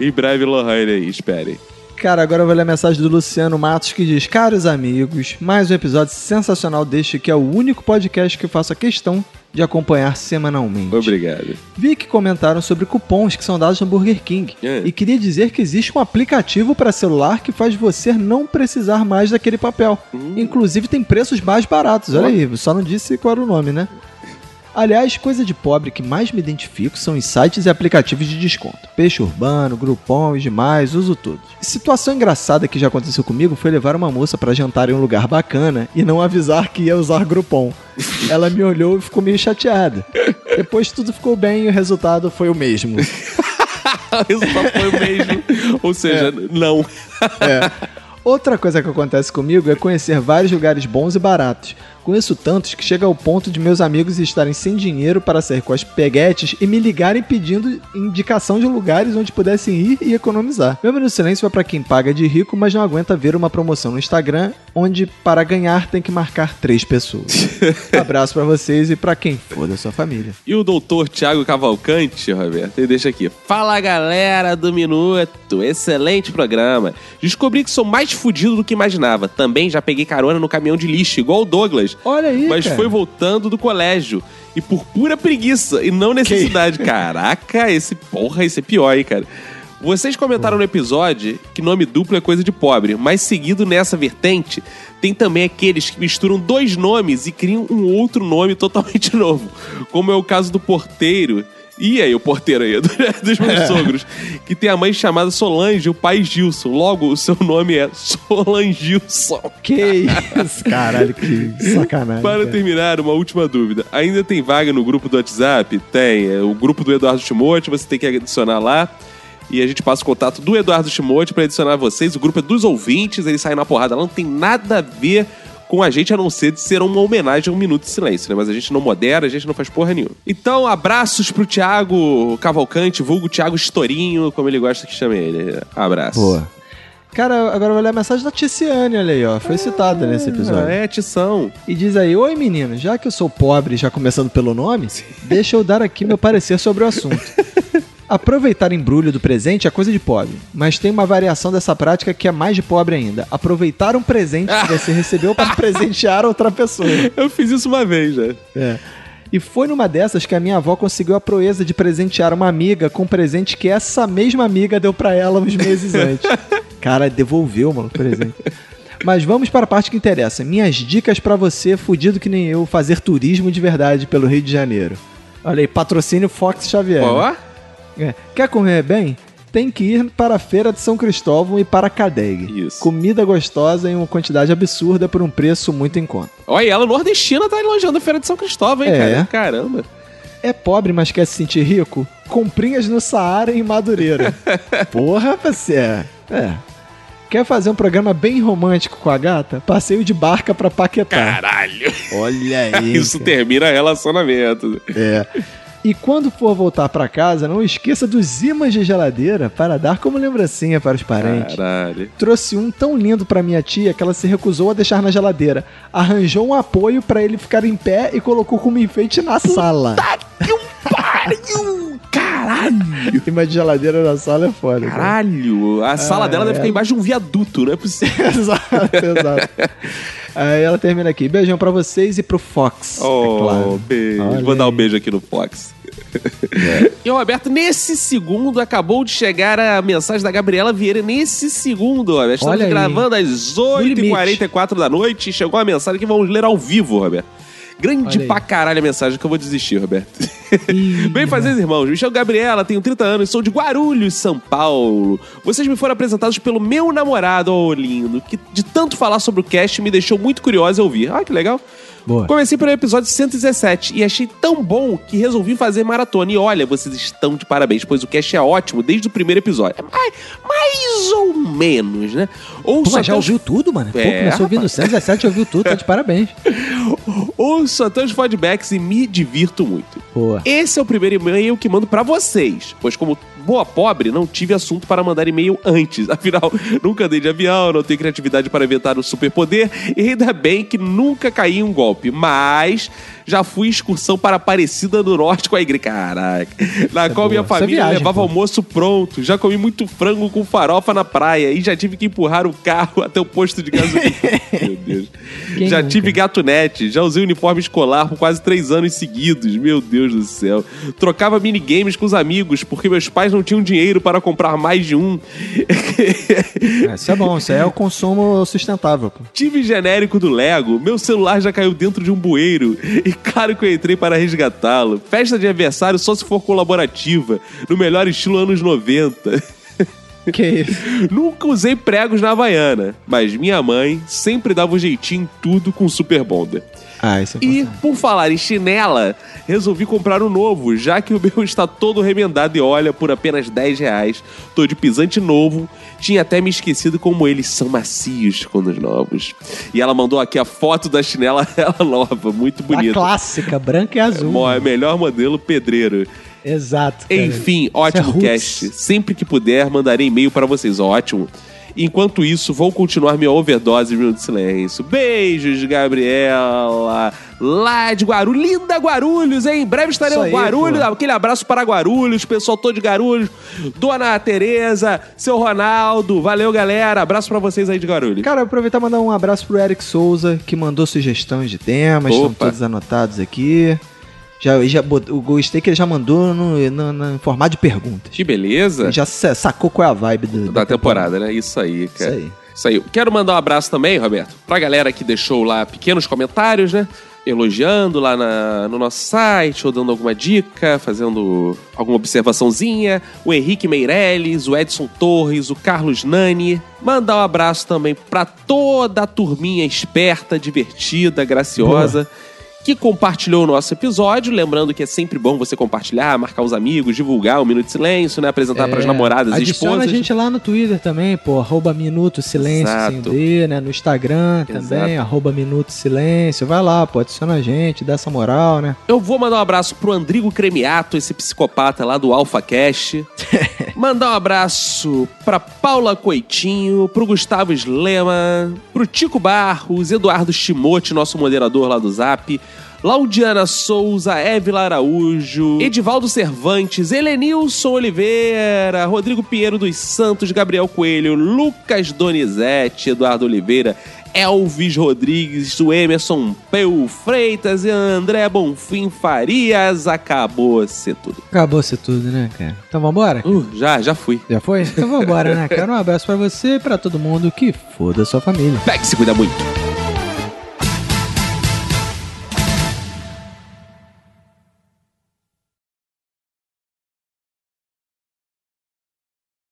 em breve Lohane aí, esperem.
Cara, agora eu vou ler a mensagem do Luciano Matos que diz: Caros amigos, mais um episódio sensacional deste que é o único podcast que eu faço a questão de acompanhar semanalmente.
Obrigado.
Vi que comentaram sobre cupons que são dados no Burger King. E queria dizer que existe um aplicativo para celular que faz você não precisar mais daquele papel. Inclusive tem preços mais baratos. Olha aí, só não disse qual era o nome, né? Aliás, coisa de pobre que mais me identifico são os sites e aplicativos de desconto. Peixe Urbano, Groupon e demais, uso todos. Situação engraçada que já aconteceu comigo foi levar uma moça pra jantar em um lugar bacana e não avisar que ia usar Groupon. Ela me olhou e ficou meio chateada. Depois tudo ficou bem e o resultado foi o mesmo.
o resultado foi o mesmo. É. Ou seja, não.
Outra coisa que acontece comigo é conhecer vários lugares bons e baratos. Conheço tantos que chega ao ponto de meus amigos estarem sem dinheiro para sair com as peguetes e me ligarem pedindo indicação de lugares onde pudessem ir e economizar. Meu Minuto de Silêncio vai para quem paga de rico, mas não aguenta ver uma promoção no Instagram onde, para ganhar, tem que marcar três pessoas. Abraço para vocês e para quem for da sua família.
E o doutor Tiago Cavalcante, Roberto, ele deixa aqui. Fala galera do Minuto, excelente programa. Descobri que sou mais fudido do que imaginava. Também já peguei carona no caminhão de lixo, igual o Douglas.
Olha aí,
Mas
cara.
foi voltando do colégio. E por pura preguiça e não necessidade. Caraca, esse porra, esse é pior, hein, cara. Vocês comentaram no episódio que nome duplo é coisa de pobre, mas seguido nessa vertente, tem também aqueles que misturam dois nomes e criam um outro nome totalmente novo, como é o caso do porteiro. E aí, o porteiro aí, do- dos meus sogros, que tem a mãe chamada Solange e o pai Gilson. Logo, o seu nome é Solangilson.
Que isso, caralho, que sacanagem.
Para
cara.
terminar, uma última dúvida. Ainda tem vaga no grupo do WhatsApp? Tem. É o grupo do Eduardo Timote, você tem que adicionar lá. E a gente passa o contato do Eduardo Timote para adicionar vocês. O grupo é dos ouvintes, ele sai na porrada lá, não tem nada a ver com a gente, a não ser de ser uma homenagem a um minuto de silêncio, né? Mas a gente não modera, a gente não faz porra nenhuma. Então, abraços pro Thiago Cavalcante, vulgo Thiago Estorinho, como ele gosta que chame ele. Abraço.
Boa. Cara, agora eu vou ler a mensagem da Tiziane, olha aí, ó. Foi citada nesse episódio.
É, Tição.
E diz aí, oi menino, já que eu sou pobre, já começando pelo nome, deixa eu dar aqui meu parecer sobre o assunto. Aproveitar embrulho do presente é coisa de pobre, mas tem uma variação dessa prática que é mais de pobre ainda. Aproveitar um presente que você recebeu para presentear outra pessoa.
Eu fiz isso uma vez, né?
É. E foi numa dessas que a minha avó conseguiu a proeza de presentear uma amiga com um presente que essa mesma amiga deu pra ela uns meses antes. Cara, devolveu, mano, o presente. Mas vamos para a parte que interessa. Minhas dicas pra você, fudido que nem eu, fazer turismo de verdade pelo Rio de Janeiro. Olha aí, patrocínio Fox Xavier.
Ó,
É. Quer comer bem? Tem que ir para a Feira de São Cristóvão e para a Cadeg.
Isso.
Comida gostosa em uma quantidade absurda por um preço muito em conta.
Olha, ela nordestina tá elogiando a Feira de São Cristóvão, hein,
É.
cara? Caramba.
É pobre, mas quer se sentir rico? Comprinhas no Saara em Madureira. Porra, você é. É. Quer fazer um programa bem romântico com a gata? Passeio de barca pra Paquetá.
Caralho.
Olha aí.
Isso
cara.
termina relacionamento.
É. E quando for voltar pra casa, não esqueça dos ímãs de geladeira para dar como lembrancinha para os parentes.
Caralho.
Trouxe um tão lindo pra minha tia que ela se recusou a deixar na geladeira. Arranjou um apoio pra ele ficar em pé e colocou como enfeite na sala.
Caralho.
Imã de geladeira na sala é foda. cara.
Caralho. A sala
Ah,
dela
é.
deve ficar embaixo de um viaduto, não é possível.
exato, exato. Aí ela termina aqui. Beijão pra vocês e pro Fox. é
Oh,
claro.
beijo.
Olha
Vou dar um
aí. É.
beijo aqui no Fox. E Roberto, nesse segundo acabou de chegar a mensagem da Gabriela Vieira. Nesse segundo, Roberto. Estamos
Olha aí.
gravando às
limite.
8h44 da noite. Chegou a mensagem que vamos ler ao vivo, Roberto. Grande
Olha aí.
pra caralho a mensagem que eu vou desistir, Roberto. Bem fazer, irmãos. Me chamo Gabriela, tenho 30 anos, sou de Guarulhos, São Paulo. Vocês me foram apresentados pelo meu namorado, ó, lindo, que de tanto falar sobre o cast me deixou muito curiosa a ouvir. Ah, que legal.
Boa.
Comecei pelo episódio 117 e achei tão bom que resolvi fazer maratona. E olha, vocês estão de parabéns, pois o cast é ótimo desde o primeiro episódio. É mais, mais ou menos, né? Ou
Pô, mas
então
já ouviu tudo, mano? Pô,
É,
começou ouvindo 117, ouviu tudo, tá de parabéns.
Ouço até os feedbacks e me divirto muito.
Boa.
Esse é o primeiro e-mail que mando pra vocês, pois como boa pobre, não tive assunto para mandar e-mail antes. Afinal, nunca andei de avião, não tenho criatividade para inventar um superpoder e ainda bem que nunca caí em um golpe. Mas já fui em excursão para Aparecida do Norte com a igreja. Caraca. Na qual minha
boa. Isso é
família
viagem,
levava
pô.
almoço pronto. Já comi muito frango com farofa na praia e já tive que empurrar o carro até o posto de gasolina. Meu Deus.
Quem
já
nunca?
tive gatunete, já usei uniforme escolar por quase três anos seguidos. Meu Deus do céu. Trocava minigames com os amigos porque meus pais não tinham dinheiro para comprar mais de um.
É, isso é bom, isso aí é o consumo sustentável. pô.
Tive genérico do Lego, meu celular já caiu dentro de um bueiro e claro que eu entrei para resgatá-lo. Festa de aniversário só se for colaborativa, no melhor estilo anos 90.
Que isso?
Nunca usei pregos na Havaiana, mas minha mãe sempre dava um jeitinho em tudo com Super Bonder.
Ah, isso é
E, por falar em chinela, resolvi comprar um novo, já que o meu está todo remendado e olha, por apenas 10 reais. Tô de pisante novo, tinha até me esquecido como eles são macios quando os novos. E ela mandou aqui a foto da chinela ela nova, muito
A
bonita.
clássica, branca e azul.
Mó- é melhor modelo pedreiro.
Exato. cara.
Enfim,
Isso é
ótimo
roots.
cast. Sempre que puder, mandarei e-mail para vocês. Ótimo. Enquanto isso, vou continuar minha overdose de minuto de silêncio. Beijos, Gabriela. Lá de Guarulhos. Linda Guarulhos, hein? Em breve estarei
Isso
em
aí,
Guarulhos.
pô.
Aquele abraço para Guarulhos, pessoal todo de Guarulhos. Dona Tereza, seu Ronaldo. Valeu, galera. Abraço para vocês aí de Guarulhos.
Cara, aproveitar e mandar um abraço pro Eric Souza, que mandou sugestões de temas, estão
Opa.
todos anotados aqui. Já, já bot- o gostei que ele já mandou no, no, no- em formato de perguntas.
Que beleza.
Ele já sa- sacou qual é a vibe do-
Da temporada, né? Isso aí,
Isso
cara.
aí.
Isso aí. Quero mandar um abraço também, Roberto, pra galera que deixou lá pequenos comentários, né? Elogiando lá na- no nosso site, ou dando alguma dica, fazendo alguma observaçãozinha. O Henrique Meirelles, o Edson Torres, o Carlos Nani. Mandar um abraço também pra toda a turminha esperta, divertida, graciosa. Que compartilhou o nosso episódio. Lembrando que é sempre bom você compartilhar, marcar os amigos, divulgar o Minuto de Silêncio, né? Apresentar
É,
pras namoradas e
Adiciona
esposas.
a gente lá no Twitter também, pô, arroba Minuto Silêncio sem
Exato.
D, né? No Instagram também,
Exato.
arroba Minuto Silêncio. Vai lá, pô, adiciona a gente, dá essa moral, né?
Eu vou mandar um abraço pro Andrigo Cremiato, esse psicopata lá do Alpha Cash. mandar um abraço pra Paula Coitinho, pro Gustavo Slema, pro Tico Barros, Eduardo Chimote, nosso moderador lá do Zap. Laudiana Souza, Évila Araújo, Edivaldo Cervantes, Helenilson Oliveira, Rodrigo Pinheiro dos Santos, Gabriel Coelho, Lucas Donizete, Eduardo Oliveira, Elvis Rodrigues, o Emerson Peu Freitas e André Bonfim Farias. Acabou ser tudo.
Acabou-se tudo, né, cara? Então vambora?
Uh, já, já fui.
Já foi? Então vambora, né, cara? Um abraço pra você e pra todo mundo que foda a sua família.
Pega e se cuida muito.